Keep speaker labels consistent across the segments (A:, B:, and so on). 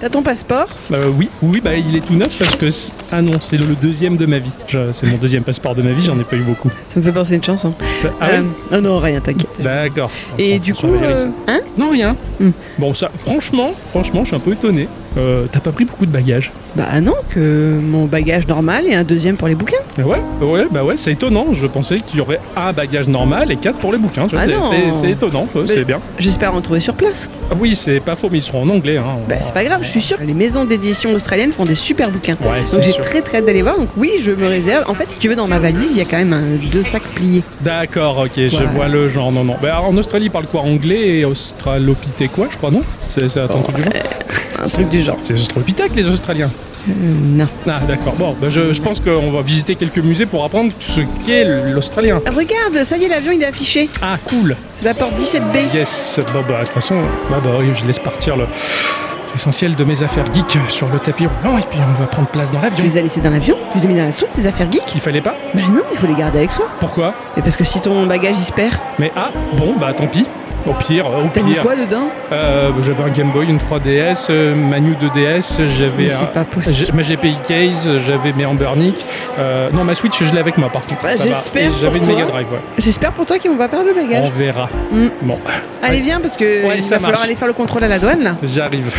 A: T'as ton passeport
B: Euh, oui, oui, bah, il est tout neuf parce que. c'est- Ah non, c'est le, le deuxième de ma vie. Je- C'est mon deuxième passeport de ma vie, j'en ai pas eu beaucoup.
A: Ça me fait penser à une chanson.
B: Ça- ah
A: Euh,
B: oui
A: oh non, rien, t'inquiète.
B: D'accord.
A: Et
B: On-
A: du
B: on
A: coup,
B: surveillera ça.
A: euh, hein
B: Non, rien.
A: Hmm.
B: Bon, ça, franchement, franchement, je suis un peu étonné. Euh, T'as pas pris beaucoup de bagages
A: Bah non, que mon bagage normal et un deuxième pour les bouquins.
B: Ah Ouais, ouais, bah ouais, c'est étonnant. Je pensais qu'il y aurait un bagage normal et quatre pour les bouquins. tu vois,
A: Ah
B: c'est-
A: non.
B: c'est c'est étonnant, ouais, c'est bien.
A: J'espère en trouver sur place.
B: Ah Oui, c'est pas faux, mais ils seront en anglais. Hein.
A: Bah c'est pas grave, je suis sûre. que Les maisons d'édition australiennes font des super bouquins.
B: Ouais,
A: Donc
B: c'est
A: j'ai
B: sûr.
A: très très hâte d'aller voir. Donc oui, je me réserve. En fait, si tu veux, dans ma valise, il y a quand même un- deux sacs pliés.
B: D'accord, ok, je
A: Voilà.
B: vois le genre. Non, non. Bah, en Australie, ils parlent quoi Anglais et australopithèque, quoi, je crois, non C'est c'est un truc du genre
A: Un truc du genre.
B: C'est australopithèque, les Australiens.
A: Euh, non.
B: Ah, d'accord. Bon, bah, je, je pense qu'on va visiter quelques musées pour apprendre ce qu'est l'Australien.
A: Regarde, ça y est, l'avion il est affiché.
B: Ah, cool.
A: C'est la porte 17B.
B: Yes. Bon, bah, de toute façon, bah, bah, oui, je laisse partir le- l'essentiel de mes affaires geek sur le tapis roulant et puis on va prendre place dans
A: Tu
B: l'avion.
A: les as laissés dans l'avion Tu les as mis dans la soupe, tes affaires geeks
B: Il fallait pas
A: Bah non, il faut les garder avec soi.
B: Pourquoi
A: Et parce que si ton bagage il se perd,
B: Mais ah, bon, bah, tant pis. Au pire, au
A: t'as mis
B: pire.
A: quoi dedans
B: Euh, j'avais un Game Boy, une 3DS, euh, ma New 2DS,
A: Mais
B: j'avais un-
A: c'est pas
B: j'ai-
A: possible.
B: ma GPI case, euh, j'avais mes Ambernick. Euh, non, ma Switch, je l'ai avec moi par contre.
A: Bah,
B: ça va.
A: j'espère
B: Et J'avais une
A: pour
B: Mega
A: toi.
B: Drive, ouais.
A: J'espère pour toi qu'ils vont pas perdre le
B: On
A: bagage.
B: verra.
A: Mm.
B: Bon,
A: Allez, viens parce que
B: Ouais,
A: il
B: ça
A: va falloir
B: marche.
A: aller faire le contrôle à la douane là.
B: j'arrive.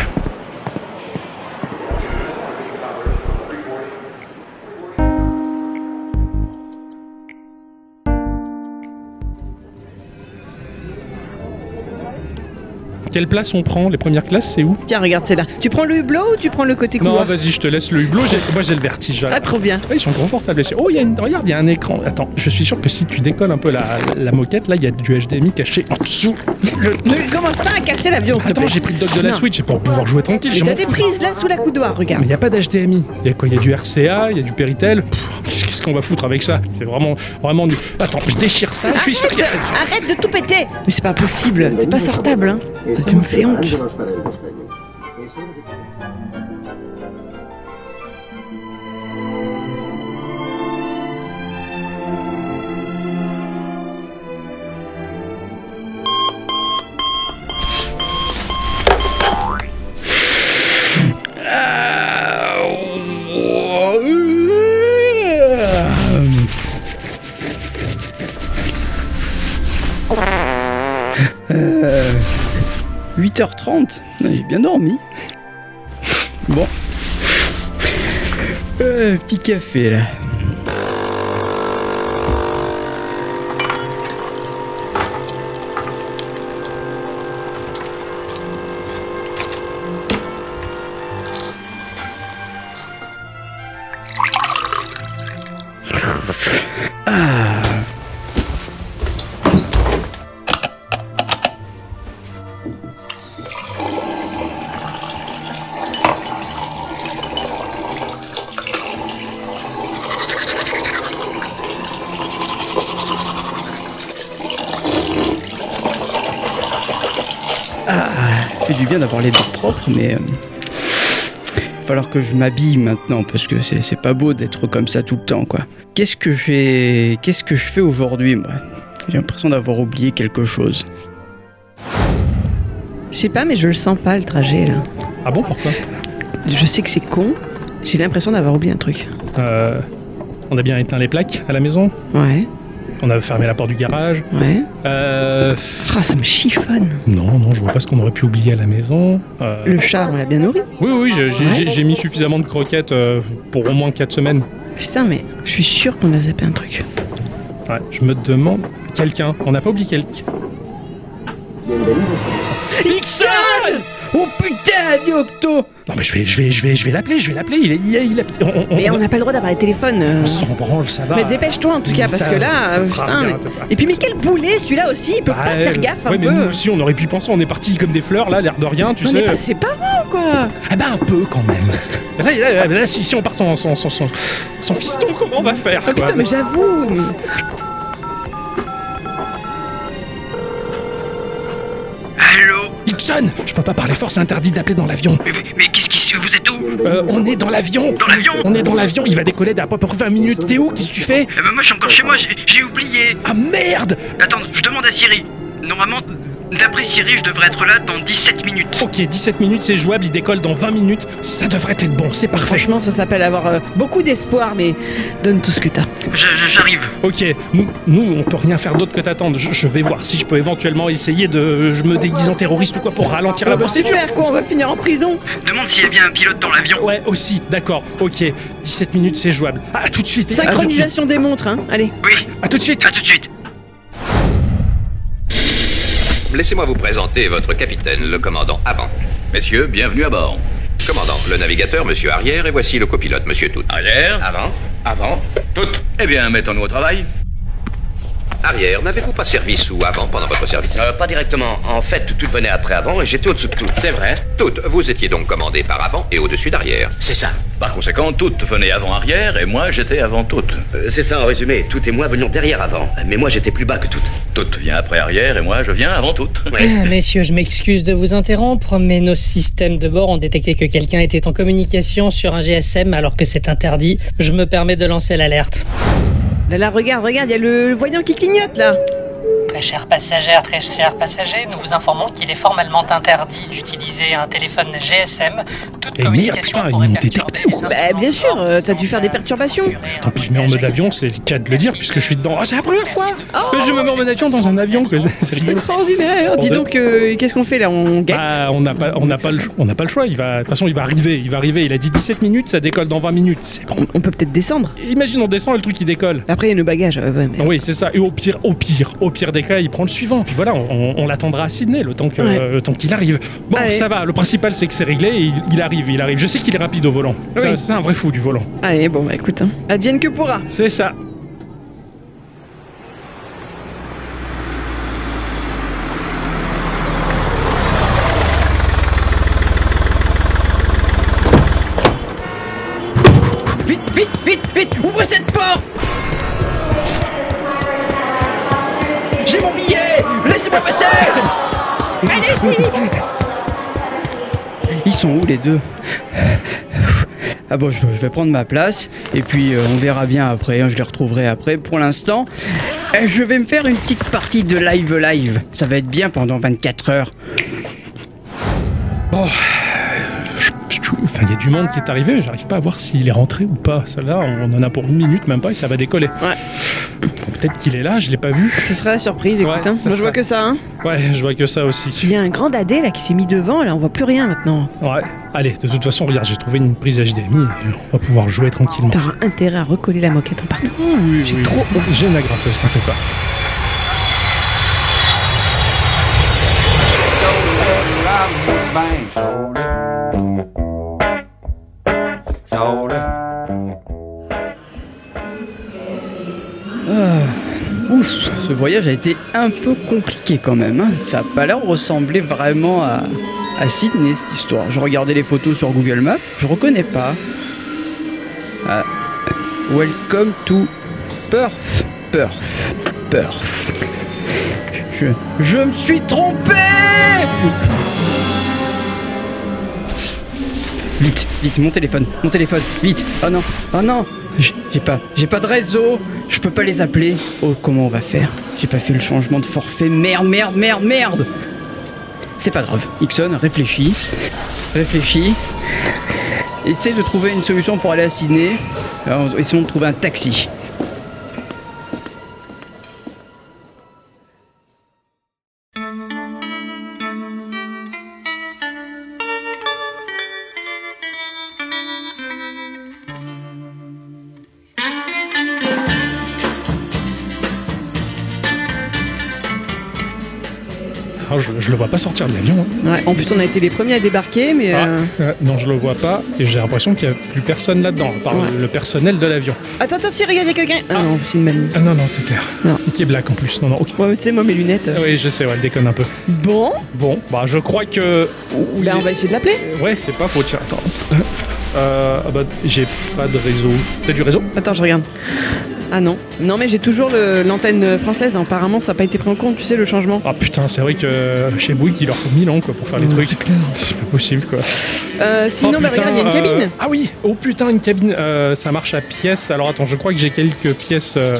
B: Quelle place on prend Les premières classes, c'est où
A: Tiens, regarde, c'est là. Tu prends le hublot ou tu prends le côté
B: Non, ah,
A: couloir
B: vas-y, je te laisse le hublot. j'ai- Moi, j'ai le vertige. voilà.
A: Ah, trop bien.
B: Ah, ils sont confortables. les- Oh, il y a une... regarde, il y a un écran. Attends, je suis sûr que si tu décolles un peu la, la moquette, là, il y a du HDMI caché en dessous. Le...
A: Ne commence pas à casser l'avion, s'il te
B: Attends,
A: plaît.
B: j'ai pris le dock de la
A: Non.
B: Switch, c'est pour pouvoir jouer tranquille.
A: Mais
B: Je
A: T'as
B: m'en
A: des
B: fous.
A: prises là sous la coudoir,
B: Mais
A: regarde.
B: il n'y a pas d'HDMI. Il y a quoi Il y a du RCA, il y a du Péritel. Pff, Qu'est-ce qu'est-ce qu'on va foutre avec ça C'est vraiment, vraiment nul. Attends, je déchire ça. Je suis sûr qu'il y a...
A: Arrête de tout péter Mais c'est pas possible, t'es pas sortable, hein. Tu me fais honte. Ah,
C: Euh, 8h30, j'ai bien dormi. Bon. Euh, petit café là. Ça fait du bien d'avoir les dents propres, mais. euh, va falloir que je m'habille maintenant parce que c'est c'est pas beau d'être comme ça tout le temps quoi. Qu'est-ce que j'ai. Qu'est-ce que je fais aujourd'hui moi J'ai l'impression d'avoir oublié quelque chose.
A: Je sais pas, mais je le sens pas le trajet là.
B: Ah bon, pourquoi
A: Je sais que c'est con, j'ai l'impression d'avoir oublié un truc.
B: Euh, On a bien éteint les plaques à la maison.
A: Ouais,
B: On a fermé la porte du garage.
A: ouais.
B: Euh...
A: Ah, ça me chiffonne.
B: Non, non, je vois pas ce qu'on aurait pu oublier à la maison. Euh,
A: Le chat, on l'a bien nourri.
B: Oui, oui, je- j'ai j'ai- j'ai mis suffisamment de croquettes euh, pour au moins 4 semaines.
A: Putain, mais je suis sûre qu'on a zappé un truc.
B: Ouais, je me demande. Quelqu'un, on n'a pas oublié quelqu'un.
C: Ixon Oh putain, dit Octo
B: Non, mais je vais, je vais, je vais, je vais l'appeler, je vais l'appeler. Il est. Il est, il est- on, on-
A: Mais
B: on-
A: on n'a pas le droit d'avoir les téléphones. euh.
B: on s'en branle, ça va.
A: Mais dépêche-toi en tout cas, parce
B: Ça-
A: que là,
B: ça
A: euh,
B: fera
A: putain.
B: bien,
A: mais-
B: t'as pas-
A: Et puis, mais quel boulet celui-là aussi, il peut
B: Bah,
A: pas faire
B: euh,
A: gaffe un
B: ouais, mais
A: peu.
B: nous aussi, on aurait pu penser, on est parti comme des fleurs, là, l'air de rien, tu
A: on
B: sais.
A: est pas ses parents quoi. Oh,
B: Ah bah un peu quand même. là, là, là, là, si, si on part sans, sans, sans, sans- sans fiston, comment on va faire
A: Ah,
B: quoi
A: putain, mais j'avoue. mais-
C: Allô
B: Ixon, je peux pas parler fort, c'est interdit d'appeler dans l'avion.
C: Mais, mais qu'est-ce qui se. Vous êtes où
B: Euh, on est dans l'avion Dans
C: l'avion
B: On est dans l'avion, il va décoller d'à peu près 20 minutes. Théo, qu'est-ce que tu fais
C: Eh ben, Moi je suis encore chez moi, j'ai- j'ai oublié
B: Ah merde
C: Attends, je demande à Siri. Normalement,
D: D'après Siri, je devrais être là dans 17 minutes.
B: Ok, 17 minutes, c'est jouable, il décolle dans 20 minutes. Ça devrait être bon, c'est parfait.
A: Franchement, ça s'appelle avoir euh, beaucoup d'espoir, mais donne tout ce que t'as.
D: Je- je- J'arrive.
B: Ok, nous, nous, on peut rien faire d'autre que t'attendre. Je, je vais voir si je peux éventuellement essayer de. Je me déguise en terroriste ou quoi pour ralentir la
A: Bah,
B: procédure.
A: super, quoi, on va finir en prison.
B: Ah,
D: Demande s'il y a bien un pilote dans l'avion.
B: Ouais, aussi, d'accord, ok. 17 minutes, c'est jouable. Ah, à tout de suite. à tout de suite,
A: Synchronisation des montres, hein. Allez.
D: Oui,
B: À tout de suite.
D: à tout de suite.
E: Laissez-moi vous présenter votre capitaine, le commandant Avant.
F: Messieurs, bienvenue à bord.
E: Commandant, le navigateur, monsieur Arrière, et voici le copilote, monsieur Tout.
F: Arrière.
E: Avant, avant,
F: Toutes. Eh bien, mettons-nous au travail.
E: arrière. N'avez-vous pas service ou avant pendant votre service
G: Euh, pas directement. En fait, tout venait après avant et j'étais au-dessous de tout. C'est vrai
E: Tout, vous étiez donc commandé par avant et au-dessus d'arrière.
G: C'est ça.
F: Par conséquent, toutes venaient avant-arrière et moi, j'étais avant toutes.
G: Euh, C'est ça en résumé. Tout et moi venions derrière avant. Mais moi, j'étais plus bas que tout.
F: Toutes vient après-arrière et moi, je viens avant toutes.
H: Ah, Messieurs, je m'excuse de vous interrompre, mais nos systèmes de bord ont détecté que quelqu'un était en communication sur un GSM alors que c'est interdit. Je me permets de lancer l'alerte.
A: Là, là, regarde, regarde, il y a le voyant qui clignote, là.
H: Très chères passagères, très chers passagers, nous vous informons qu'il est formellement interdit d'utiliser un téléphone GSM. Toute
B: Eh merde, communication putain, ils pourrait nous perturber détectaient, les quoi.
A: Bah, bien sûr, euh, t'as dû faire des perturbations.
B: Tant pis, je mets en mode avion, c'est le cas de le dire, puisque je suis dedans. Ah, c'est la première fois
A: Oh.
B: Je me mets en mode avion dans un avion, quoi. C'est
A: C'est
B: rigolo.
A: extraordinaire. Dis
B: Bon,
A: donc, euh, qu'est-ce qu'on fait là On guette
B: Mmh. Bah, on n'a pas, on n'a pas le, on n'a pas le choix. Il va, de toute façon, il va arriver. Il va arriver. Il a dit 17 minutes, ça décolle dans 20 minutes. C'est bon.
A: on, on peut peut-être descendre.
B: Imagine, on descend et le truc il décolle.
A: Après, il y a nos bagages. euh, ouais, mais-
B: Ah Oui, c'est ça. Et au pire, au pire, au pire des cas, il prend le suivant. Puis voilà, on, on- on l'attendra à Sydney le temps que,
A: Ouais.
B: euh, le temps qu'il arrive. Bon,
A: Allez.
B: ça va. Le principal, c'est que c'est réglé. Et il, il arrive, il arrive. Je sais qu'il est rapide au volant. C'est
A: Oui.
B: un- C'est un vrai fou du volant.
A: Allez, bon, bah écoute, hein. advienne que pourra.
B: C'est ça.
D: Vite, vite, vite, vite Ouvrez cette porte J'ai mon billet Laissez-moi passer Ils sont où les deux Ah bon, je je vais prendre ma place et puis euh, on verra bien après, hein, je les retrouverai après. Pour l'instant, euh, je vais me faire une petite partie de live live. Ça va être bien pendant 24 heures.
B: Enfin, il y a du monde qui est arrivé. J'arrive pas à voir s'il est rentré ou pas. Celle-là, on en a pour une minute, même pas, et ça va décoller.
A: Ouais.
B: Bon, Peut-être qu'il est là. Je l'ai pas vu.
A: Ce sera la surprise, écoute.
B: Ouais,
A: hein. Moi,
B: ça
A: je vois
B: sera-
A: que ça. Hein.
B: Ouais, je vois que ça aussi.
A: Il y a un grand dadé là qui s'est mis devant, là, on voit plus rien maintenant.
B: Ouais, allez, de toute façon, regarde, j'ai trouvé une prise HDMI, et on va pouvoir jouer tranquillement.
A: T'auras intérêt à recoller la moquette en partant.
B: J'ai trop J'ai une agrafeuse, t'en fais pas.
D: Ouf, ce voyage a été un peu compliqué quand même. hein. Ça a pas l'air de ressembler vraiment à, à Sydney cette histoire. Je regardais les photos sur Google Maps, je reconnais pas. Ah, welcome to Perth, Perth, Perth. Je, je me suis trompé Vite, vite, mon téléphone, mon téléphone, vite. Oh non, oh non, j'ai j'ai pas, j'ai pas de réseau. Je peux pas les appeler. Oh comment on va faire J'ai pas fait le changement de forfait. Merde, merde, merde, merde. C'est pas grave. Ixon, réfléchis, réfléchis. Essaye de trouver une solution pour aller à Sydney. Alors, essayons de trouver un taxi.
B: Ah, je, je le vois pas sortir de l'avion. hein.
A: Ouais, en plus, on a été les premiers à débarquer, mais.
B: Ah,
A: euh,
B: euh, non, je le vois pas, et j'ai l'impression qu'il y a plus personne là-dedans, à part
A: Ouais.
B: le personnel de l'avion.
A: Attends, attends, si, regarde, il y a quelqu'un. Ah non, c'est une mamie.
B: Ah non, non, c'est clair.
A: Non.
B: Et qui est black en plus. Non, non, ok.
A: Ouais, mais tu sais, moi, mes lunettes.
B: Ah
A: euh,
B: Oui, je sais, ouais, elle déconne un peu.
A: Bon,
B: Bon, bah, je crois que. Ouh, il
A: bah, on
B: est-
A: va essayer de l'appeler.
B: Ouais, c'est pas faux, tiens, attends. Euh, ah bah, j'ai pas de réseau. T'as du réseau
A: Attends, je regarde. Ah non. Non, mais j'ai toujours le- l'antenne française. hein. Apparemment, ça n'a pas été pris en compte, tu sais, le changement.
B: Ah putain, c'est vrai que chez Bouygues, il leur faut 1000 ans quoi, pour faire les
A: Ouais,
B: trucs.
A: Oh, c'est clair.
B: C'est pas possible quoi.
A: Euh, sinon,
B: Oh,
A: bah,
B: putain,
A: regarde, il y a une
B: euh,
A: cabine.
B: Ah oui Oh putain, une cabine. euh, ça marche à pièces. Alors attends, je crois
A: Oh,
B: que j'ai quelques pièces euh,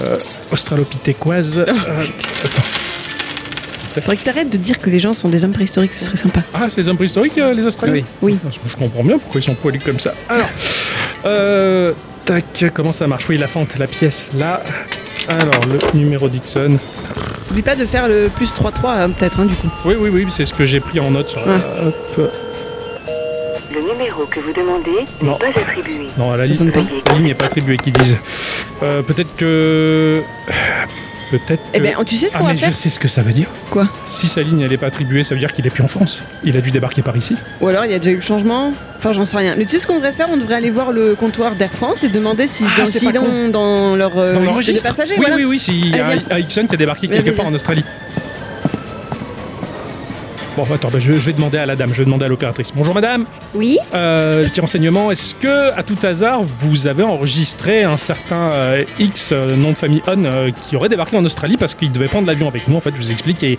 B: australopithèques. Euh, attends.
A: Faudrait que t'arrêtes de dire que les gens sont des hommes préhistoriques, ce serait sympa.
B: Ah, c'est les hommes préhistoriques, euh, les Australiens
D: Oui.
A: Oui.
B: Parce que Je comprends bien pourquoi ils sont poilus comme ça. Alors, euh, tac, comment ça marche Oui, la fente, la pièce, là. Alors, le numéro Dixon.
A: Oublie pas de faire le plus 3-3, hein, peut-être, hein, du coup.
B: Oui, oui, oui, c'est ce que j'ai pris en note.
A: Ah.
B: Euh, hop.
I: Le numéro que vous demandez
B: Non.
I: n'est pas attribué.
B: Non, la,
A: Ça
B: ligne-
A: sonne pas.
B: la ligne n'est pas attribuée, qu'ils disent. Euh, peut-être que. Peut-être que.
A: Eh ben, tu sais ce
B: ah,
A: qu'on
B: mais
A: va
B: je
A: faire
B: sais ce que ça veut dire.
A: Quoi
B: Si sa ligne, elle n'est pas attribuée, ça veut dire qu'il est plus en France. Il a dû débarquer par ici.
A: Ou alors il y a déjà eu le changement Enfin, j'en sais rien. Mais tu sais ce qu'on devrait faire On devrait aller voir le comptoir d'Air France et demander s'ils
B: Ah,
A: ont
B: c'est
A: s'ils
B: pas con.
A: ont dans leur, euh,
B: Dans
A: liste
B: l'enregistre.
A: de passagers.
B: Oui,
A: voilà. Eh
B: oui, oui, si
A: Allez,
B: à-
A: viens.
B: à Hickson qui a débarqué
A: Viens,
B: quelque
A: viens,
B: part
A: viens.
B: en Australie. Bon, attends, bah, je, je vais demander à la dame, je vais demander à l'opératrice. Bonjour madame,
J: Oui
B: euh, petit renseignement, est-ce que, à tout hasard, vous avez enregistré un certain euh, X, euh, nom de famille On, euh, qui aurait débarqué en Australie parce qu'il devait prendre l'avion avec nous En fait, je vous explique, et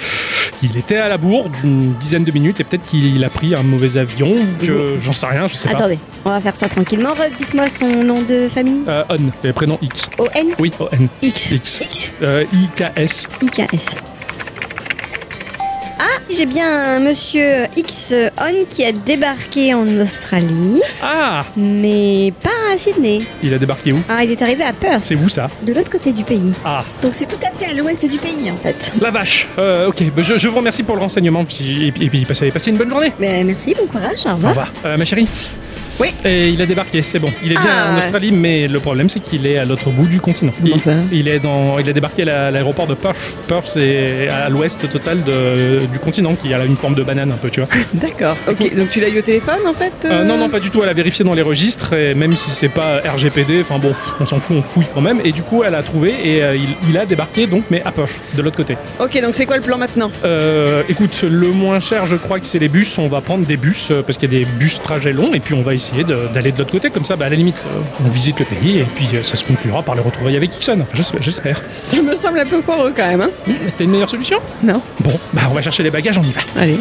B: il était à la bourre d'une dizaine de minutes et peut-être qu'il a pris un mauvais avion, que j'en sais rien, je sais pas.
J: Attendez, Ah on va faire ça tranquillement. Dites-moi son nom de famille.
B: Euh, on, le prénom X.
J: O-N
B: Oui, O-N.
J: X.
B: X.
J: X
B: Euh, I-K-S.
J: IKS. Ah, j'ai bien un monsieur X On qui a débarqué en Australie,
B: Ah
J: mais pas à Sydney.
B: Il a débarqué où
J: Ah, il est arrivé à Perth,
B: C'est où ça
J: de l'autre côté du pays.
B: Ah,
J: Donc c'est tout à fait à l'ouest du pays en fait.
B: la vache Euh, Ok, bah, je, je vous remercie pour le renseignement puis- et puis, et puis passez, passez une bonne journée
J: Mais Ben, merci, bon courage, au
B: Au
J: revoir.
B: revoir. Euh, ma chérie
A: Oui.
B: Et il a débarqué, c'est bon. Il est bien
A: Ah.
B: en Australie, mais le problème c'est qu'il est à l'autre bout du continent.
A: Comment
B: il,
A: ça
B: il est dans, il a débarqué à la- à l'aéroport de Perth. Perth c'est à l'ouest total de- du continent, qui a une forme de banane un peu, tu vois.
A: D'accord. Ok. Donc tu l'as eu au téléphone en fait euh
B: Euh, non, non, pas du tout. Elle a vérifié dans les registres, et même si c'est pas RGPD, enfin bon, on s'en fout, on fouille quand même. Et du coup, elle a trouvé et euh, il, il a débarqué donc, mais à Perth, de l'autre côté.
A: Ok. Donc c'est quoi le plan maintenant
B: Euh, écoute, le moins cher, je crois que c'est les bus. On va prendre des bus euh, parce qu'il y a des bus trajets longs et puis on va essayer de- d'aller de l'autre côté. Comme ça, bah, à la limite, euh, on visite le pays et puis euh, ça se conclura par les retrouvailles avec Ixon. Enfin, j'espère- j'espère.
A: Ça me semble un peu foireux quand même. Hein
B: Hmm, T'as une meilleure solution
A: non.
B: Bon, bah, on va chercher les bagages, on y va.
A: Allez.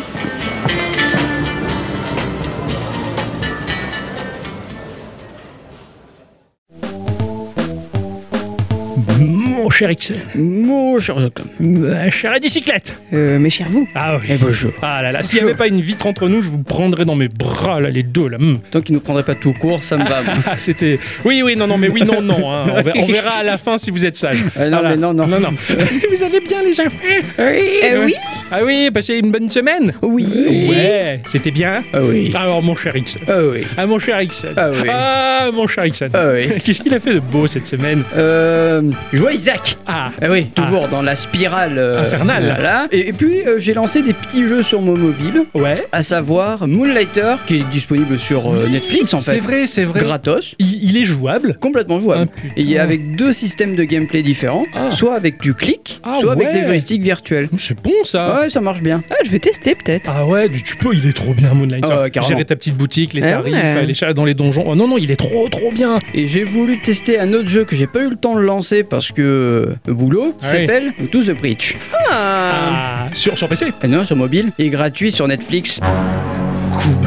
B: Mon cher Ixon,
D: Mon cher Zocom.
B: ma chère bicyclette.
A: Euh, mes chers vous.
B: Ah oui.
D: Eh bonjour.
B: Ah là là, s'il n'y avait pas une vitre entre nous, je vous prendrais dans mes bras, là, les deux, là. Hmm.
D: Tant qu'il nous prendrait pas tout court, ça me va. moi.
B: Ah, c'était. Oui, oui, non, non, mais oui, non, non. hein. On, ver- on verra à la fin si vous êtes sage.
D: Euh, non, mais non, non.
B: Non, non. vous allez bien, les enfants
A: Eh oui.
B: Ah oui, passez une bonne semaine
A: Oui.
B: Ouais, c'était bien
D: Ah oui.
B: Alors, mon cher Ixon.
D: Ah oui.
B: Ah, mon cher Ixon.
D: Ah oui.
B: Ah, mon cher Ixon.
D: Ah oui.
B: Qu'est-ce qu'il a fait de beau cette semaine
D: Euh, je vois Isaac.
B: Ah,
D: Ah oui, toujours dans la spirale euh,
B: Infernale.
D: Voilà. Et, et puis euh, j'ai lancé des petits jeux sur mon mobile,
B: ouais.
D: à savoir Moonlighter, qui est disponible sur euh, Netflix en fait.
B: C'est vrai, c'est vrai.
D: Gratos.
B: Il, il est jouable.
D: Complètement
B: Ah,
D: jouable.
B: putain.
D: et il y a avec deux systèmes de gameplay différents,
B: Ah.
D: soit avec du clic,
B: Ah,
D: soit
B: ouais.
D: avec des joysticks virtuels.
B: C'est bon, ça.
D: Ouais, ça marche bien.
A: Ah, je vais tester peut-être.
B: Ah ouais, du, tu peux, il est trop bien, Moonlighter.
D: Ah ouais, carrément. Eh
B: Gérer ta petite boutique, les
A: Ah
B: tarifs,
A: ouais.
B: euh, les chats dans les donjons. Oh non, non, il est trop, trop bien.
D: Et j'ai voulu tester un autre jeu que j'ai pas eu le temps de lancer parce que euh, le boulot qui
B: Ah oui.
D: s'appelle To the Breach.
A: Ah.
B: Ah, sur, sur PC
D: Ah non, sur mobile, et gratuit sur Netflix.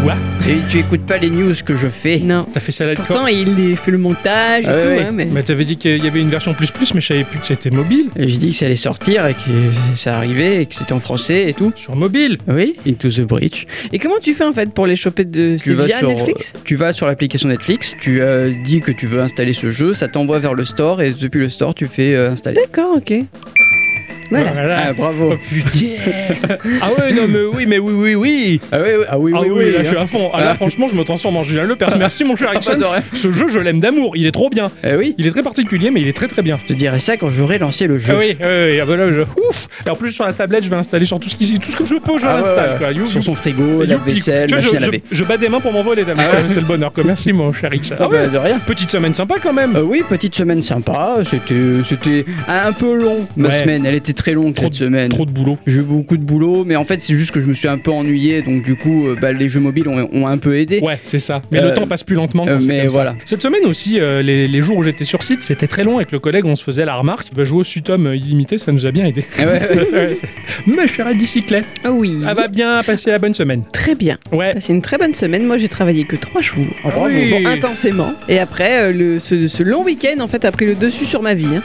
B: Quoi
D: Et tu écoutes pas les news que je fais.
A: Non.
B: T'as fait ça là
A: Pourtant, il fait le montage et
D: Ah
A: tout.
D: oui,
A: hein, mais...
B: Mais t'avais dit qu'il y avait une version plus plus, mais je savais plus que c'était mobile.
D: Et J'ai dit que ça allait sortir et que ça arrivait et que c'était en français et tout.
B: Sur mobile
D: Oui, Into the Breach.
A: Et comment tu fais en fait pour les choper de C'est via Netflix
B: euh,
D: euh, tu vas sur l'application Netflix, tu euh, dis que tu veux installer ce jeu, ça t'envoie vers le store et depuis le store tu fais euh, installer.
A: D'accord. Ok. Voilà.
D: Ah, bravo.
B: Oh putain Ah ouais, non mais oui, mais oui, oui, oui
D: Ah oui, oui, ah oui,
B: Ah oui,
D: oui, oui,
B: là
D: hein.
B: je suis à fond. Ah là
D: Ah.
B: franchement, je me transforme en Julien Lepers. Merci mon cher
D: Ah, pas
B: Ixon.
D: de rien.
B: Ce jeu, je l'aime d'amour. Il est trop bien.
D: Eh oui,
B: Il est très particulier, mais il est très très bien.
D: je te dirai ça quand j'aurai lancé le
B: Ah
D: jeu.
B: oui, oui, oui, ah bah là, je... ouf Et en plus, sur la tablette, je vais installer sur tout ce, qui... tout ce que je peux, je
D: Ah ouais,
B: l'installe.
D: ouais.
B: quoi. You-
D: Sur son frigo,
B: youpi.
D: la vaisselle,
B: Tu vois,
D: machine à
B: je,
D: laver.
B: je- je bats des mains pour m'envoler, dames.
D: Ah ouais.
B: C'est le bonheur, quoi. Merci mon cher Ixon.
D: Ah
B: Ah ouais.
D: bah, de rien.
B: Petite semaine sympa quand même.
D: Euh, oui, petite semaine sympa, c'était c'était un peu long ma
B: Ouais.
D: semaine, elle était très longue
B: Trop
D: cette
B: de-
D: semaine.
B: Trop de boulot.
D: J'ai eu beaucoup de boulot, mais en fait, c'est juste que je me suis un peu ennuyé, donc du coup, euh, bah, les jeux mobiles ont, ont un peu aidé.
B: Ouais, c'est ça. Mais le
D: Euh,
B: temps passe plus lentement. Quand
D: euh,
B: c'est
D: mais
B: comme ça.
D: voilà.
B: Cette semaine aussi, euh, les, les jours où j'étais sur site, c'était très long avec le collègue. On se faisait la remarque. Bah, jouer au Sutom euh, illimité, ça nous a bien aidé.
D: Ouais, ouais, ouais.
B: Ouais, c'est- Ma chère bicyclette,
A: Ah oui.
B: elle va bien passer la bonne semaine.
A: Très bien.
B: Ouais.
A: Passez une très bonne semaine. Moi, j'ai travaillé que trois jours.
B: Ah bravo. oui.
A: Bon, intensément. Et après, euh, le, ce, ce long week-end, en fait, a pris le dessus sur ma vie. hein.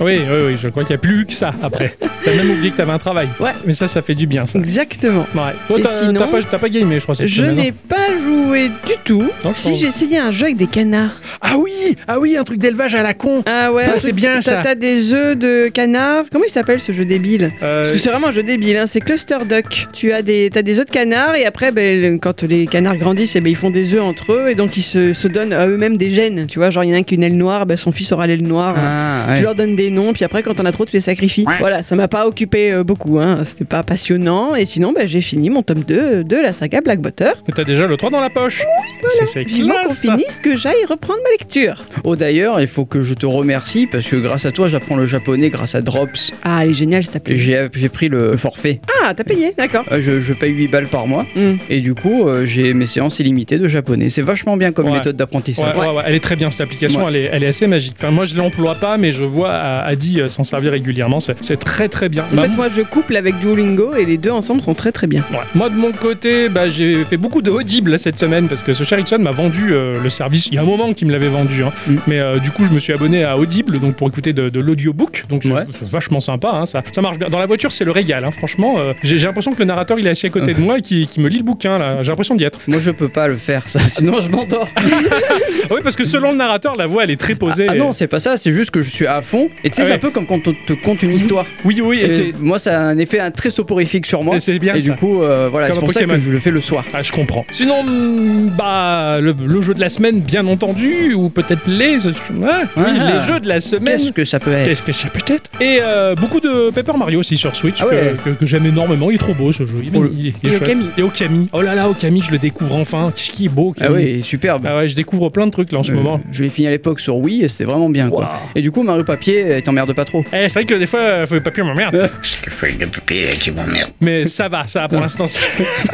B: oui, oui, oui, je crois qu'il n'y a plus que ça. après. T'as même oublié que t'avais un travail.
A: Ouais.
B: Mais ça, ça fait du bien, ça.
A: Exactement.
B: Ouais. Toi,
A: Et
B: t'as
A: sinon,
B: t'as pas, t'as pas gamé, je crois. cette
A: Je
B: semaine,
A: n'ai
B: hein.
A: pas joué du tout.
B: Non,
A: si
B: pas-
A: j'ai essayé un jeu avec des canards.
B: Ah oui Ah oui, un truc d'élevage à la con
A: Ah ouais.
B: Ah,
A: un truc-
B: c'est bien,
A: t'as-
B: ça.
A: T'as des œufs de canards. Comment il s'appelle ce jeu débile Ah. Parce
B: Euh,
A: que c'est vraiment un jeu débile, hein, c'est Cluster Duck. Tu as des, t'as des œufs de canards et après, ben, le- quand les canards grandissent, eh ben, ils font des œufs entre eux et donc ils se, se donnent à eux-mêmes des gènes. Tu vois, genre il y en a un qui a une aile noire, ben, son fils aura l'aile noire.
D: Ah,
A: Tu
D: ouais.
A: leur donnes des noms, puis après, quand t'en as trop, tu les sacrifies. Voilà, ça m'a pas occupé euh, beaucoup, hein. c'était pas passionnant. Et sinon, ben, j'ai fini mon tome 2 de la saga Black Butter.
B: T'as déjà le 3 dans la poche. C'est- c'est
A: Vivement qu'on
B: classe, ça.
A: finisse, que j'aille reprendre ma lecture.
D: Oh d'ailleurs, il faut que je te remercie parce que grâce à toi, j'apprends le japonais grâce à Drops.
A: Ah, elle est géniale, ça
D: Et
A: plaît.
D: J'ai j'ai pris le forfait.
A: Ah, t'as payé, d'accord.
D: Euh, Je, je paye 8 balles par mois
A: Hmm.
D: et du coup, euh, j'ai mes séances illimitées de japonais. C'est vachement bien comme
B: Ouais. Ouais,
D: méthode d'apprentissage.
B: ouais, ouais, elle est très bien cette application,
D: Ouais.
B: elle, est, elle est assez magique. Enfin, moi je l'emploie pas, mais je vois euh, Adi euh, s'en servir régulièrement, c'est c'est très très bien.
A: En
B: Bah,
A: fait, moi, je couple avec Duolingo et les deux ensemble sont très très bien.
B: Ouais. Moi de mon côté, bah, j'ai fait beaucoup de Audible cette semaine parce que ce cher Ixon m'a vendu euh, le service. Il y a un moment qu'il me l'avait vendu, hein.
D: Mm.
B: mais euh, du coup je me suis abonné à Audible donc pour écouter de, de l'audiobook. Donc c'est
D: Ouais.
B: c'est vachement sympa, hein, ça, ça marche bien. Dans la voiture c'est le régal, hein, franchement. euh, j'ai j'ai l'impression que le narrateur il est assis à côté de moi et qui, qui me lit le bouquin là. J'ai l'impression d'y être.
D: Moi, je peux pas le faire ça, sinon je m'endors.
B: Ah oui parce que selon le narrateur la voix elle est très posée.
D: Ah non, c'est pas ça, c'est juste que je suis à fond. Et tu sais,
B: Ah
D: c'est
B: ouais.
D: un peu comme quand on te conte une histoire.
B: Oui oui. et
D: Et
B: t'es-
D: moi, ça a un effet un, très soporifique sur moi.
B: et c'est bien.
D: Et
B: ça.
D: du coup, euh, voilà,
B: Comme
D: c'est
B: un
D: pour ça que
B: Pokémon.
D: je le fais le soir.
B: Ah, je comprends. Sinon, mm, bah, le, le jeu de la semaine, bien entendu, ou peut-être les, ah, oui,
D: Ah.
B: les jeux de la semaine.
D: Qu'est-ce que ça peut être
B: Qu'est-ce que ça peut être Et euh, beaucoup de Paper Mario aussi sur Switch,
D: Ah ouais.
B: que, que- que j'aime énormément. Il est trop beau ce jeu. Il, est-
D: Oh, le-
B: il est- il est
A: et
B: chouette.
A: Okami.
B: Et Okami. Oh là là, Okami, je le découvre enfin. Qu'est-ce qui est beau, Okami.
D: Ah oui, superbe.
B: Ah ouais, je découvre plein de trucs là en ce
D: Euh,
B: moment.
D: Je l'ai fini à l'époque sur Wii et c'était vraiment bien. Quoi.
B: Waouh.
D: Et du coup, Mario Papier, euh, t'emmerdes pas trop.
B: Eh, c'est vrai que des fois, euh, faut papier m'emmerde.
E: Ce que fait le papier qui m'emmerde.
B: Mais ça va, ça va pour l'instant.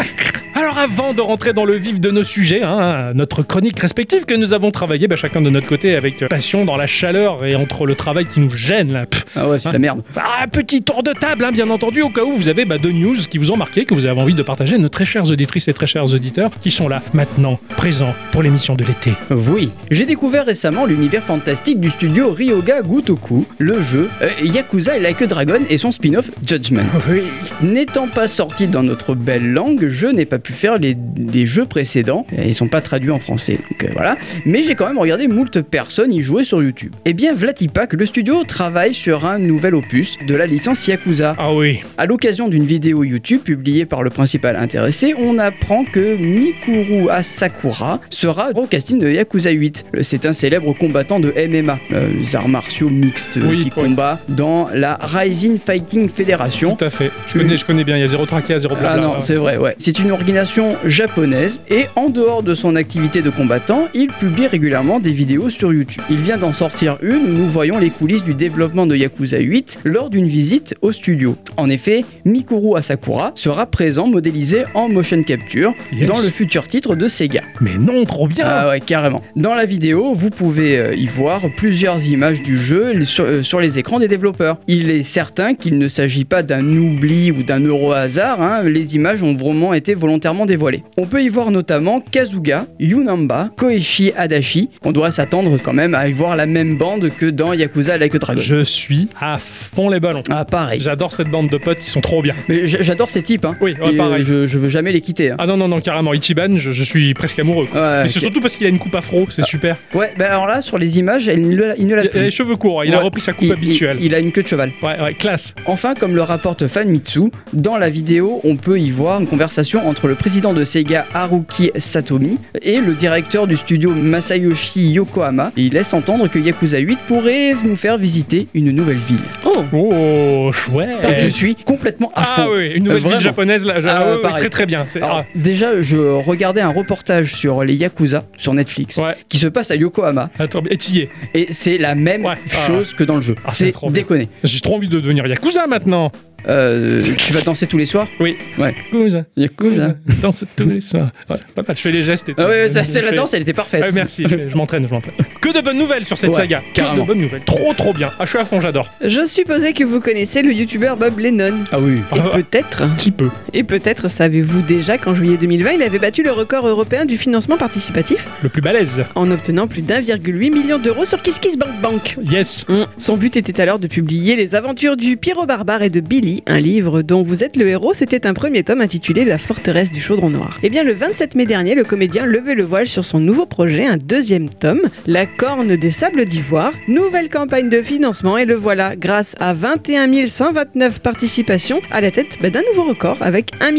B: Alors avant de rentrer dans le vif de nos sujets, hein, notre chronique respective que nous avons travaillé bah, chacun de notre côté avec euh, passion dans la chaleur et entre le travail qui nous gêne là. pff.
D: Ah ouais, c'est de la merde.
B: Ah, petit tour de table hein, bien entendu au cas où vous avez bah, deux news qui vous ont marqué, que vous avez envie de partager à nos très chères auditrices et très chers auditeurs qui sont là maintenant, présents pour l'émission de l'été.
D: Oui. J'ai découvert récemment l'univers fantastique du studio Ryoga Gotoku, le jeu euh, Yakuza et Like a Dragon et son spin-off Judgment.
B: Oui.
D: N'étant pas sorti dans notre belle langue, je n'ai pas pu faire les, les jeux précédents. Euh, Ils sont pas traduits en français, donc euh, voilà. Mais j'ai quand même regardé moult personnes y jouer sur YouTube. Eh bien, Vlatipak, le studio travaille sur un nouvel opus de la licence Yakuza.
B: Ah oui.
D: À l'occasion d'une vidéo YouTube publiée par le principal intéressé, on apprend que Mikuru Asakura sera au casting de Yakuza 8. Le- C'est un célèbre combattant de MMA, euh, les arts martiaux mixtes euh,
B: Oui,
D: qui
B: oui.
D: combat dans la Rising Fighting Federation.
B: Tout à fait. Je connais, je connais bien, il y a zéro tracas, zéro
D: Ah
B: blabla.
D: non, c'est vrai, ouais. C'est une organisation japonaise et en dehors de son activité de combattant, il publie régulièrement des vidéos sur YouTube. Il vient d'en sortir une où nous voyons les coulisses du développement de Yakuza 8 lors d'une visite au studio. En effet, Mikuru Asakura sera présent modélisé en motion capture
B: Yes.
D: dans le futur titre de Sega.
B: Mais non, trop bien.
D: Ah ouais, carrément. Dans la vidéo, vous pouvez euh, y voir plusieurs images du jeu sur, euh, sur les écrans des développeurs. Il est certain qu'il ne s'agit pas d'un oubli ou d'un euro hasard, hein, les images ont vraiment été volontairement dévoilées. On peut y voir notamment Kazuga, Yunamba, Koichi Adachi. On doit s'attendre quand même à y voir la même bande que dans Yakuza Like a Dragon.
B: Je suis à fond les ballons.
D: Ah pareil.
B: J'adore cette bande de potes, ils sont trop bien.
D: Mais j- j'adore ces types, hein.
B: Oui, ouais,
D: Et, euh,
B: pareil.
D: je, je veux jamais les quitter. hein.
B: Ah non, non, non, carrément, Ichiban, je, je suis presque amoureux. quoi.
D: Ouais,
B: Mais c'est
D: ok.
B: surtout parce qu'il a une coupe afro, c'est super.
D: ouais, bah alors là, sur les images, elle ne l'a- il ne l'a
B: Il a
D: plus.
B: les cheveux courts, hein, il a
D: Ouais.
B: repris sa coupe
D: Il- il-
B: habituelle.
D: il a une queue de cheval.
B: Ouais, ouais, classe.
D: Enfin, comme le rapporte Fanmitsu, dans la vidéo, on peut y voir une conversation entre le président de Sega Haruki Satomi et le directeur du studio Masayoshi Yokohama. Il laisse entendre que Yakuza 8 pourrait nous faire visiter une nouvelle ville. Oh Ah,
B: Oh, chouette.
D: Je suis complètement à fond.
B: Ah oui, une nouvelle
D: Vraiment.
B: ville japonaise là. je-
D: Ah,
B: ah oui, oui,
D: pareil.
B: très très bien. c'est-
D: Alors,
B: ah,
D: déjà, je regardais un reportage sur les Yakuza sur Netflix
B: ah, Ouais.
D: qui se passe à Yokohama
B: attends, et t'y es.
D: et c'est la même
B: Ouais. Ah.
D: chose que dans le jeu.
B: Ah, c'est
D: c'est
B: trop bien.
D: déconné.
B: J'ai trop envie de devenir Yakuza maintenant.
D: Euh, tu vas danser tous les soirs
B: Oui.
D: Ouais.
B: Yakuza.
D: Yakuza.
B: Danse tous les soirs. Ouais, pas mal, je fais les gestes et tout.
D: Ah ouais, ouais, ça-
B: Je
D: c'est la
B: fais-
D: danse, elle était parfaite.
B: Ouais, merci, je, je m'entraîne, je m'entraîne. Que de bonnes nouvelles sur cette
C: Ouais,
B: saga. Que de
C: carrément.
B: bonnes nouvelles. Trop trop bien. Ah, je suis à fond, j'adore.
A: Je supposais que vous connaissez le youtubeur Bob Lennon.
C: Ah oui.
A: Et
B: Ah.
A: peut-être,
B: Un petit peu.
A: et peut-être savez-vous déjà qu'en juillet 2020, il avait battu le record européen du financement participatif
B: Le plus balèze.
A: en obtenant plus d'1,8 million d'euros sur KissKissBankBank.
B: Yes.
A: Hum. Son but était alors de publier Les aventures du Pierrot Barbare et de Billy, un livre dont vous êtes le héros, c'était un premier tome intitulé La forteresse du chaudron noir. Et bien le 27 mai dernier, le comédien levait le voile sur son nouveau projet, un deuxième tome, La corne des sables d'ivoire, nouvelle campagne de financement et le voilà, grâce à 21 129 participations, à la tête bah, d'un nouveau record avec 1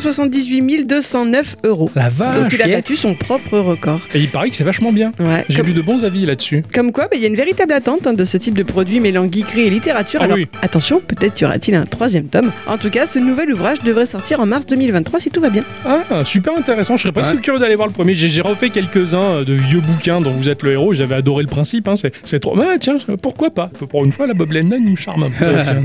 A: 878 209 euros.
B: La
A: Donc
B: vache.
A: il a battu son propre record.
B: Et il paraît que c'est vachement bien.
A: Ouais,
B: J'ai
A: comme-
B: lu de bons avis là-dessus.
A: comme quoi, bah, il y a une véritable attente hein, de ce type de produit mêlant geekerie et littérature.
B: Ah
A: Alors,
B: oui.
A: attention, peut-être y aura-t-il un troisième tome. En tout cas, ce nouvel ouvrage devrait sortir en mars 2023 si tout va bien.
B: Ah, super intéressant. Je serais presque
C: Ouais.
B: curieux d'aller voir le premier. J'ai j'ai refait quelques-uns euh, de vieux bouquins dont vous êtes le héros. J'avais adoré le principe. hein. C'est c'est trop. Ah, tiens, pourquoi pas Pour une fois, la Bob Lennon il me charme un peu. tiens.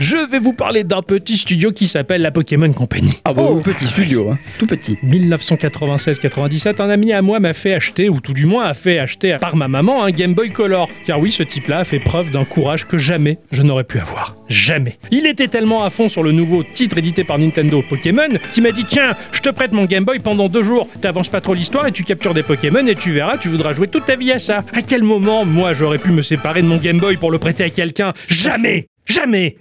B: Je vais vous parler d'un petit studio qui s'appelle la Pokémon Company.
C: Ah bah,
A: Oh.
C: petit studio, hein. tout petit.
B: 1996-97, un ami à moi m'a fait acheter, ou tout du moins a fait acheter par ma maman, un Game Boy Color. Car oui, ce type-là a fait preuve d'un courage que jamais je n'aurais pu avoir. Jamais. Il était tellement à fond sur le nouveau titre édité par Nintendo Pokémon qu'il m'a dit Tiens, je te prête mon Game Boy pendant deux jours. T'avances pas trop l'histoire et tu captures des Pokémon et tu verras, tu voudras jouer toute ta vie à ça. À quel moment, moi, j'aurais pu me séparer de mon Game Boy pour le prêter à quelqu'un Jamais Jamais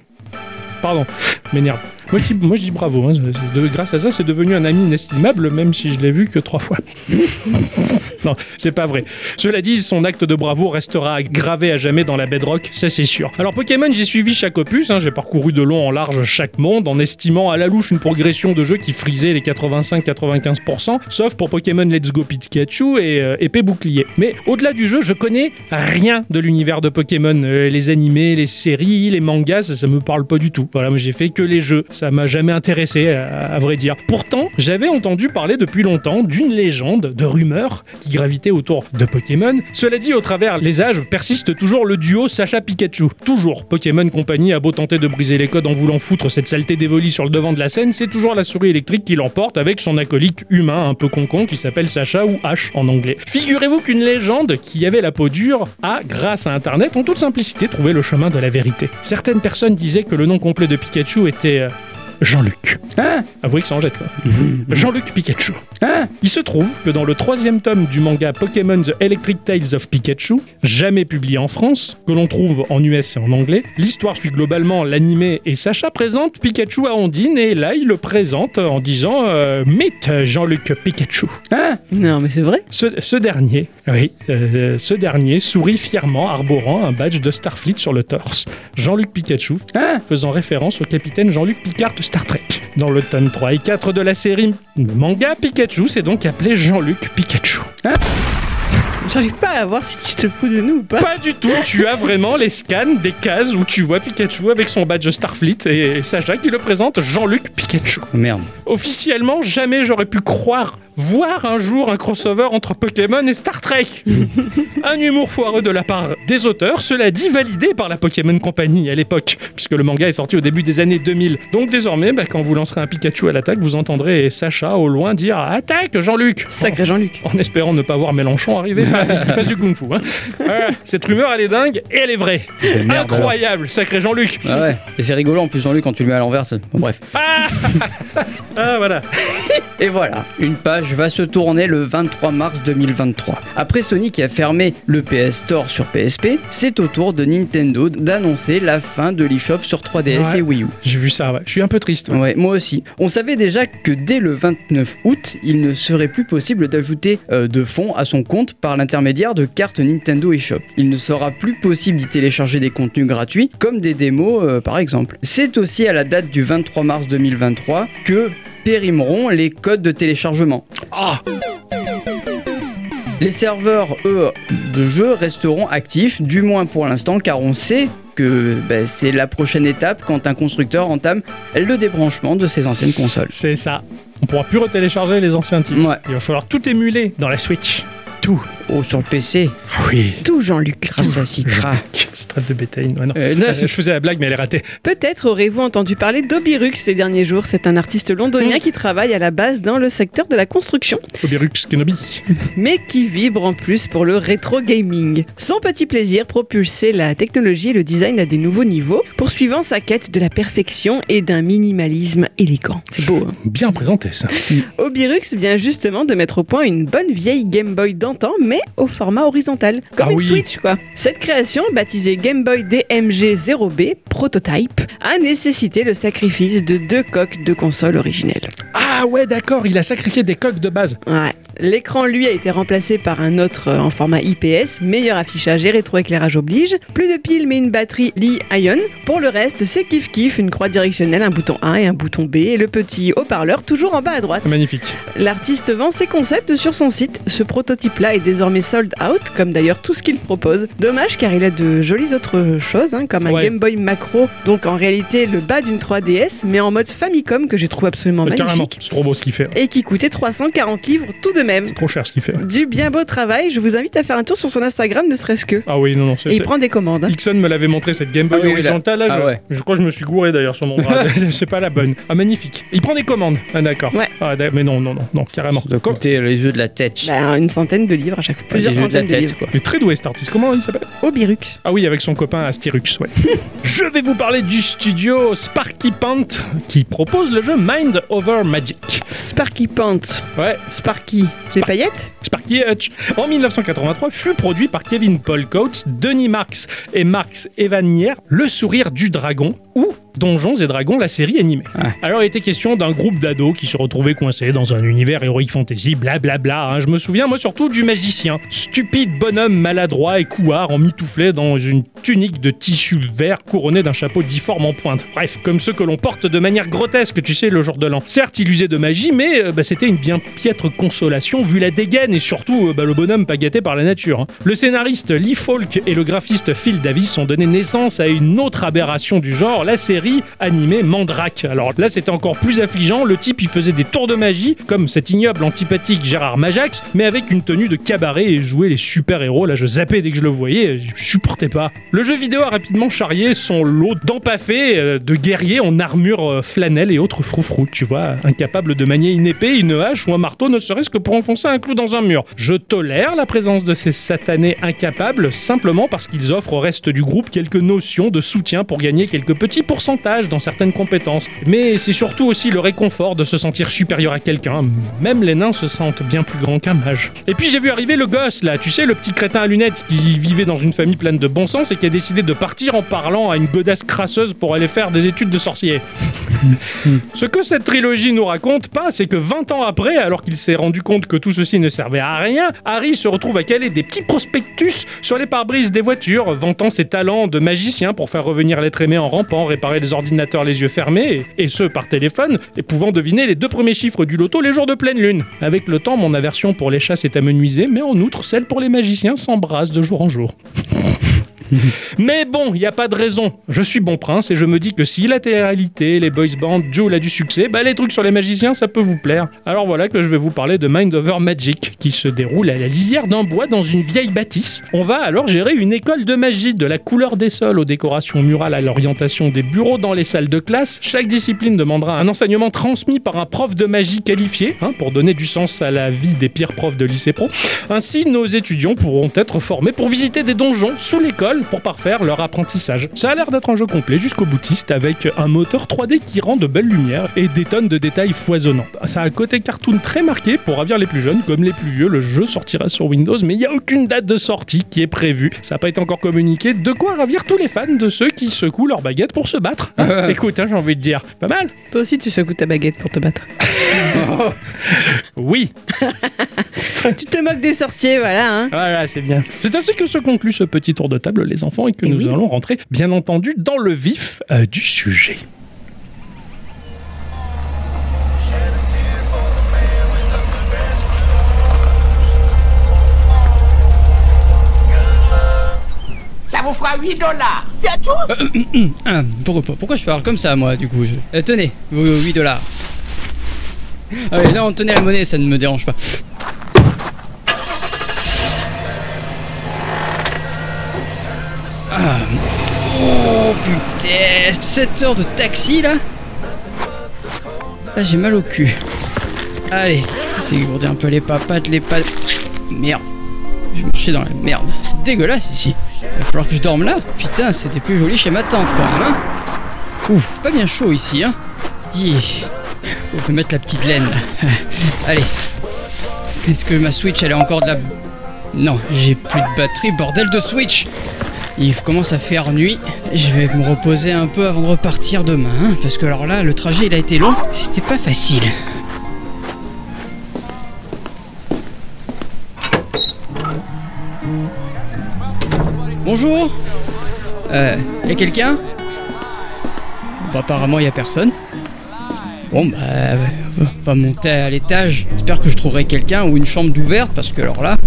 B: Pardon, m'énerve. Moi je, dis, moi je dis bravo, hein. C'est de- grâce à ça c'est devenu un ami inestimable même si je l'ai vu que trois fois. non, c'est pas vrai. Cela dit, son acte de bravo restera gravé à jamais dans la bedrock, ça c'est sûr. Alors Pokémon, j'ai suivi chaque opus, hein. j'ai parcouru de long en large chaque monde en estimant à la louche une progression de jeu qui frisait les 85-95%, sauf pour Pokémon Let's Go Pikachu et euh, Épée Bouclier. Mais au-delà du jeu, je connais rien de l'univers de Pokémon. Euh, les animés, les séries, les mangas, ça, ça me parle pas du tout. Voilà, moi j'ai fait que les jeux. Ça m'a jamais intéressé, à, à vrai dire. Pourtant, j'avais entendu parler depuis longtemps d'une légende, de rumeurs qui gravitaient autour de Pokémon. Cela dit, au travers les âges, persiste toujours le duo Sacha-Pikachu. Toujours. Pokémon Company a beau tenter de briser les codes en voulant foutre cette saleté dévolie sur le devant de la scène, c'est toujours la souris électrique qui l'emporte avec son acolyte humain un peu concon qui s'appelle Sacha ou H en anglais. Figurez-vous qu'une légende qui avait la peau dure a, grâce à Internet, en toute simplicité trouvé le chemin de la vérité. Certaines personnes disaient que le nom complet de Pikachu était... euh, Jean-Luc. Avouez que ça en jette, là. Jean-Luc Pikachu. Il se trouve que dans le troisième tome du manga Pokémon The Electric Tales of Pikachu, jamais publié en France, que l'on trouve en US et en anglais, l'histoire suit globalement l'animé et Sacha présente Pikachu à Ondine et là il le présente en disant euh, Meet Jean-Luc Pikachu.
A: Non, mais c'est vrai.
B: Ce, ce dernier, oui, euh, ce dernier sourit fièrement, arborant un badge de Starfleet sur le torse. Jean-Luc Pikachu, faisant référence au capitaine Jean-Luc Picard de Star Trek. Dans le tome 3 et 4 de la série manga, Pikachu s'est donc appelé Jean-Luc Pikachu.
A: J'arrive pas à voir si tu te fous de nous ou pas.
B: Pas du tout, tu as vraiment les scans des cases où tu vois Pikachu avec son badge Starfleet et Sacha qui le présente Jean-Luc Pikachu.
C: Oh, merde.
B: Officiellement, jamais j'aurais pu croire voir un jour un crossover entre Pokémon et Star Trek. un humour foireux de la part des auteurs, cela dit validé par la Pokémon Company à l'époque, puisque le manga est sorti au début des années 2000. Donc désormais, bah, quand vous lancerez un Pikachu à l'attaque, vous entendrez Sacha au loin dire Attaque Jean-Luc
A: Sacré Jean-Luc.
B: en espérant ne pas voir Mélenchon arriver avec une face du kung-fu. hein. Euh, cette rumeur, elle est dingue et elle est vraie.
C: Des merdes,
B: Incroyable, sacré Jean-Luc.
C: Ah ouais. Et c'est rigolo en plus Jean-Luc quand tu le mets à l'envers. c'est- bon, bref.
B: Ah, Ah, voilà.
C: Et voilà, une page va se tourner le 23 mars 2023. Après Sony qui a fermé le PS Store sur PSP, c'est au tour de Nintendo d'annoncer la fin de l'eShop sur 3DS
B: Ouais.
C: et Wii U.
B: J'ai vu ça, ouais. je suis un peu triste. ouais.
C: Ouais, moi aussi. On savait déjà que dès le 29 août, il ne serait plus possible d'ajouter euh, de fonds à son compte par l'intermédiaire de cartes Nintendo eShop. Il ne sera plus possible d'y télécharger des contenus gratuits, comme des démos euh, par exemple. C'est aussi à la date du 23 mars 2023 que périmeront les codes de téléchargement.
B: Ah,
C: Les serveurs, eux, de jeu resteront actifs, du moins pour l'instant, car on sait que bah, c'est la prochaine étape quand un constructeur entame le débranchement de ses anciennes consoles.
B: c'est ça. On pourra plus retélécharger les anciens titres.
C: Ouais.
B: Il va falloir tout émuler dans la Switch. Tout.
C: Oh, sur le PC,
B: Ah oui.
A: Tout Jean-Luc.
C: grâce à Citra.
B: Strate de bétail. Ouais, non.
C: Euh, non,
B: Euh, je faisais la blague, mais elle est ratée.
A: Peut-être aurez-vous entendu parler d'Obirux ces derniers jours. C'est un artiste londonien qui travaille à la base dans le secteur de la construction,
B: Obirux Kenobi.
A: mais qui vibre en plus pour le rétro gaming. Son petit plaisir propulsait la technologie et le design à des nouveaux niveaux, poursuivant sa quête de la perfection et d'un minimalisme élégant. C'est beau, hein
B: Bien présenté, ça.
A: Obirux vient justement de mettre au point une bonne vieille Game Boy d'antan, mais au format horizontal, comme
B: Ah
A: une
B: oui.
A: Switch quoi. Cette création, baptisée Game Boy DMG 0B Prototype, a nécessité le sacrifice de deux coques de console originelles.
B: Ah ouais, d'accord, il a sacrifié des coques de base.
A: Ouais. L'écran, lui, a été remplacé par un autre euh, en format IPS, meilleur affichage et rétroéclairage oblige. Plus de piles, mais une batterie Li-Ion. Pour le reste, c'est kiff-kiff, une croix directionnelle, un bouton A et un bouton B, et le petit haut-parleur toujours en bas à droite.
B: Magnifique.
A: L'artiste vend ses concepts sur son site. Ce prototype-là est désormais sold out, comme d'ailleurs tout ce qu'il propose. Dommage car il a de jolies autres choses, hein, comme un
B: Ouais.
A: Game Boy Macro, donc en réalité le bas d'une 3DS, mais en mode Famicom que j'ai trouvé absolument
B: Bah, carrément,
A: Oh, magnifique.
B: c'est trop beau ce qu'il fait.
A: Et qui coûtait 340 livres tout de même.
B: Trop cher ce qu'il fait.
A: Du bien beau travail, je vous invite à faire un tour sur son Instagram, ne serait-ce que.
B: Ah oui, non, non, c'est.
A: Et il
B: c'est-
A: prend des commandes. hein.
B: Ixon me l'avait montré cette Game Boy
C: Ah oui, oui, là.
B: horizontale. Là, je,
C: Ah ouais.
B: je crois que je me suis gouré d'ailleurs sur mon bras. c'est pas la bonne. Ah, magnifique. Il prend des commandes. Ah, d'accord.
A: Ouais.
B: Ah, d'a- mais non, non, non, non, carrément.
C: De
B: Com-
C: côté, les yeux de la tête.
A: Bah, une centaine de livres à chaque fois. Plusieurs
C: les yeux de la
A: centaines de,
C: tête,
A: livres.
C: quoi.
B: Il est très doué cet artiste. Comment il s'appelle
A: Obirux.
B: Ah oui, avec son copain Astyrux, ouais. Je vais vous parler du studio Sparky Pant qui propose le jeu Mind Over Magic.
A: Sparky Pant.
B: Ouais,
A: Sparky. C'est paillettes
B: Sparky Hutch, en 1983, fut produit par Kevin Paul Coates, Denis Marx et Marx Evanier, Le Sourire du Dragon ou Donjons et Dragons, la série animée.
C: Ouais.
B: Alors, il était question d'un groupe d'ados qui se retrouvaient coincés dans un univers héroïque fantasy, blablabla. hein. Je me souviens, moi, surtout du magicien, stupide bonhomme maladroit et couard en mitouflet dans une tunique de tissu vert couronnée d'un chapeau difforme en pointe. Bref, comme ceux que l'on porte de manière grotesque, tu sais, le jour de l'an. Certes, il usait de magie, mais euh, bah, c'était une bien piètre consolation vu la dégaine et surtout euh, bah, le bonhomme pas gâté par la nature. hein. Le scénariste Lee Falk et le graphiste Phil Davis ont donné naissance à une autre aberration du genre, la série animée Mandrake. Alors là, c'était encore plus affligeant. Le type, il faisait des tours de magie, comme cet ignoble antipathique Gérard Majax, mais avec une tenue de cabaret et jouait les super-héros. Là, je zappais dès que je le voyais, je supportais pas. Le jeu vidéo a rapidement charrié son lot d'empaffés, euh, de guerriers en armure euh, flanelle et autres froufrous, tu vois, incapables de manier une épée, une hache ou un marteau, ne serait-ce que pour enfoncer un clou dans un mur. Je tolère la présence de ces satanés incapables simplement parce qu'ils offrent au reste du groupe quelques notions de soutien pour gagner quelques petits pourcentages dans certaines compétences. Mais c'est surtout aussi le réconfort de se sentir supérieur à quelqu'un. Même les nains se sentent bien plus grands qu'un mage. Et puis j'ai vu arriver le gosse là, tu sais, le petit crétin à lunettes qui vivait dans une famille pleine de bon sens et qui a décidé de partir en parlant à une godasse crasseuse pour aller faire des études de sorcier. Ce que cette trilogie nous raconte pas, c'est que 20 ans après, alors qu'il s'est rendu compte que tout ceci ne servait à rien, Harry se retrouve à caler des petits prospectus sur les pare-brises des voitures, vantant ses talents de magicien pour faire revenir l'être aimé en rampant, réparer les ordinateurs les yeux fermés, et, et ce par téléphone, et pouvant deviner les deux premiers chiffres du loto les jours de pleine lune. Avec le temps, mon aversion pour les chasses est amenuisée, mais en outre, celle pour les magiciens s'embrasse de jour en jour. Mais bon, il n'y a pas de raison. Je suis bon prince et je me dis que si la télé-réalité, les boys bands, Joel a du succès, bah les trucs sur les magiciens, ça peut vous plaire. Alors voilà que je vais vous parler de Mind Over Magic, qui se déroule à la lisière d'un bois dans une vieille bâtisse. On va alors gérer une école de magie, de la couleur des sols aux décorations murales à l'orientation des bureaux dans les salles de classe. Chaque discipline demandera un enseignement transmis par un prof de magie qualifié, hein, pour donner du sens à la vie des pires profs de lycée pro. Ainsi, nos étudiants pourront être formés pour visiter des donjons sous l'école pour parfaire leur apprentissage. Ça a l'air d'être un jeu complet jusqu'au boutiste avec un moteur 3D qui rend de belles lumières et des tonnes de détails foisonnants. Ça a un côté cartoon très marqué pour ravir les plus jeunes comme les plus vieux. Le jeu sortira sur Windows, mais il n'y a aucune date de sortie qui est prévue. Ça n'a pas été encore communiqué. De quoi ravir tous les fans de ceux qui secouent leur baguette pour se battre. Hein Écoute, hein, j'ai envie de dire, pas mal.
A: Toi aussi, tu secoues ta baguette pour te battre.
B: Oui.
A: tu te moques des sorciers, voilà. Hein.
B: Voilà, c'est bien. C'est ainsi que se conclut ce petit tour de table, les enfants, et que
A: Eh
B: nous
A: oui.
B: allons rentrer, bien entendu, dans le vif euh, du sujet.
K: Ça vous fera 8 dollars.
C: Ah, pourquoi, pourquoi je parle comme ça, moi, du coup je... Euh, Tenez, vos 8 dollars. Ah oui, non, tenez la monnaie, ça ne me dérange pas.
D: Ah Oh putain 7 heures de taxi là Ah j'ai mal au cul. Allez, c'est gourder un peu les papates, les pattes. Merde. J'ai marché dans la merde. C'est dégueulasse ici. Il va falloir que je dorme là. Putain, c'était plus joli chez ma tante quand même. hein. Ouf, pas bien chaud ici. Hein. Hi. Oh, je vais mettre la petite laine là. Allez. Est-ce que ma Switch elle a encore de la... Non, j'ai plus de batterie, bordel de Switch il commence à faire nuit. Je vais me reposer un peu avant de repartir demain. hein, parce que alors là, le trajet il a été long. C'était pas facile. Bonjour Euh, y a quelqu'un Bah apparemment y a personne. Bon bah euh, on va monter à l'étage. J'espère que je trouverai quelqu'un ou une chambre d'ouverte parce que alors là,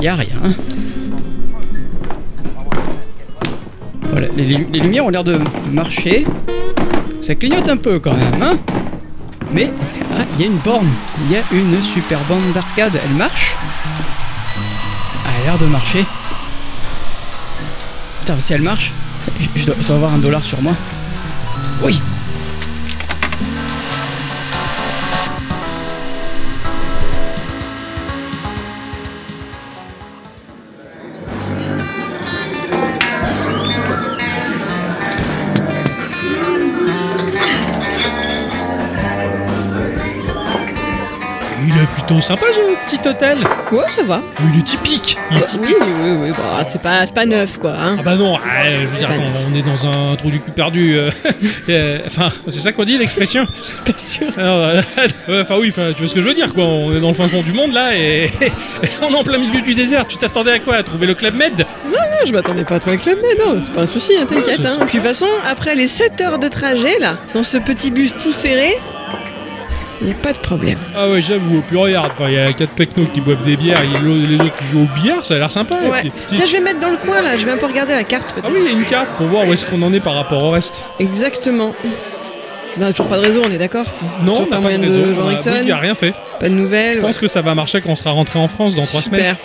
D: y a rien. hein. Voilà, Oh, les, lu- les lumières ont l'air de marcher. Ça clignote un peu quand même, hein Mais ah, il y a une borne. Il y a une super borne d'arcade. Elle marche Ah, Elle a l'air de marcher. Putain, si elle marche, je- je dois, je dois avoir un dollar sur moi. Oui
B: Il est plutôt sympa ce petit hôtel.
A: Quoi, ça va
B: Il est typique. Il est typique.
A: Oui, oui, oui, bah, c'est pas, c'est pas neuf, quoi. hein.
B: Ah bah non, ah, je veux dire,
A: Pas
B: attends, on est dans un trou du cul perdu. euh, euh, Enfin, c'est ça qu'on dit l'expression Je suis pas sûr. Enfin oui, enfin, tu vois ce que je veux dire quoi. On est dans le fin fond du monde là et, on est en plein milieu du désert. Tu t'attendais à quoi À trouver le Club Med
A: Ah, je m'attendais pas à toi avec la mais non, c'est pas un souci, hein, t'inquiète.
B: Ouais, c'est
A: hein. Puis de toute façon, après les 7 heures de trajet, là, dans ce petit bus tout serré, il n'y a pas de problème.
B: Ah ouais, j'avoue. Puis regarde, enfin, il y a quatre pecnos qui boivent des bières, il y a l'autre- les autres qui jouent aux bières, ça a l'air sympa. Et
A: Ouais.
B: puis,
A: Tiens, je vais mettre dans le coin, là, je vais un peu regarder la carte, peut-être.
B: Ah oui, il y a une carte pour voir où est-ce qu'on en est par rapport au reste.
A: Exactement. Non, toujours pas de réseau, on est d'accord
B: Non,
A: Toujours
B: on
A: pas
B: n'a
A: moyen de
B: réseau, on a-
A: Jean Nixon
B: oui, Il n'y Euh, a rien fait.
A: Pas de nouvelles
B: Je pense que ça va marcher quand on sera rentré en France dans trois semaines.
A: Super.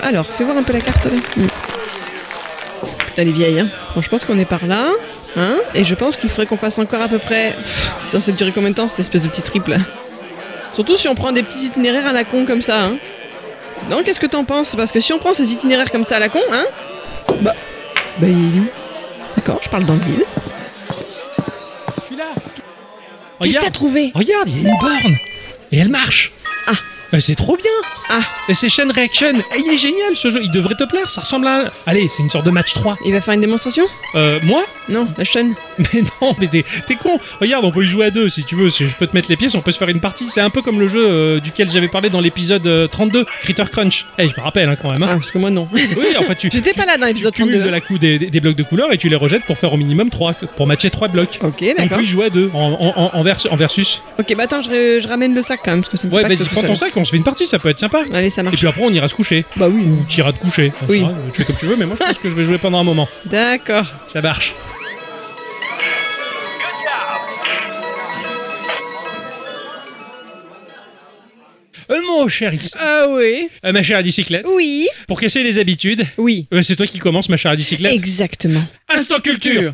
A: Super. Alors, fais voir un peu la carte là. Mm. Putain, elle est vieille. Hein. Bon, je pense qu'on est par là. Hein Et je pense qu'il faudrait qu'on fasse encore à peu près. Pff, C'est censé durer combien de temps cette espèce de petit trip là Surtout si on prend des petits itinéraires à la con comme ça. Hein. Non, qu'est-ce que t'en penses Parce que si on prend ces itinéraires comme ça à la con, hein Bah. Bah, il est où D'accord, je parle dans le vide.
B: Je suis là.
A: Qu'est-ce que t'as
B: Regarde,
A: trouvé
B: regarde, il y a une borne et elle marche.
A: Ah.
B: Mais c'est trop bien.
A: Ah.
B: Et c'est Chain Reaction. Eh, il est génial ce jeu. Il devrait te plaire. Ça ressemble à. un- Allez, c'est une sorte de match 3.
A: Il va faire une démonstration
B: Euh, moi
A: Non, la chaîne.
B: Mais non, mais t'es t'es con. Regarde, on peut y jouer à deux si tu veux. Si je peux te mettre les pièces, on peut se faire une partie. C'est un peu comme le jeu euh, duquel j'avais parlé dans l'épisode euh, 32, Critter Crunch. Eh, je me rappelle hein, quand même.
A: Ah,
B: hein.
A: parce que moi non.
B: Oui, enfin tu.
A: J'étais pas là dans
B: Tu
A: l'épisode
B: cumules
A: 32.
B: de la coup des, des- des blocs de couleurs et tu les rejettes pour faire au minimum 3, pour matcher 3 blocs.
A: Ok,
B: On
A: d'accord.
B: peut y jouer à deux en, en- en- en vers- en versus.
A: Ok, bah attends, je, je ramène le sac quand même, parce que ça me fait
B: Ouais,
A: pas que
B: vas-y,
A: tout
B: prends
A: seul.
B: ton sac, on se fait une partie, ça peut être sympa.
A: Allez, ça
B: Et
A: marche.
B: puis après, on ira se coucher.
A: Bah oui.
B: Ou tu iras te coucher.
A: Oui.
B: Ça va, Tu fais comme tu veux, mais moi, je pense que je vais jouer pendant un moment.
A: D'accord.
B: Ça marche. Euh, mon cher X,
A: Ah oui.
B: euh, ma chère à bicyclette,
A: Oui.
B: pour casser les habitudes,
A: Oui.
B: euh, c'est toi qui commence, ma chère à bicyclette.
A: Exactement.
B: Instant culture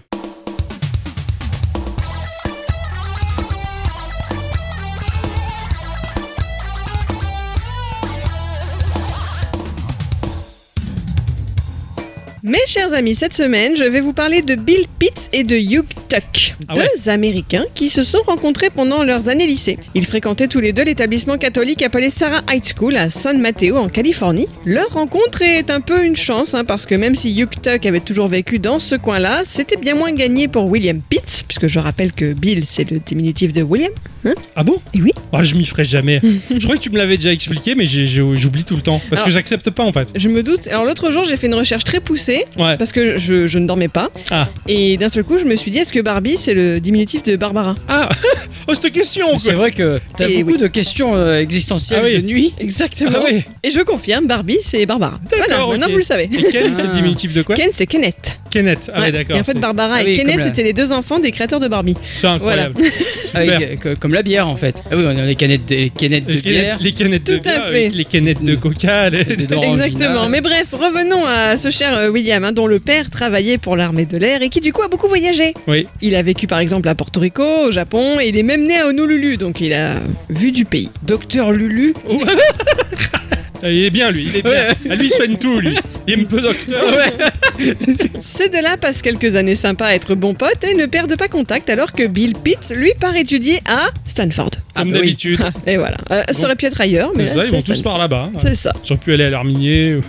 A: Mes chers amis, cette semaine, je vais vous parler de Bill Pitts et de Hugh Tuck,
B: Ah
A: deux
B: ouais
A: Américains qui se sont rencontrés pendant leurs années lycée. Ils fréquentaient tous les deux l'établissement catholique appelé Sarah High School à San Mateo en Californie. Leur rencontre est un peu une chance hein, parce que même si Hugh Tuck avait toujours vécu dans ce coin-là, c'était bien moins gagné pour William Pitts, puisque je rappelle que Bill c'est le diminutif de William.
B: Ah bon
A: Et oui.
B: Ah, je m'y ferai jamais. je crois que tu me l'avais déjà expliqué, mais j'ai- j'ai- j'oublie tout le temps. Parce
A: Alors-
B: que j'accepte pas, en fait.
A: Je me doute. Alors l'autre jour, j'ai fait une recherche très poussée
B: Ouais.
A: parce que je, je ne dormais pas.
B: Ah.
A: Et d'un seul coup, je me suis dit, est-ce que Barbie, c'est le diminutif de Barbara
B: Ah Oh, cette question
D: C'est
B: quoi.
D: vrai que t'as
A: Et
D: beaucoup
A: Eh oui.
D: de questions euh, existentielles
B: Ah oui.
D: de nuit.
A: Exactement.
B: Ah oui
A: Et je confirme, Barbie, c'est Barbara. Voilà,
B: D'accord,
A: maintenant
B: ok.
A: vous le savez.
B: Et Ken, c'est le
D: Ah.
B: diminutif de quoi
A: Ken, c'est Kenneth.
B: Kenneth. Ah ouais, d'accord.
A: Et en fait,
B: c'est-
A: Barbara
C: Ah
A: et
C: oui,
A: Kenneth
C: comme la-
A: étaient les deux enfants des créateurs de Barbie.
B: C'est incroyable. Super.
C: Avec, euh, comme la bière en fait. Ah oui, on a les canettes de, les canettes de
B: Les
C: bière.
B: canettes, les canettes de
A: Tout à
B: bière,
A: fait.
B: avec les canettes de coca, les-
C: des Orangina.
A: Exactement. Mais bref, revenons à ce cher euh, William, hein, dont le père travaillait pour l'armée de l'air et qui du coup a beaucoup voyagé.
B: Oui.
A: Il a vécu par exemple à Porto Rico, au Japon, et il est même né à Honolulu, donc il a vu du pays.
C: Docteur Lulu.
B: Ah, Il est bien lui, il est bien. Ah, lui il soigne tout lui. Il est un peu docteur.
A: Ces deux-là passent quelques années sympas à être bons potes et ne perdent pas contact alors que Bill Pitt, lui, part étudier à Stanford.
B: Comme
C: bah oui.
B: d'habitude.
A: Ah, Et voilà. Euh, ça aurait pu être ailleurs, mais
B: C'est
A: là,
B: ça, ils
A: c'est
B: vont
A: à
B: tous
A: Stanford.
B: par là-bas.
A: C'est ça.
B: Ils auraient pu aller à l'arminier. ou-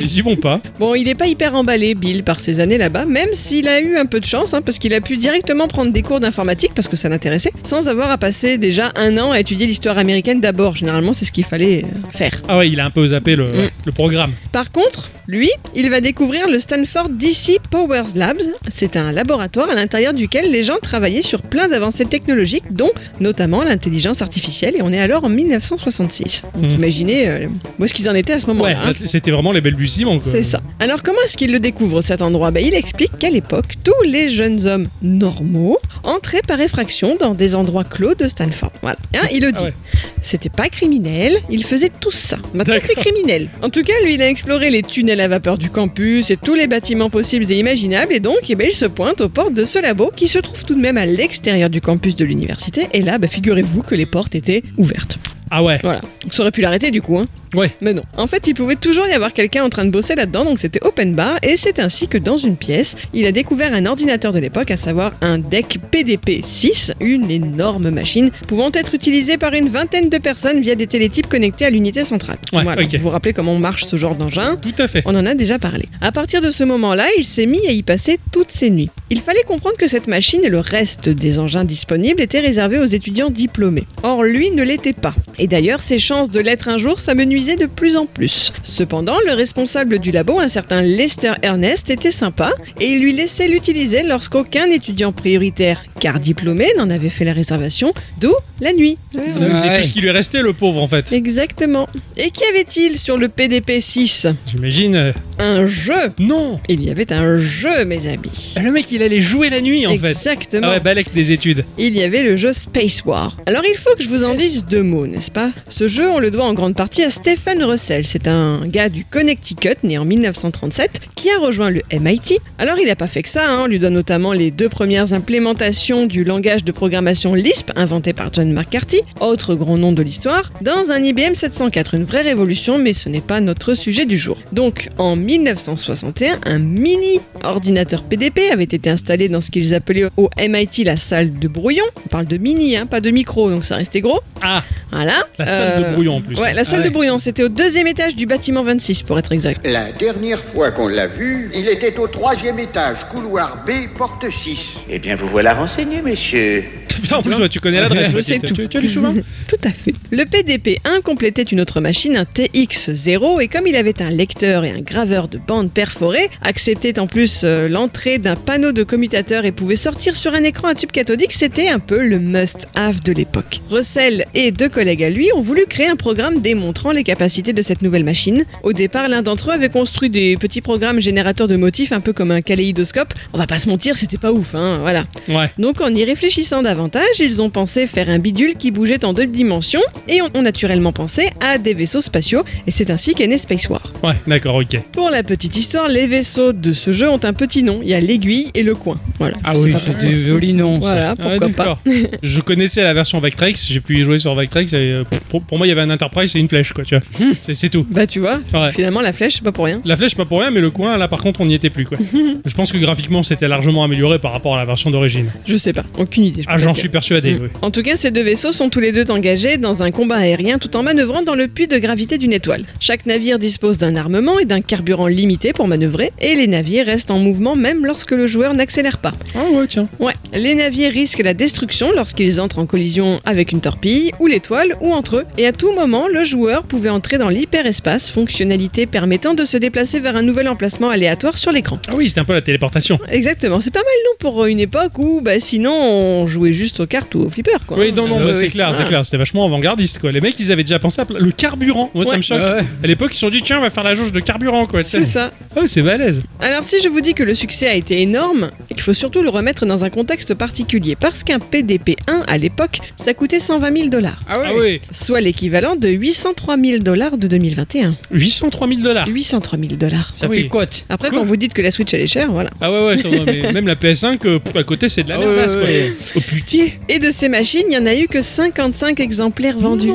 B: Ils y vont pas.
A: Bon, il n'est pas hyper emballé, Bill, par ses années là-bas, même s'il a eu un peu de chance, hein, parce qu'il a pu directement prendre des cours d'informatique, parce que ça l'intéressait, sans avoir à passer déjà un an à étudier l'histoire américaine d'abord. Généralement, c'est ce qu'il fallait euh, faire.
B: Ah ouais, il a un peu zappé le,
A: Mm.
B: le programme.
A: Par contre, lui, il va découvrir le Stanford DC Powers Labs. C'est un laboratoire à l'intérieur duquel les gens travaillaient sur plein d'avancées technologiques, dont notamment l'intelligence artificielle, et on est alors en 1966. Donc
B: Mm.
A: imaginez euh, où est-ce qu'ils en étaient à ce
B: Ouais,
A: moment-là. hein.
B: là, c'était vraiment les balbutiements. quoi.
A: C'est ça. Alors comment est-ce qu'il le découvre cet endroit Ben, Il explique qu'à l'époque, tous les jeunes hommes normaux entraient par effraction dans des endroits clos de Stanford. Voilà. Hein, il le dit.
B: Ah ouais.
A: C'était pas criminel, il faisait tout ça. Maintenant
B: D'accord.
A: c'est criminel. En tout cas, lui, il a exploré les tunnels à vapeur du campus et tous les bâtiments possibles et imaginables et donc eh ben, il se pointe aux portes de ce labo qui se trouve tout de même à l'extérieur du campus de l'université et là, ben, figurez-vous que les portes étaient ouvertes.
B: Ah ouais.
A: Voilà. Donc ça aurait pu l'arrêter du coup. Hein.
B: Ouais.
A: Mais non. En fait, il pouvait toujours y avoir quelqu'un en train de bosser là-dedans, donc c'était open bar. Et c'est ainsi que dans une pièce, il a découvert un ordinateur de l'époque, à savoir un DEC PDP-6, une énorme machine pouvant être utilisée par une vingtaine de personnes via des télétypes connectés à l'unité centrale.
B: Ouais,
A: voilà.
B: ok.
A: Vous vous rappelez comment marche ce genre d'engin
B: Tout à fait.
A: on en a déjà parlé. À partir de ce moment-là, il s'est mis à y passer toutes ses nuits. Il fallait comprendre que cette machine et le reste des engins disponibles étaient réservés aux étudiants diplômés. Or, lui ne l'était pas. Et d'ailleurs, ses chances de l'être un jour s'amenuisaient de plus en plus. Cependant, le responsable du labo, un certain Lester Ernest, était sympa et il lui laissait l'utiliser lorsqu'aucun étudiant prioritaire, car diplômé, n'en avait fait la réservation, d'où la nuit.
B: Donc,
A: Ah
B: C'est
C: Ouais.
B: tout ce qui lui restait, le pauvre, en fait.
A: Exactement. Et qu'y avait-il sur le PDP-6
B: J'imagine. euh,
A: Un jeu
B: Non Ah,
A: il y avait un jeu, mes amis.
B: Le mec, il allait jouer la nuit, en fait.
A: Exactement.
B: Ah ouais, balèque des études.
A: Il y avait le jeu Space War. Alors il faut que je vous en dise deux mots, n'est-ce pas Ce jeu, on le doit en grande partie à Stephen Russell. C'est un gars du Connecticut, né en 1937, qui a rejoint le MIT. Alors il n'a pas fait que ça, hein. on lui doit notamment les deux premières implémentations du langage de programmation Lisp, inventé par John McCarthy, autre grand nom de l'histoire, dans un IBM 704, une vraie révolution, mais ce n'est pas notre sujet du jour. Donc, en 1961, un mini ordinateur PDP avait été installé dans ce qu'ils appelaient au MIT la salle de brouillon. On parle de mini, hein, pas de micro, donc ça restait gros.
B: Ah,
A: Voilà.
B: la salle de
A: Euh,
B: brouillon, en plus.
A: Ouais, la salle
B: Ah
A: de brouillon, c'était au deuxième étage du bâtiment 26 pour être exact.
K: La dernière fois qu'on l'a vu, il était au troisième étage, couloir B, porte 6.
L: Eh bien, vous voilà renseigné, messieurs.
B: Putain, en plus, ouais, tu connais l'adresse.
A: Je
B: ouais,
A: sais
B: tu-
A: tout.
B: Tu, tu as lu souvent
A: Tout à fait. Le PDP-1 complétait une autre machine, un TX-0, et comme il avait un lecteur et un graveur de bandes perforées, acceptait en plus euh, l'entrée d'un panneau de commutateur et pouvait sortir sur un écran à tube cathodique, c'était un peu le must-have de l'époque. Russell et deux collègues à lui ont voulu créer un programme démontrant les capacités de cette nouvelle machine. Au départ, l'un d'entre eux avait construit des petits programmes générateurs de motifs, un peu comme un kaléidoscope. On va pas se mentir, c'était pas ouf, hein, voilà.
B: Ouais.
A: Donc en y réfléchissant davantage, ils ont pensé faire un bidule qui bougeait en deux dimensions et ont naturellement pensé à des vaisseaux spatiaux et c'est ainsi qu'est né Space War.
B: Ouais, d'accord, ok.
A: Pour la petite histoire, les vaisseaux de ce jeu ont un petit nom, il y a l'aiguille et le coin. Voilà.
C: Ah
A: Je sais
C: oui,
A: pas
C: c'est
A: pourquoi.
C: des jolis noms. ça.
A: Voilà,
B: Ah,
A: pourquoi pas.
B: d'accord. je connaissais la version Vectrex, j'ai pu y jouer sur Vectrex. et, euh, pour, pour moi, il y avait un Enterprise et une flèche, quoi, tu vois. C'est- C'est tout.
A: Bah tu vois,
B: Ouais.
A: finalement la flèche, c'est pas pour rien.
B: La flèche, pas pour rien, mais le coin, là, par contre, on n'y était plus, quoi. je pense que graphiquement, c'était largement amélioré par rapport à la version d'origine.
A: Je sais pas, aucune idée. je peux
B: Ah,
A: pas
B: j'en
A: te dire.
B: suis persuadé,
A: Mm.
B: oui.
A: En tout cas, ces deux vaisseaux sont tous les deux engagés dans un combat aérien tout en manœuvrant dans le puits de gravité d'une étoile. Chaque navire dispose d'un armement et d'un carburant limité pour manœuvrer, et les navires restent en mouvement même lorsque le joueur n'accélère pas.
B: Ah ouais, tiens.
A: Ouais, les navires risquent la destruction lorsqu'ils entrent en collision avec une torpille ou l'étoile ou entre eux, et à tout moment, le joueur pouvait entrer dans l'hyperespace, fonctionnalité permettant de se déplacer vers un nouvel emplacement aléatoire sur l'écran.
B: Ah oui, c'était un peu la téléportation.
A: Exactement, c'est pas mal non pour une époque où bah, sinon on jouait juste aux cartes ou aux flippers quoi.
B: Oui, non, non,
A: Euh,
B: bah,
A: oui,
B: c'est
A: oui.
B: clair, c'est
A: Ah.
B: clair. C'était vachement avant-gardiste, quoi. Les mecs, ils avaient déjà pensé à pla- le carburant. Moi, ça
A: Ouais.
B: me
D: Ah
B: choque.
C: Ouais.
B: À l'époque, ils se sont dit, tiens, on va faire la jauge de carburant, quoi. tu sais.
A: C'est ça.
B: Ah, ouais, c'est balèze.
A: Alors si je vous dis que le succès a été énorme, il faut surtout le remettre dans un contexte particulier parce qu'un PDP-1 à l'époque, ça coûtait 120 000 dollars,
C: Ah
B: Ah ouais.
A: soit l'équivalent de 803 000 dollars de 2021.
B: 803 000 dollars.
A: 803 000 dollars.
C: Ça
B: Oui.
C: fait cote.
A: Après,
B: Ah. Cool.
A: quand vous dites que la Switch elle est chère, voilà.
B: Ah ouais, ouais, ça, non, mais même la PS5, euh, pff, à côté, c'est de la
C: Ah
B: merde.
C: ouais,
B: naze, quoi.
C: ouais.
B: Oh putain.
A: Et de ces machines, il n'y en a eu que 55 exemplaires vendus.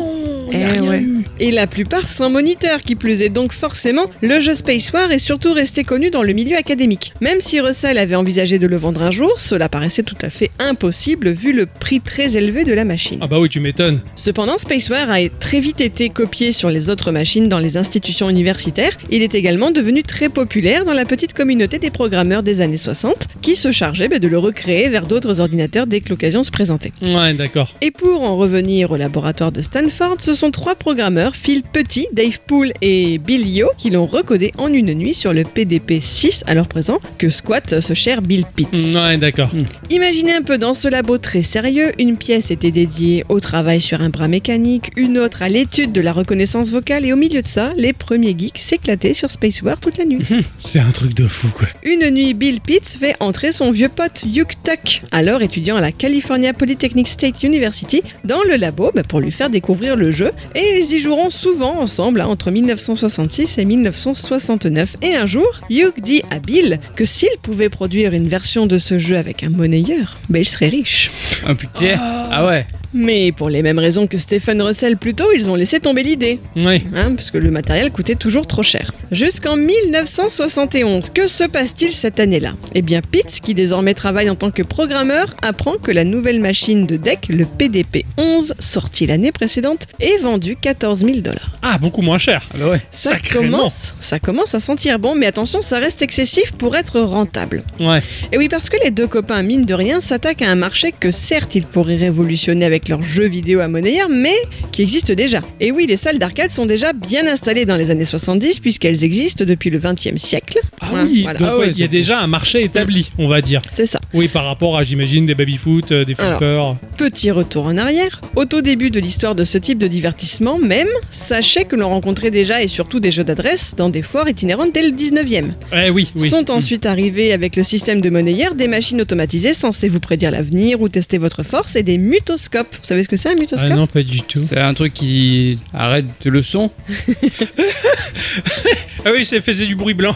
A: Eh ouais. Et la plupart sans moniteur, qui plus est donc forcément, le jeu Space War est surtout resté connu dans le milieu académique. Même si Russell avait envisagé de le vendre un jour, cela paraissait tout à fait impossible vu le prix très élevé de la machine.
B: Ah bah oui, tu m'étonnes.
A: Cependant, Spaceware a très vite été copié sur les autres machines dans les institutions universitaires. Il est également devenu très populaire dans la petite communauté des programmeurs des années 60 qui se chargeaient bah, de le recréer vers d'autres ordinateurs dès que l'occasion se présentait.
B: Ouais, d'accord.
A: Et pour en revenir au laboratoire de Stanford, ce sont trois programmeurs, Phil Petit, Dave Poole et Bill Yo, qui l'ont recodé en une nuit sur le PDP-6 alors présent que squatte ce cher Bill Pitts.
B: Ouais, d'accord.
A: Imaginez un peu dans ce labo très sérieux, une pièce était dédiée au travail sur un bras mécanique, une autre à l'étude de la reconnaissance vocale et au milieu de ça, les premiers geeks s'éclataient sur Space War toute la nuit.
B: C'est un truc de fou, quoi.
A: une nuit, Bill Pitts fait entrer son vieux pote Hugh Tuck, alors étudiant à la California Polytechnic State University, dans le labo bah, pour lui faire découvrir le jeu et ils y joueront souvent ensemble hein, entre 1966 et 1969. Et un jour, Hugh dit à Bill que s'il pouvait produire une version de ce jeu avec un monnayeur, bah, il serait riche.
C: Ah putain. Ah ouais.
A: Mais pour les mêmes raisons que Stephen Russell plus tôt, ils ont laissé tomber l'idée,
B: Ouais.
A: hein, parce que le matériel coûtait toujours trop cher. Jusqu'en 1971, que se passe-t-il cette année-là Eh bien, Pitts, qui désormais travaille en tant que programmeur, apprend que la nouvelle machine de deck, le PDP-11, sortie l'année précédente, est vendue 14 000 dollars.
B: Ah, beaucoup moins cher.
C: Ah bah ouais.
A: Ça
B: Sacrément.
A: commence, ça commence à sentir bon, mais attention, ça reste excessif pour être rentable.
B: Ouais.
A: Et oui, parce que les deux copains, mine de rien, s'attaquent à un marché que certes ils pourraient révolutionner avec leurs jeux vidéo à monnayeur, mais qui existe déjà. Et oui, les salles d'arcade sont déjà bien installées dans les années 70 puisqu'elles existent depuis le 20e siècle.
B: Ah
A: Voilà,
B: oui,
A: voilà.
B: donc
C: Ah
B: ouais,
C: ouais,
B: il y a
C: c'est-
B: déjà un marché établi, on va dire.
A: C'est ça.
B: Oui, par rapport à, j'imagine, des baby-foot, euh, des
A: Alors.
B: flippers.
A: Petit retour en arrière. Au tout début de l'histoire de ce type de divertissement même, sachez que l'on rencontrait déjà et surtout des jeux d'adresse dans des foires itinérantes dès le 19e.
B: Eh oui, oui.
A: sont ensuite arrivés avec le système de monnayeur des machines automatisées censées vous prédire l'avenir ou tester votre force et des mutoscopes. Vous savez ce que c'est un
B: Ah
A: mutoscope
B: non, pas du tout.
C: C'est un truc qui arrête le son.
B: Ah oui, ça faisait du bruit blanc.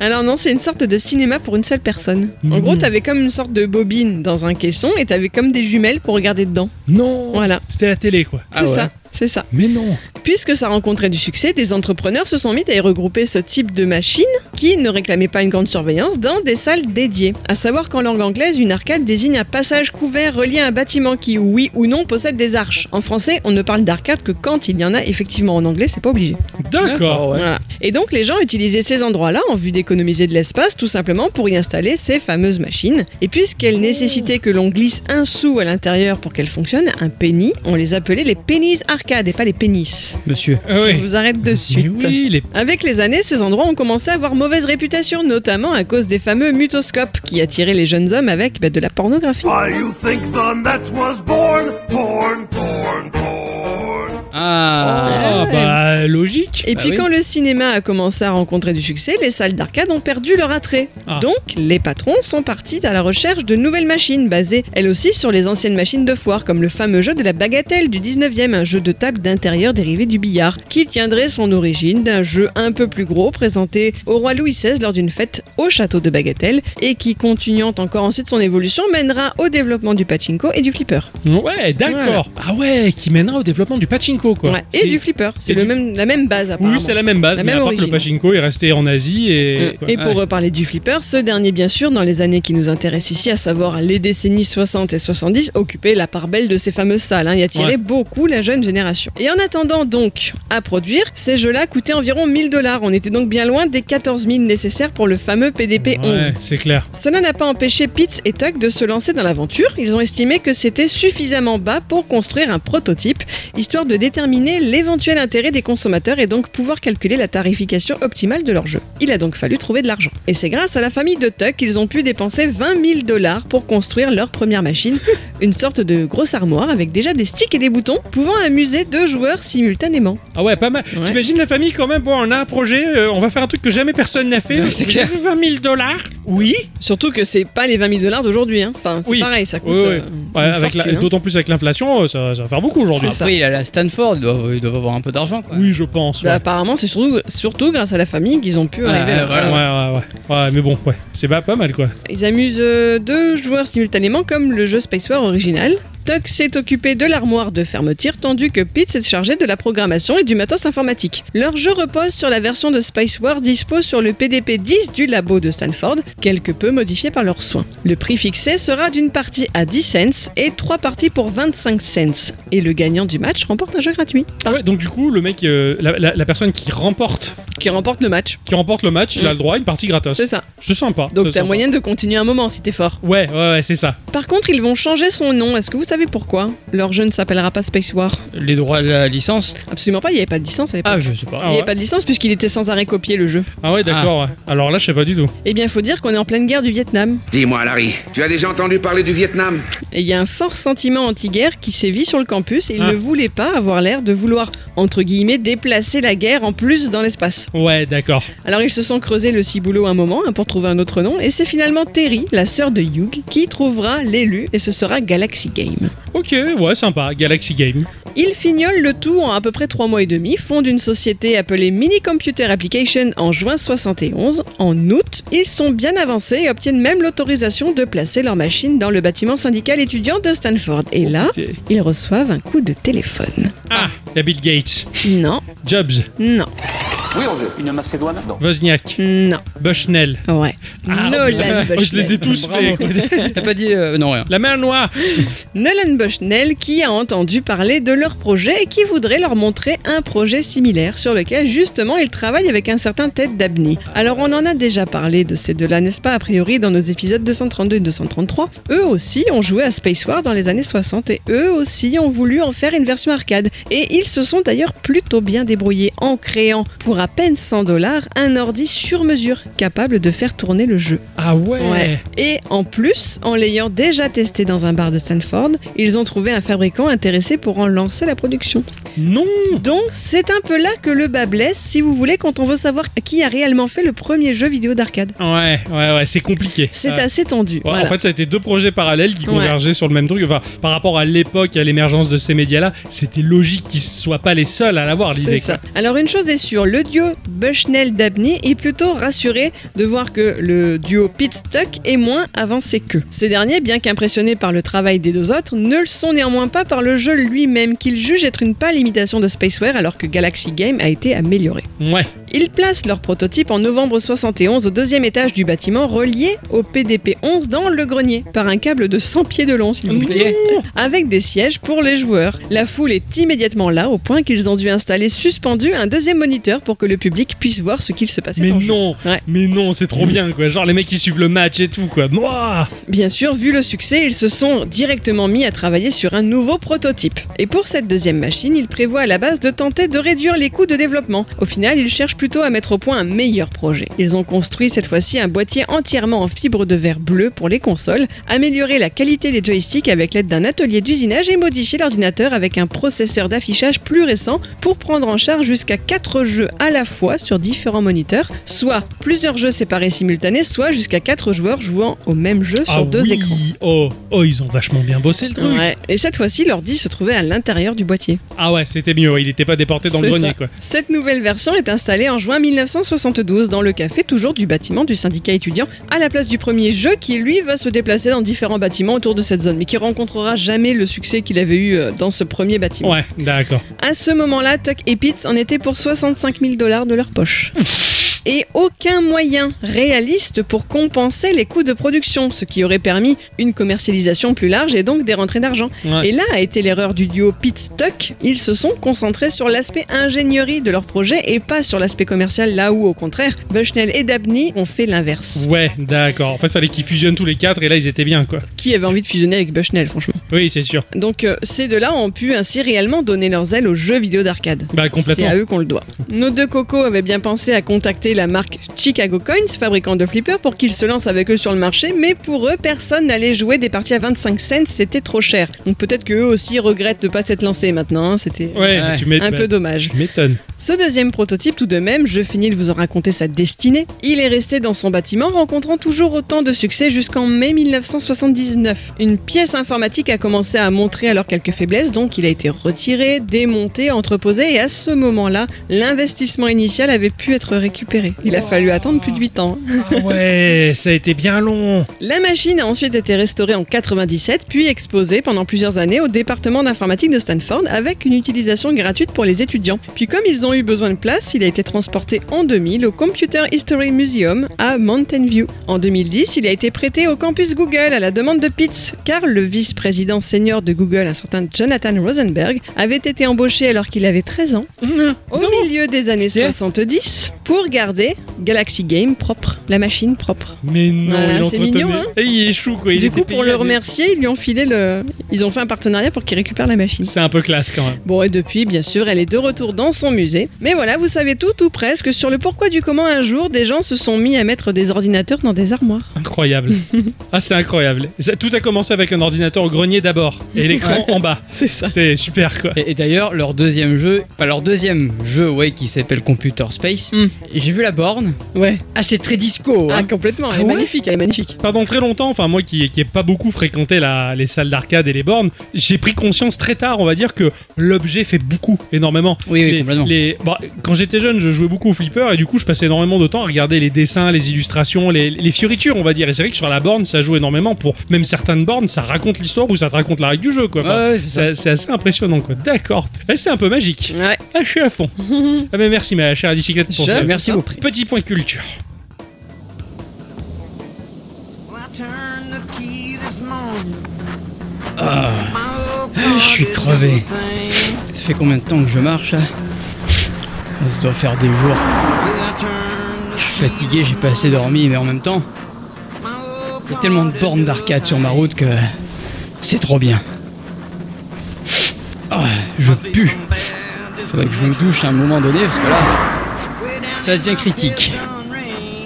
A: Alors non, c'est une sorte de cinéma pour une seule personne. En
B: Mmh.
A: gros, t'avais comme une sorte de bobine dans un caisson et t'avais comme des jumelles pour regarder dedans.
B: Non
A: Voilà,
B: C'était la télé, quoi.
A: c'est
C: Ah ouais.
A: ça. C'est ça.
B: Mais non
A: Puisque ça rencontrait du succès, des entrepreneurs se sont mis à y regrouper ce type de machine qui ne réclamait pas une grande surveillance dans des salles dédiées. À savoir qu'en langue anglaise, une arcade désigne un passage couvert relié à un bâtiment qui, oui ou non, possède des arches. En français, on ne parle d'arcade que quand il y en a effectivement. En anglais, c'est pas obligé.
B: D'accord.
D: Ah
C: ouais.
A: Voilà. Et donc les gens utilisaient ces endroits-là en vue d'économiser de l'espace tout simplement pour y installer ces fameuses machines. Et puisqu'elles nécessitaient que l'on glisse un sou à l'intérieur pour qu'elles fonctionnent, un penny, on les appelait les pennies arcades et pas les pénis.
C: Monsieur.
B: Ah
A: Je
B: oui.
A: vous arrête de
B: Mais
A: suite.
B: oui, les...
A: Avec les années, ces endroits ont commencé à avoir mauvaise réputation, notamment à cause des fameux mutoscopes qui attiraient les jeunes hommes avec bah, de la pornographie.
C: Ah.
B: Ah,
A: ouais.
B: bah, logique.
A: Et
C: Bah
A: puis
C: oui.
A: quand le cinéma a commencé à rencontrer du succès, les salles d'arcade ont perdu leur attrait.
B: Ah.
A: Donc les patrons sont partis à la recherche de nouvelles machines basées elles aussi sur les anciennes machines de foire comme le fameux jeu de la bagatelle du 19e, un jeu de table d'intérieur dérivé du billard qui tiendrait son origine d'un jeu un peu plus gros présenté au roi Louis XVI lors d'une fête au château de Bagatelle et qui continuant encore ensuite son évolution mènera au développement du pachinko et du flipper.
B: Ouais, d'accord. Ah ouais, qui mènera au développement du pachinko, quoi.
A: Ouais,
B: C'est-
A: Et du flipper, c'est
B: et
A: le
B: du-
A: même, la même base apparemment.
B: Oui, c'est la même base,
A: La
B: mais
A: même
B: à part que le
A: origine.
B: pachinko est resté en Asie et...
A: Et pour euh,
C: Ouais.
A: reparler du flipper, ce dernier, bien sûr, dans les années qui nous intéressent ici, à savoir les décennies 60 et 70, occupait la part belle de ces fameuses salles hein, et attirait
B: Ouais.
A: beaucoup la jeune génération. Et en attendant donc à produire, ces jeux-là coûtaient environ 1000 dollars. On était donc bien loin des 14 000 nécessaires pour le fameux PDP 11.
B: Ouais, c'est clair.
A: Cela n'a pas empêché Pitts et Tuck de se lancer dans l'aventure. Ils ont estimé que c'était suffisamment bas pour construire un prototype, histoire de déterminer l'éventuel intérêt des consommateurs et donc pouvoir calculer la tarification optimale de leur jeu. Il a donc fallu trouver de l'argent. Et c'est grâce à la famille de Tuck qu'ils ont pu dépenser 20 000 dollars pour construire leur première machine, une sorte de grosse armoire avec déjà des sticks et des boutons pouvant amuser deux joueurs simultanément.
B: Ah ouais, pas mal.
A: Ouais.
B: T'imagines la famille quand même, bon, on a un projet, euh, on va faire un truc que jamais personne n'a fait.
A: Ouais, c'est
B: Vous
A: clair.
B: avez 20 000 dollars Oui.
A: Surtout que c'est pas les 20 000 dollars d'aujourd'hui. hein. Enfin, c'est
B: Oui.
A: pareil, ça coûte.
B: Oui, oui.
A: euh,
B: Ouais,
A: une
B: avec la-
A: fortune, hein.
B: D'autant plus avec l'inflation, euh, ça, ça va faire beaucoup aujourd'hui.
A: C'est ça.
D: Après, il a la Stanford, il doit, il doit avoir un peu d'argent. quoi.
B: bah. Oui, je pense.
A: Bah,
B: Ouais.
A: apparemment, c'est surtout, surtout grâce à la famille qu'ils ont pu
D: Ouais,
A: arriver.
D: ouais,
A: là.
D: voilà.
B: Ouais, ouais, ouais. Ouais, mais bon, ouais. C'est pas, pas mal, quoi.
A: Ils amusent euh, deux joueurs simultanément comme le jeu Space War original. Tuck s'est occupé de l'armoire de fermeture tandis que Pete s'est chargé de la programmation et du matos informatique. Leur jeu repose sur la version de Space War dispo sur le PDP-10 du labo de Stanford, quelque peu modifié par leurs soins. Le prix fixé sera d'une partie à 10 cents et trois parties pour 25 cents. Et le gagnant du match remporte un jeu gratuit,
B: Ah Ouais, donc du coup, le mec, euh, la, la- la personne qui remporte,
A: qui remporte le match.
B: qui remporte le match, il a le droit à une partie gratos.
A: C'est ça.
B: C'est sympa.
A: Donc
B: c'est
A: t'as
B: sympa.
A: moyen de continuer un moment si t'es fort.
B: Ouais, ouais, ouais, c'est ça.
A: Par contre, ils vont changer son nom. Est-ce que vous savez pourquoi Leur jeu ne s'appellera pas Space War.
D: Les droits de la licence
A: Absolument pas, il n'y avait pas de licence à l'époque.
D: Ah, je sais pas.
A: Il n'y
B: Ah
A: avait
B: ouais,
A: pas de licence puisqu'il était sans arrêt copié le jeu.
B: Ah ouais, d'accord. ouais. Alors là, je sais pas du tout.
A: Eh bien, faut dire qu'on est en pleine guerre du Vietnam.
E: Dis-moi, Larry, tu as déjà entendu parler du Vietnam
A: Et il y a un fort sentiment anti-guerre qui sévit sur le campus et ils
B: Ah.
A: ne voulaient pas avoir l'air de vouloir, entre guillemets, déplacer la guerre en plus dans l'espace.
B: Ouais, d'accord.
A: Alors ils se sont creusés le ciboulot un moment hein, pour trouver un autre nom et c'est finalement Terry, la sœur de Hugh, qui trouvera l'élu et ce sera Galaxy Game.
B: Ok, ouais, sympa. Galaxy Game.
A: Ils fignolent le tout en à peu près 3 mois et demi, fondent une société appelée Mini Computer Application en juin 71. En août, ils sont bien avancés et obtiennent même l'autorisation de placer leur machine dans le bâtiment syndical étudiant de Stanford. Et là, ils reçoivent un coup de téléphone.
B: Ah, la Bill Gates.
A: Non,
B: Jobs.
A: non,
B: Wozniak.
A: non,
B: Bushnell.
A: ouais.
B: Ah,
A: Nolan
B: oh, je les
A: Bushnell.
B: ai tous fait.
D: T'as pas dit. euh, non, rien.
B: La mer noire.
A: Nolan Bushnell qui a entendu parler de leur projet et qui voudrait leur montrer un projet similaire sur lequel justement ils travaillent avec un certain Ted Dabney. Alors on en a déjà parlé de ces deux-là, n'est-ce pas, a priori dans nos épisodes 232 et 233. Eux aussi ont joué à Space War dans les années 60 et eux aussi ont voulu en faire une version arcade. Et ils se sont d'ailleurs plutôt bien débrouillés en créant pour à peine 100 dollars un ordi sur mesure capable de faire tourner le jeu.
B: Ah ouais.
A: Ouais. Et en plus, en l'ayant déjà testé dans un bar de Stanford, ils ont trouvé un fabricant intéressé pour en lancer la production.
B: Non.
A: Donc, c'est un peu là que le bas blesse, si vous voulez, quand on veut savoir qui a réellement fait le premier jeu vidéo d'arcade.
B: Ouais, ouais, ouais, c'est compliqué.
A: C'est
B: Ouais.
A: assez tendu.
B: Euh, Ouais,
A: voilà.
B: En fait, ça a été deux projets parallèles qui
A: Ouais.
B: convergeaient sur le même truc. Enfin, par rapport à l'époque, à l'émergence de ces médias-là, c'était logique qu'ils soient pas les seuls à l'avoir,
A: C'est
B: l'idée.
A: ça.
B: quoi.
A: Alors une chose est sûre, le duo Bushnell Dabney est plutôt rassuré de voir que le duo Pitstock est moins avancé qu'eux. Ces derniers, bien qu'impressionnés par le travail des deux autres, ne le sont néanmoins pas par le jeu lui-même qu'ils jugent être une pâle imitation de Spaceware alors que Galaxy Game a été amélioré.
B: Ouais.
A: Ils placent leur prototype en novembre 71 au deuxième étage du bâtiment relié au PDP-11 dans le grenier par un câble de 100 pieds de long, s'il vous plaît avec des sièges pour les joueurs. La foule est immédiatement là, au point qu'ils ont dû installer suspendu un deuxième moniteur pour que le public puisse voir ce qu'il se passait
B: Mais
A: en jeu.
B: non,
A: Ouais. Mm.
B: mais non, c'est trop bien, quoi. Genre les mecs qui suivent le match et tout, quoi. Moi,
A: Bien sûr, vu le succès, ils se sont directement mis à travailler sur un nouveau prototype. Et pour cette deuxième machine, ils prévoient à la base de tenter de réduire les coûts de développement. Au final, ils cherchent plutôt à mettre au point un meilleur projet. Ils ont construit cette fois-ci un boîtier entièrement en fibre de verre bleu pour les consoles, amélioré la qualité des joysticks avec l'aide d'un atelier d'usinage et modifié l'ordinateur avec un processeur d'affichage plus récent pour prendre en charge jusqu'à 4 jeux à la fois sur différents moniteurs, soit plusieurs jeux séparés simultanés, soit jusqu'à 4 joueurs jouant au même jeu sur
B: Ah
A: deux
B: oui.
A: écrans.
B: Oh, oh, ils ont vachement bien bossé le truc.
A: Ouais. Et cette fois-ci, l'ordi se trouvait à l'intérieur du boîtier.
B: Ah ouais, c'était mieux. ouais. Il était pas déporté dans le
A: C'est
B: grenier,
A: ça.
B: quoi.
A: Cette nouvelle version est installée en juin 1972 dans le café toujours du bâtiment du syndicat étudiant, à la place du premier jeu qui, lui, va se déplacer dans différents bâtiments autour de cette zone, mais qui rencontrera jamais le succès qu'il avait eu euh, dans ce premier bâtiment.
B: Ouais, d'accord.
A: À ce moment-là, Tuck et Pitts en étaient pour 65 000 dollars de leur poche. et aucun moyen réaliste pour compenser les coûts de production, ce qui aurait permis une commercialisation plus large et donc des rentrées d'argent.
B: Ouais.
A: Et là a été l'erreur du duo Pete Tuck. Ils se sont concentrés sur l'aspect ingénierie de leur projet et pas sur l'aspect commercial, là où au contraire, Bushnell et Dabney ont fait l'inverse.
B: Ouais, d'accord. En fait, fallait qu'ils fusionnent tous les quatre et là, ils étaient bien, quoi.
A: Qui avait envie de fusionner avec Bushnell, franchement
B: Oui, c'est sûr.
A: Donc euh, ces deux-là ont pu ainsi réellement donner leurs ailes aux jeux vidéo d'arcade.
B: Bah, complètement.
A: C'est à eux qu'on le doit. Nos deux cocos avaient bien pensé à contacter la marque Chicago Coins, fabricant de flippers, pour qu'ils se lancent avec eux sur le marché, mais pour eux, personne n'allait jouer des parties à 25 cents, c'était trop cher. Donc peut-être qu'eux aussi regrettent de pas s'être lancés maintenant, hein, c'était
B: Ouais, tu m'é-
A: un
B: bah,
A: peu dommage.
B: Tu m'étonnes.
A: Ce deuxième prototype, tout de même, je finis de vous en raconter sa destinée. Il est resté dans son bâtiment, rencontrant toujours autant de succès jusqu'en mai 1979. Une pièce informatique a commencé à montrer alors quelques faiblesses, donc il a été retiré, démonté, entreposé, et à ce moment-là, l'investissement initial avait pu être récupéré. Il a fallu attendre plus de 8 ans.
B: Ah ouais, ça a été bien long.
A: La machine a ensuite été restaurée en 97, puis exposée pendant plusieurs années au département d'informatique de Stanford avec une utilisation gratuite pour les étudiants. Puis comme ils ont eu besoin de place, il a été transporté en 2000 au Computer History Museum à Mountain View. En 2010, il a été prêté au campus Google à la demande de Pitts, car le vice-président senior de Google, un certain Jonathan Rosenberg, avait été embauché alors qu'il avait 13 ans au milieu des années
B: Tiens.
A: 70 pour garder Galaxy Game propre, la machine propre.
B: Mais non,
A: Voilà,
B: il
A: c'est
B: entretenait.
A: mignon, hein
B: Et il est chou, quoi. Il
A: du
B: était
A: coup,
B: payé
A: pour le
B: à des-
A: remercier, ils lui ont filé le. Ils ont fait un partenariat pour qu'il récupère la machine.
B: C'est un peu classe quand même.
A: Bon, et depuis, bien sûr, elle est de retour dans son musée. Mais voilà, vous savez tout ou presque sur le pourquoi du comment un jour des gens se sont mis à mettre des ordinateurs dans des armoires.
B: Incroyable. ah, c'est incroyable. Et ça- tout a commencé avec un ordinateur au grenier d'abord et l'écran en bas.
A: C'est ça.
B: C'est super, quoi.
D: Et, et d'ailleurs, leur deuxième jeu, pas leur deuxième jeu, ouais, qui s'appelle Computer Space,
A: Hmm.
D: j'ai vu la borne.
A: Ouais.
D: Ah, c'est très disco.
A: Ah,
D: hein.
A: complètement. Elle est
D: Ah ouais
A: magnifique, elle est magnifique.
B: Pendant très longtemps, enfin moi qui qui ai pas beaucoup fréquenté la- les salles d'arcade et les bornes, j'ai pris conscience très tard, on va dire, que l'objet fait beaucoup, énormément.
D: oui, oui,
B: Les-
D: complètement.
B: les- bon, quand j'étais jeune, je jouais beaucoup au flipper et du coup, je passais énormément de temps à regarder les dessins, les illustrations, les, les fioritures, on va dire. Et c'est vrai que sur la borne, ça joue énormément. Pour même certaines bornes, ça raconte l'histoire ou ça te raconte la règle du jeu, quoi. Enfin,
D: Ouais, ouais, c'est
B: ça-
D: ça.
B: C'est assez impressionnant, quoi. D'accord. Eh, C'est un peu magique.
A: Ouais.
B: Ah, je suis à fond. Ah, mais merci, ma chère bicyclette, pour
A: Je-
B: ce
D: Merci beaucoup.
B: petit point culture.
D: Je suis crevé. Ça fait combien de temps que je marche là Ça doit faire des jours. Je suis fatigué, j'ai pas assez dormi, mais en même temps, il y a tellement de bornes d'arcade sur ma route que c'est trop bien. Ah, je pue. Faudrait que je me douche à un moment donné parce que là, ça devient critique.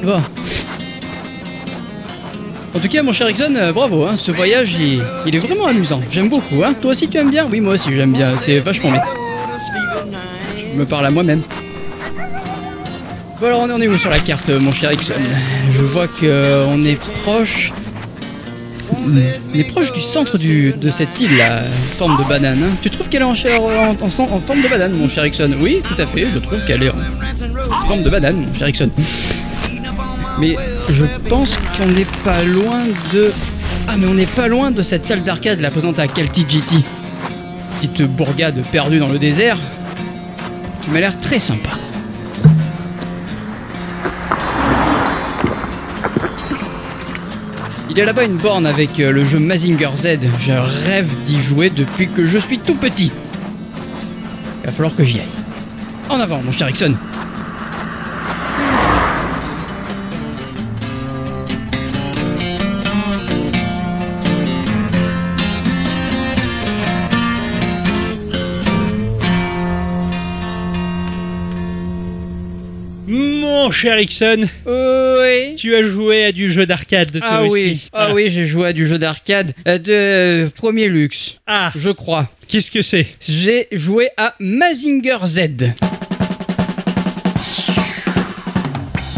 D: Bon. En tout cas, mon cher Ixon, euh, bravo, hein, ce voyage, il, il est vraiment amusant. J'aime beaucoup. Hein. Toi aussi, tu aimes bien Oui, moi aussi, j'aime bien. C'est vachement bien. Je me parle à moi-même. Bon, alors, on en est où sur la carte, euh, mon cher Ixon Je vois qu'on est proche. hmm, On est proche du centre du- de cette île, là, en forme de banane. hein. Tu trouves qu'elle est en, chair- en- en- en forme de banane, mon cher Ixon Oui, tout à fait, je trouve qu'elle est en forme de banane, mon cher Ixon. Mais je pense qu'on n'est pas loin de. Ah, mais on n'est pas loin de cette salle d'arcade la présente à Kaltijiti. Petite bourgade perdue dans le désert qui m'a l'air très sympa. Il y a là-bas une borne avec euh, le jeu Mazinger Z. Je rêve d'y jouer depuis que je suis tout petit. Il va falloir que j'y aille. En avant, mon cher Ixon.
B: Mon cher Ixon,
D: Oui.
B: tu as joué à du jeu d'arcade, toi
D: Ah
B: aussi.
D: oui, ah oui, j'ai joué à du jeu d'arcade euh, de euh, premier luxe,
B: Ah,
D: je crois.
B: qu'est-ce que c'est
D: J'ai joué à Mazinger Z.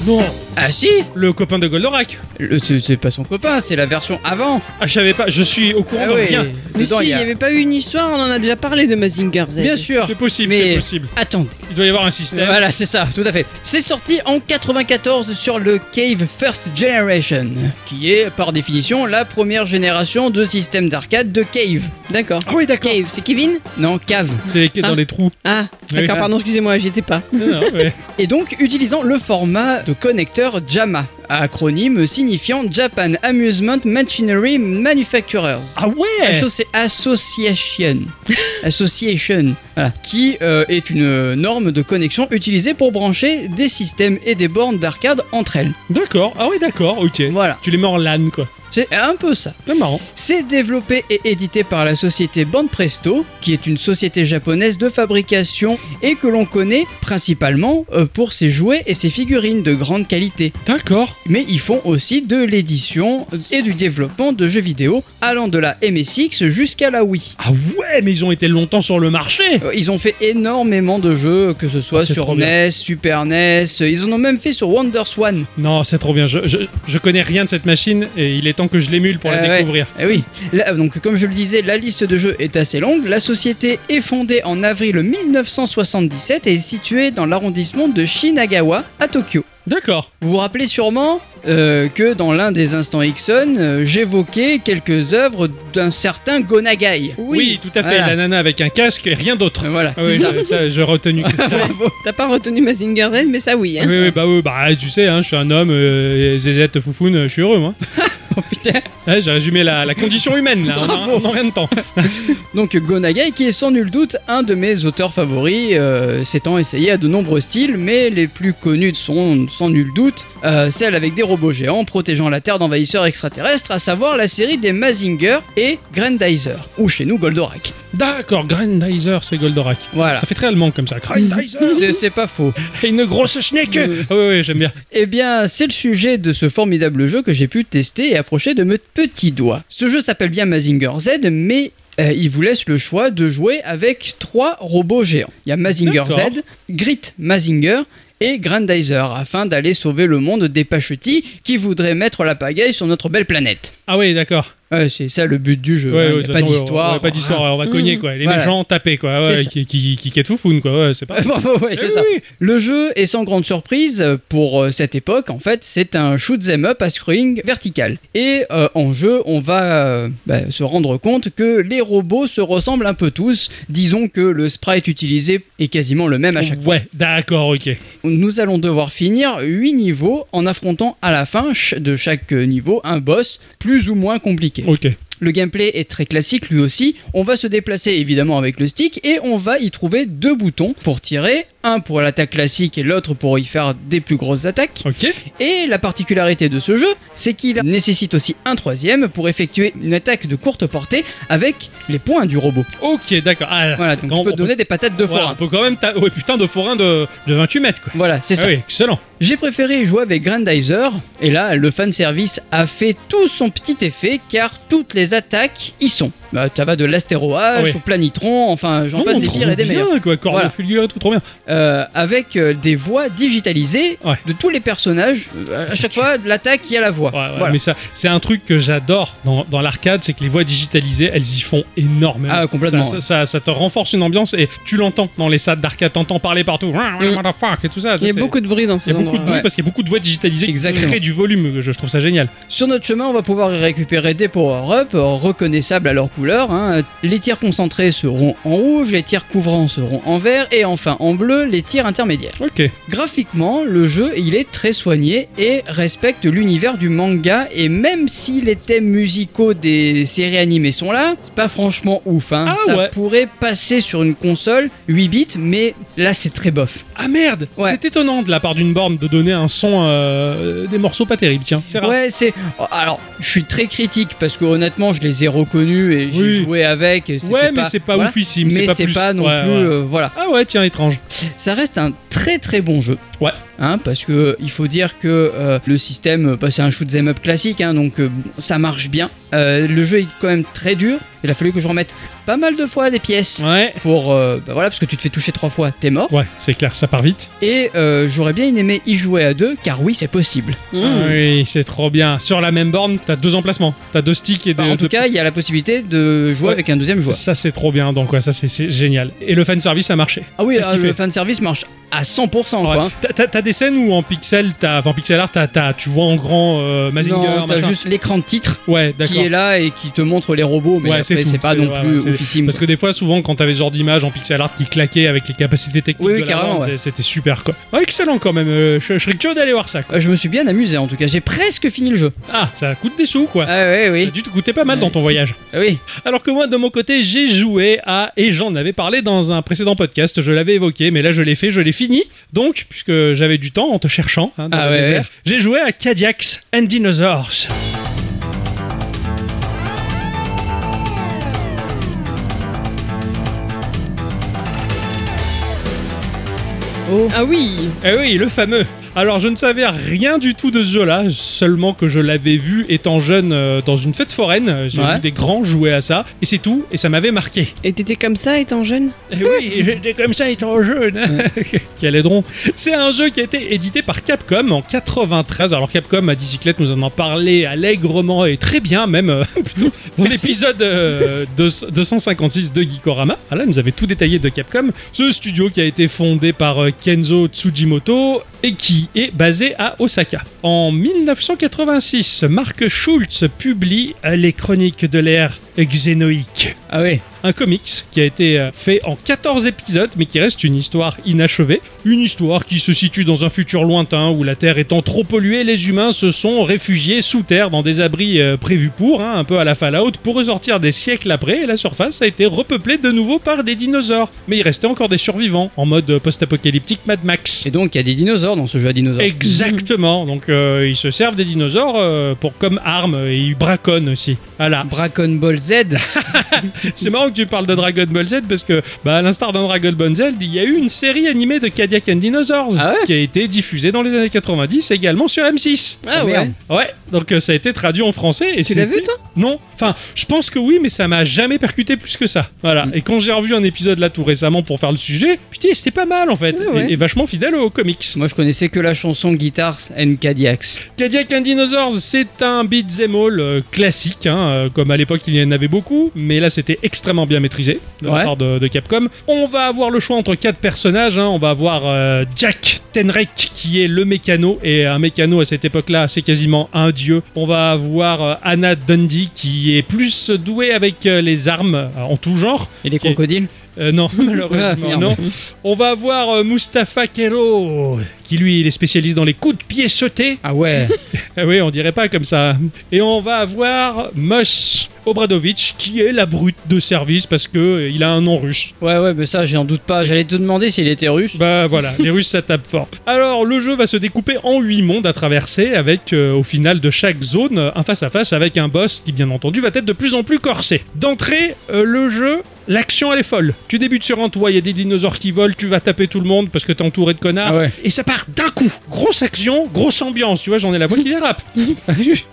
B: Non
D: Ah si
B: Le copain de Goldorak.
D: Le- c'est c'est pas son copain, c'est la version avant.
B: Ah, je savais pas, je suis au courant
D: Ah
B: de
D: ouais,
B: rien.
A: Mais
D: dedans,
A: si,
D: il
A: il
D: y a-
A: n'y avait pas eu une histoire, on en a déjà parlé de Mazinger Z.
D: hein. Bien sûr.
B: C'est possible,
D: Mais-
B: c'est possible.
D: Attendez.
B: Il doit y avoir un système.
D: Voilà, c'est ça, tout à fait. C'est sorti en 94 sur le Cave First Generation, qui est par définition la première génération de système d'arcade de Cave.
A: D'accord.
B: Ah oui, d'accord.
A: Cave, c'est Kevin
D: Non, Cave.
B: C'est les quais dans
A: Hein
B: les trous.
A: Ah,
B: Oui.
A: d'accord, pardon, excusez-moi, j'y étais pas.
B: Non, non, ouais.
D: Et donc utilisant le format de connecteur JAMA, acronyme signifiant Japan Amusement Machinery Manufacturers.
B: Ah ouais
D: Asso- c'est Association. Association. Voilà. Qui euh, est une norme de connexion utilisée pour brancher des systèmes et des bornes d'arcade entre elles.
B: D'accord, ah ouais, d'accord, ok.
D: Voilà.
B: Tu les mets en LAN, quoi.
D: C'est un peu ça.
B: C'est marrant.
D: C'est développé et édité par la société Banpresto, qui est une société japonaise de fabrication et que l'on connaît principalement euh, pour ses jouets et ses figurines de grande qualité.
B: D'accord.
D: Mais ils font aussi de l'édition et du développement de jeux vidéo allant de la MSX jusqu'à la Wii.
B: Ah ouais, mais ils ont été longtemps sur le marché.
D: Euh, Ils ont fait énormément de jeux, que ce soit
B: Ah, c'est
D: sur
B: trop
D: NES,
B: bien.
D: Super NES, euh, ils en ont même fait sur WonderSwan.
B: Non, c'est trop bien. Je, je, je connais rien de cette machine et il est temps que je l'émule pour la
D: Ah ouais.
B: découvrir.
D: Eh oui, Là, donc comme je le disais, la liste de jeux est assez longue. La société est fondée en avril 1977 et est située dans l'arrondissement de Shinagawa à Tokyo.
B: D'accord.
D: Vous vous rappelez sûrement euh, que dans l'un des instants Ixon, euh, j'évoquais quelques œuvres d'un certain Gonagai.
B: Oui, tout à fait.
D: Voilà.
B: La nana avec un casque et rien d'autre.
D: Voilà,
B: Ah oui,
D: c'est ça.
B: ça, ça, j'ai retenu que ça.
D: Bravo.
A: T'as pas retenu Mazinger Z, mais ça oui.
B: Oui,
A: Hein.
B: oui, bah, oui, bah tu sais, hein, je suis un homme, euh, ZZ Foufoune, je suis heureux, moi.
D: Oh, putain.
B: Ouais, j'ai résumé la, la condition humaine, là, en-
D: Bravo.
B: en, en rien de temps.
D: Donc Gonagai qui est sans nul doute un de mes auteurs favoris, euh, s'étant essayé à de nombreux styles, mais les plus connus sont sans nul doute euh, celles avec des robots géants protégeant la Terre d'envahisseurs extraterrestres, à savoir la série des Mazinger et Grandizer, ou chez nous Goldorak.
B: D'accord, Grandizer, c'est Goldorak.
D: Voilà.
B: Ça fait très allemand comme ça. Grandizer
D: C'est- C'est pas faux.
B: et une grosse schneck
D: Euh.
B: Ah oui, oui, j'aime bien.
D: Eh bien, c'est le sujet de ce formidable jeu que j'ai pu tester et approcher de mes petits doigts. Ce jeu s'appelle bien Mazinger Z, mais euh, il vous laisse le choix de jouer avec trois robots géants. Il y a Mazinger
B: D'accord.
D: Z, Grit Mazinger et Grandizer, afin d'aller sauver le monde des pachetis qui voudraient mettre la pagaille sur notre belle planète.
B: Ah oui, d'accord.
D: Ouais, c'est ça le but du jeu.
B: Ouais,
D: hein,
B: ouais, de
D: il n'y Euh, a
B: toute
D: pas
B: façon,
D: d'histoire. Mmh.
B: on- on- Pas d'histoire, on va cogner, quoi. Les
D: Voilà.
B: méchants tapés, quoi.
D: C'est
B: Ouais,
D: ça. Mmh,
B: qui, qui, qui quête foufoune, quoi. Ouais, c'est pas.
D: Bravo, ouais, c'est
B: Eh
D: ça.
B: oui.
D: Le jeu est sans grande surprise euh, pour euh, cette époque. En fait, c'est un shoot 'em up à scrolling vertical. Et euh, en jeu, on va euh, bah, se rendre compte que les robots se ressemblent un peu tous. Disons que le sprite utilisé est quasiment le même à chaque fois.
B: Ouais, d'accord, ok.
D: Nous allons devoir finir 8 niveaux en affrontant à la fin ch- de chaque euh, niveau un boss plus ou moins compliqué.
B: Ok.
D: Le gameplay est très classique lui aussi. On va se déplacer évidemment avec le stick et on va y trouver deux boutons pour tirer, un pour l'attaque classique et l'autre pour y faire des plus grosses attaques.
B: Ok.
D: Et la particularité de ce jeu, c'est qu'il nécessite aussi un troisième pour effectuer une attaque de courte portée avec les points du robot.
B: Ok, d'accord. Ah, là,
D: Voilà,
B: c'est
D: donc
B: grand-
D: tu peux
B: on
D: te donner des patates de
B: voilà,
D: forain.
B: on peut quand même. ta- Ouais, putain, de forain de, de 28 mètres, quoi.
D: Voilà, c'est
B: Ah
D: ça.
B: oui, excellent.
D: J'ai préféré jouer avec Grandizer, et là, le fanservice a fait tout son petit effet, car toutes les attaques y sont. Bah, ça va de l'astéroage
B: Ah oui.
D: au planitron, enfin, j'en
B: Non,
D: passe
B: mais
D: des
B: trop
D: pires et des meilleurs.
B: bien, quoi. Corbeau
D: Voilà.
B: fulgure et tout, trop bien.
D: Euh, avec euh, des voix digitalisées
B: Ouais.
D: de tous les personnages. Euh, à
B: C'est
D: chaque
B: tu-
D: fois, de l'attaque, il y a la voix.
B: Ouais, ouais,
D: Ah, Voilà.
B: Mais ça, c'est un truc que j'adore dans, dans l'arcade, c'est que les voix digitalisées, elles y font énormément.
D: Ah, complètement,
B: Ça,
D: ouais.
B: ça- ça- ça te renforce une ambiance et tu l'entends dans les salles d'arcade, t'entends parler partout.
D: Mm.
B: Motherfuck et tout ça. ça,
A: Il y a
B: c'est-
A: beaucoup de bruit dans ces
B: il y a beaucoup de
A: endroits.
B: bruit
D: Ouais.
B: parce qu'il y a beaucoup de voix digitalisées qui
D: Exactement.
B: créent du volume. Je, je trouve ça génial.
D: Sur notre chemin, on va pouvoir récupérer des power-up euh, reconnaissables à leur couleur. hein. Les tirs concentrés seront en rouge, les tirs couvrants seront en vert, et enfin en bleu, les tirs intermédiaires.
B: Ok.
D: Graphiquement, le jeu il est très soigné et respecte l'univers du manga et même si les thèmes musicaux des séries animées sont là, c'est pas franchement ouf. hein.
B: Ah
D: Ça
B: ouais.
D: pourrait passer sur une console 8 bits, mais là c'est très bof.
B: Ah merde
D: Ouais.
B: C'est étonnant de la part d'une borne de donner un son euh, des morceaux pas terribles, tiens. C'est rare.
D: Ouais, c'est. Alors, je suis très critique parce que honnêtement, je les ai reconnus et j'ai
B: Oui.
D: joué avec. et c'était
B: Ouais, mais c'est pas
D: voilà.
B: oufissime.
D: Mais
B: plus-
D: c'est pas non
B: ouais,
D: plus.
B: ouais.
D: euh, voilà.
B: Ah ouais, tiens, étrange.
D: Ça reste un très très bon jeu.
B: Ouais.
D: Hein, parce que euh, il faut dire que euh, le système, euh, bah, c'est un shoot 'em up classique, hein, donc euh, ça marche bien. Euh, le jeu est quand même très dur. Il a fallu que je remette pas mal de fois des pièces.
B: Ouais.
D: Pour, euh, bah voilà, parce que tu te fais toucher trois fois, t'es mort.
B: Ouais, c'est clair, ça part vite.
D: Et euh, j'aurais bien aimé y jouer à deux, car oui, c'est possible.
B: Ah oui, c'est trop bien. Sur la même borne, t'as deux emplacements. T'as deux sticks et deux.
D: Bah, en tout
B: deux-
D: cas, il y a la possibilité de jouer
B: Ouais.
D: avec un deuxième joueur.
B: Ça, c'est trop bien. Donc, ouais, ça, c'est- c'est génial. Et le fanservice a marché.
D: Ah oui,
B: T'as
D: ah,
B: kiffé.
D: le fanservice marche à 100%.
B: Ouais.
D: Quoi, hein.
B: T'as- T'as t'as des scènes où en pixel, t'as- enfin, en pixel art, t'as- t'as- tu vois en grand euh, Mazinger,
D: Non, t'as
B: machin.
D: juste l'écran de titre
B: Ouais,
D: qui
B: d'accord.
D: est là et qui te montre les robots, mais
B: Ouais,
D: après,
B: c'est tout.
D: c'est pas
B: C'est-
D: non
B: ouais,
D: plus
B: ouais, c'est-
D: oufissime.
B: Parce que des fois, souvent, quand t'avais ce genre d'image en pixel art qui claquait avec les capacités techniques
D: Oui, oui,
B: de la
D: carrément,
B: bande,
D: ouais.
B: c'est- c'était super quoi. Ouais, excellent quand même. Euh, je, je serais curieux d'aller voir ça. Quoi.
D: Euh, Je me suis bien amusé en tout cas, j'ai presque fini le jeu.
B: Ah, ça coûte des sous quoi.
D: Ah ouais,
B: Ça a
D: oui,
B: dû te coûter pas mal
D: Ouais.
B: dans ton voyage.
D: Ah oui.
B: Alors que moi, de mon côté, j'ai joué à, et j'en avais parlé dans un précédent podcast, je l'avais évoqué, mais là je l'ai fait, je l'ai fini. Donc, puisque j'avais du temps en te cherchant, hein, dans
D: Ah
B: le
D: ouais,
B: désert,
D: ouais.
B: j'ai joué à Cadillacs and Dinosaurs.
A: Ah oui
B: Eh oui, le fameux. Alors, je ne savais rien du tout de ce jeu-là, seulement que je l'avais vu étant jeune euh, dans une fête foraine. J'ai
D: Ouais.
B: vu des grands jouer à ça, et c'est tout, et ça m'avait marqué.
A: Et t'étais comme ça étant jeune
B: Eh oui, j'étais comme ça étant jeune. Quel aideron. C'est un jeu qui a été édité par Capcom en 93. Alors Capcom à bicyclette nous en a parlé allègrement et très bien même euh, plutôt dans l'épisode euh, 200- 256 de Geekorama. Ah là, nous avait tout détaillé de Capcom. Ce studio qui a été fondé par euh, Kenzo Tsujimoto et qui est basé à Osaka. En 1986, Mark Schultz publie euh, les chroniques de l'ère xénoïque
D: Ah oui.
B: un comics qui a été euh, fait en 14 épisodes, mais qui reste une histoire inachevée. Une histoire qui se situe dans un futur lointain où la Terre étant trop polluée, les humains se sont réfugiés sous terre dans des abris euh, prévus pour, hein, un peu à la Fallout, pour ressortir des siècles après. Et la surface a été repeuplée de nouveau par des dinosaures. Mais il restait encore des survivants, en mode euh, post-apocalyptique Mad Max.
D: Et donc, il y a des dinosaures dans ce jeu à dinosaures.
B: Exactement, donc euh, ils se servent des dinosaures euh, pour comme arme et ils braconnent aussi. Voilà.
D: Dragon Ball Z.
B: C'est marrant que tu parles de Dragon Ball Z parce que, bah, à l'instar d'un Dragon Ball Z, il y a eu une série animée de Cadillac and Dinosaurs
D: Ah ouais
B: qui a été diffusée dans les années 90 également sur M6.
A: Ah
D: Oh, merde.
A: ouais
B: Ouais, donc euh, ça a été traduit en français. Et
A: Tu l'as
B: c'était-
A: vu, toi
B: Non, enfin, je pense que oui, mais ça m'a jamais percuté plus que ça. Voilà.
D: Mm.
B: Et quand j'ai revu un épisode là tout récemment pour faire le sujet, putain, c'était pas mal en fait,
A: Ouais, ouais.
B: Et, et vachement fidèle aux comics.
D: Moi, je connaissais que la chanson Guitars and Cadillacs.
B: Cadillac and Dinosaurs, c'est un beat'em all euh, classique, hein, euh, comme à l'époque il y en avait beaucoup, mais là c'était extrêmement bien maîtrisé de la
D: Ouais.
B: part de, de Capcom. On va avoir le choix entre quatre personnages, hein. on va avoir euh, Jack Tenrek qui est le mécano, et un mécano à cette époque-là c'est quasiment un dieu. On va avoir euh, Anna Dundee qui est plus douée avec euh, les armes euh, en tout genre.
D: Et les
B: Qui est-
D: crocodiles
B: Euh, non, malheureusement,
D: Ah, merde.
B: non. On va avoir euh, Mustafa Kero, qui lui, il est spécialiste dans les coups de pied sautés.
D: Ah ouais.
B: Ah oui, on dirait pas comme ça. Et on va avoir Mosh Obradovic, qui est la brute de service parce que euh, il a un nom russe.
D: ouais, ouais, mais ça, j'en doute pas. J'allais te demander s'il était russe.
B: Bah voilà, les Russes ça tape fort. Alors le jeu va se découper en 8 mondes à traverser avec euh, au final de chaque zone euh, un face-à-face avec un boss qui bien entendu va être de plus en plus corsé. D'entrée, euh, le jeu... L'action elle est folle. Tu débutes sur un toit, il y a des dinosaures qui volent, tu vas taper tout le monde parce que t'es entouré de connards.
D: Ah ouais.
B: Et ça part d'un coup. Grosse action, grosse ambiance. Tu vois, j'en ai la voix qui dérape.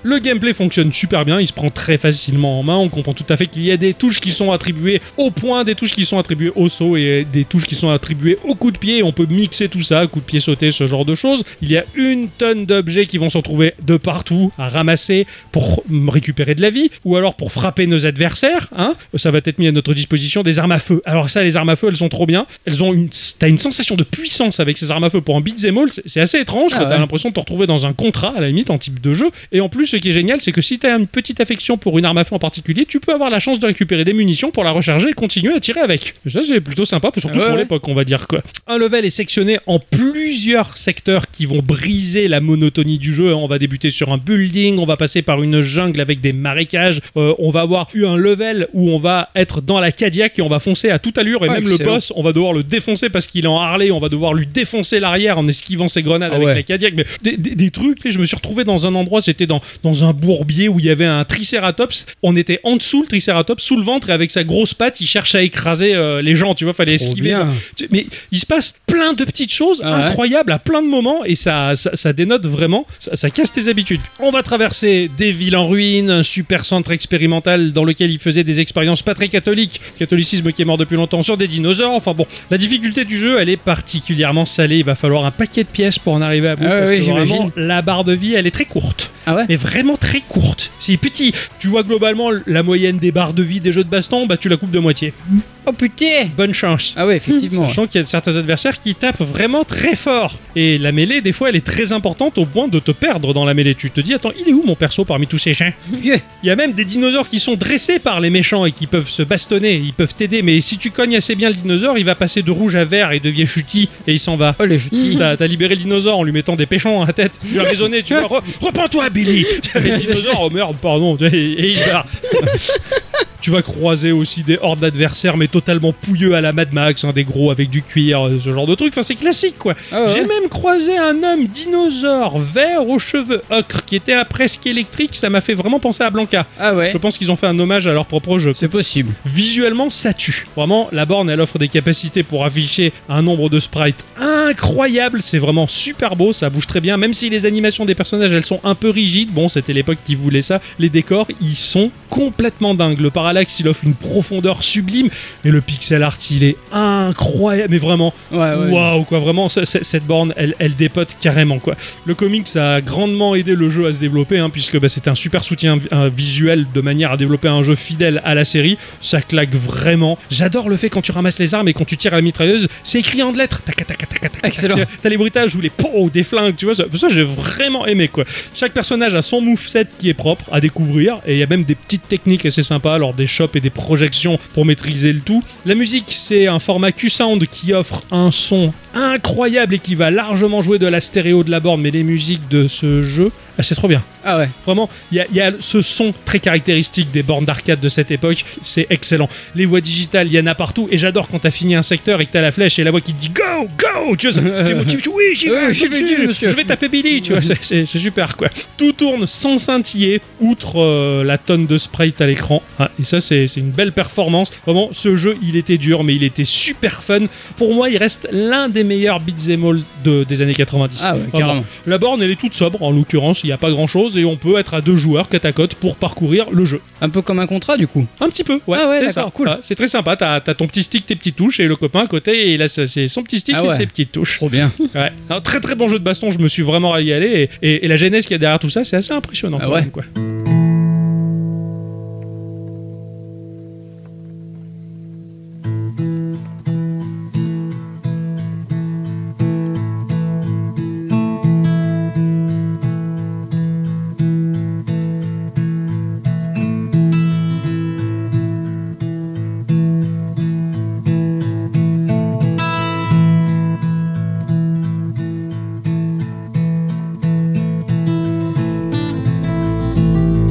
B: Le gameplay fonctionne super bien, il se prend très facilement en main, on comprend tout à fait qu'il y a des touches qui sont attribuées au point, des touches qui sont attribuées au saut et des touches qui sont attribuées au coup de pied, on peut mixer tout ça, coup de pied sauté, ce genre de choses. Il y a une tonne d'objets qui vont se retrouver de partout à ramasser pour mm, récupérer de la vie ou alors pour frapper nos adversaires. hein. Ça va être mis à notre disposition des armes à feu. Alors ça, les armes à feu, elles sont trop bien. Elles ont une, t'as une sensation de puissance avec ces armes à feu pour un beat'em all. C'est- C'est assez étrange.
D: Ah
B: quoi. T'as
D: ouais.
B: l'impression de te retrouver dans un contrat à la limite en type de jeu. Et en plus, ce qui est génial, c'est que si t'as une petite affection pour une arme à feu en particulier, tu peux avoir la chance de récupérer des munitions pour la recharger et continuer à tirer avec. Et ça, c'est plutôt sympa, surtout
D: Ah ouais,
B: pour
D: ouais.
B: l'époque, on va dire quoi. Un level est sectionné en plusieurs secteurs qui vont briser la monotonie du jeu. On va débuter sur un building, on va passer par une jungle avec des marécages, euh, on va avoir eu un level où on va être dans la cadillac Cadillac et on va foncer à toute allure et
D: Ouais,
B: même le
D: excellent.
B: boss, on va devoir le défoncer parce qu'il est en Harley, on va devoir lui défoncer l'arrière en esquivant ses grenades
D: Ah
B: avec
D: ouais.
B: la Cadillac. Mais des, des- des trucs, et je me suis retrouvé dans un endroit, j'étais dans, dans un bourbier où il y avait un Triceratops, on était en dessous le Triceratops, sous le ventre et avec sa grosse patte, il cherche à écraser euh, les gens, tu vois, fallait
D: Trop
B: esquiver.
D: Oh, bien.
B: Enfin, tu- Mais il se passe plein de petites choses
D: Ah ouais.
B: incroyables à plein de moments et ça, ça, ça dénote vraiment, ça, ça casse tes habitudes. On va traverser des villes en ruine, un super centre expérimental dans lequel il faisait des expériences pas très catholiques, catholicisme qui est mort depuis longtemps, sur des dinosaures. Enfin bon, la difficulté du jeu, elle est particulièrement salée. Il va falloir un paquet de pièces pour en arriver à bout
D: Ah
B: parce
D: oui,
B: que
D: j'imagine.
B: vraiment, la barre de vie, elle est très courte
D: Ah ouais
B: mais vraiment très courte. C'est petit. Tu vois globalement la moyenne des barres de vie des jeux de baston, bah tu la coupes de moitié.
D: Oh putain
B: Bonne chance.
D: Ah ouais, effectivement.
B: Sachant qu'il y a certains adversaires qui tapent vraiment très fort. Et la mêlée, des fois, elle est très importante au point de te perdre dans la mêlée. Tu te dis, attends, il est où mon perso parmi tous ces chiens
D: Yeah.
B: Il y a même des dinosaures qui sont dressés par les méchants et qui peuvent se bastonner, ils peuvent t'aider. Mais si tu cognes assez bien le dinosaure, il va passer de rouge à vert et devient chuti et il s'en va.
D: Oh les joutis.
B: T'as t'as libéré le dinosaure en lui mettant des péchants à la tête. Tu as raisonné, tu vois. Re- Reprends-toi, Billy Le dinosaure, oh merde, pardon, et, et il se barre. Tu vas croiser aussi des hordes d'adversaires, mais totalement pouilleux à la Mad Max, hein, des gros avec du cuir, euh, ce genre de truc. Enfin, c'est classique, quoi.
D: Ah ouais.
B: J'ai même croisé un homme dinosaure vert aux cheveux ocre qui était à presque électrique. Ça m'a fait vraiment penser à Blanca.
D: Ah ouais.
B: Je pense qu'ils ont fait un hommage à leur propre jeu
D: C'est possible.
B: visuellement ça tue. Vraiment, la borne elle offre des capacités pour afficher un nombre de sprites incroyable, c'est vraiment super beau, ça bouge très bien, même si les animations des personnages elles sont un peu rigides, bon c'était l'époque qui voulait ça, les décors ils sont complètement dingues, le parallaxe il offre une profondeur sublime, et le pixel art il est incroyable, mais vraiment,
D: Ouais, Ah ouais.
B: waouh quoi, vraiment c- c- cette borne elle, elle dépote carrément quoi. Le comic ça a grandement aidé le jeu à se développer, hein, puisque bah, c'était un super soutien vi- un visuel de manière à développer un jeu fidèle à la série, ça claque vraiment. J'adore le fait quand tu ramasses les armes et quand tu tires à la mitrailleuse, c'est écrit en de lettres. Tac, tac, tac, tac, tac, tac.
D: Excellent.
B: T'as les bruitages ou les pots des flingues, tu vois. Ça, ça, j'ai vraiment aimé quoi. Chaque personnage a son moveset qui est propre à découvrir et il y a même des petites techniques assez sympas, alors des chops et des projections pour maîtriser le tout. La musique, c'est un format Q-Sound qui offre un son incroyable et qui va largement jouer de la stéréo de la borne, mais les musiques de ce jeu, ah, c'est trop bien.
D: Ah ouais.
B: Vraiment, il y a- il y, a ce son très caractéristique des bornes d'arcade de cette époque, c'est excellent. Les voix digitales, il y en a partout, et j'adore quand t'as fini un secteur et que t'as la flèche et la voix qui te dit Go, go Tu vois, ça- t'es motivé, tu- oui, j'y vais,
D: Oui, Euh, j'y vais,
B: tout de
D: j'y vais,
B: suite,
D: monsieur.
B: je vais taper Billy, tu vois, c'est- c'est c'est super quoi. Tout tourne sans scintiller, outre euh, la tonne de sprite à l'écran, hein, et ça, c'est c'est une belle performance. Vraiment, ce jeu, il était dur, mais il était super fun. Pour moi, il reste l'un des meilleurs beat'em all de, des années 90.
D: Ah ouais,
B: Vraiment.
D: carrément.
B: La borne, elle est toute sobre, en l'occurrence, il n'y a pas grand chose, et on peut être à deux joueurs côte à côte pour parcourir le jeu.
D: Un peu comme un contrat du coup.
B: Un petit peu, ouais,
D: Ah ouais,
B: c'est
D: d'accord,
B: ça.
D: cool.
B: Ouais, c'est très sympa, t'as as ton petit stick, tes petites touches, et le copain à côté, et là, ça, c'est son petit stick
D: Ah
B: et
D: ouais.
B: ses petites touches.
D: Trop bien.
B: Ouais. Un très très bon jeu de baston, je me suis vraiment régalé, et, et- et la genèse qu'il y a derrière tout ça, c'est assez impressionnant
D: Ah
B: quand
D: ouais.
B: même, quoi.
D: Ah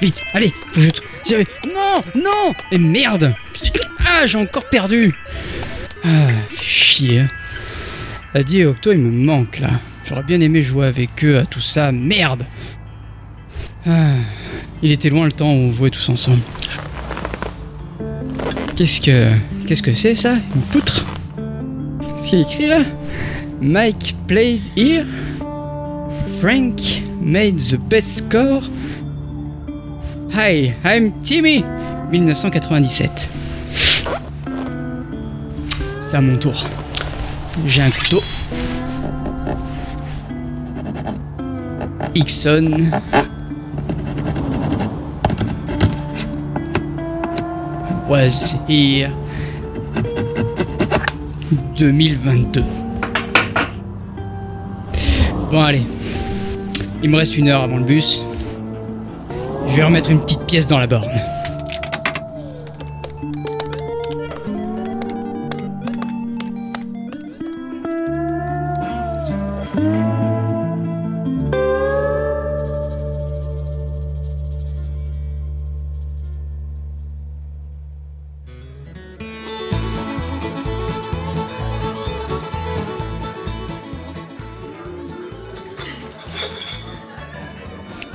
D: Vite, allez, faut que je tr- j'avais- Non, non Et merde Ah, j'ai encore perdu Ah, fais chier. hein. Adi et Octo, ils me manquent là. J'aurais bien aimé jouer avec eux à tout ça, merde Ah, Il était loin le temps où on jouait tous ensemble. Qu'est-ce que. Qu'est-ce que c'est ça Une poutre Qu'est-ce qu'il y a écrit là Mike played here. Frank made the best score. Hi, I'm Timmy. 1997. C'est à mon tour. J'ai un couteau. Ixon. Was here. 2022. Bon allez. Il me reste une heure avant le bus. Je vais remettre une petite pièce dans la borne.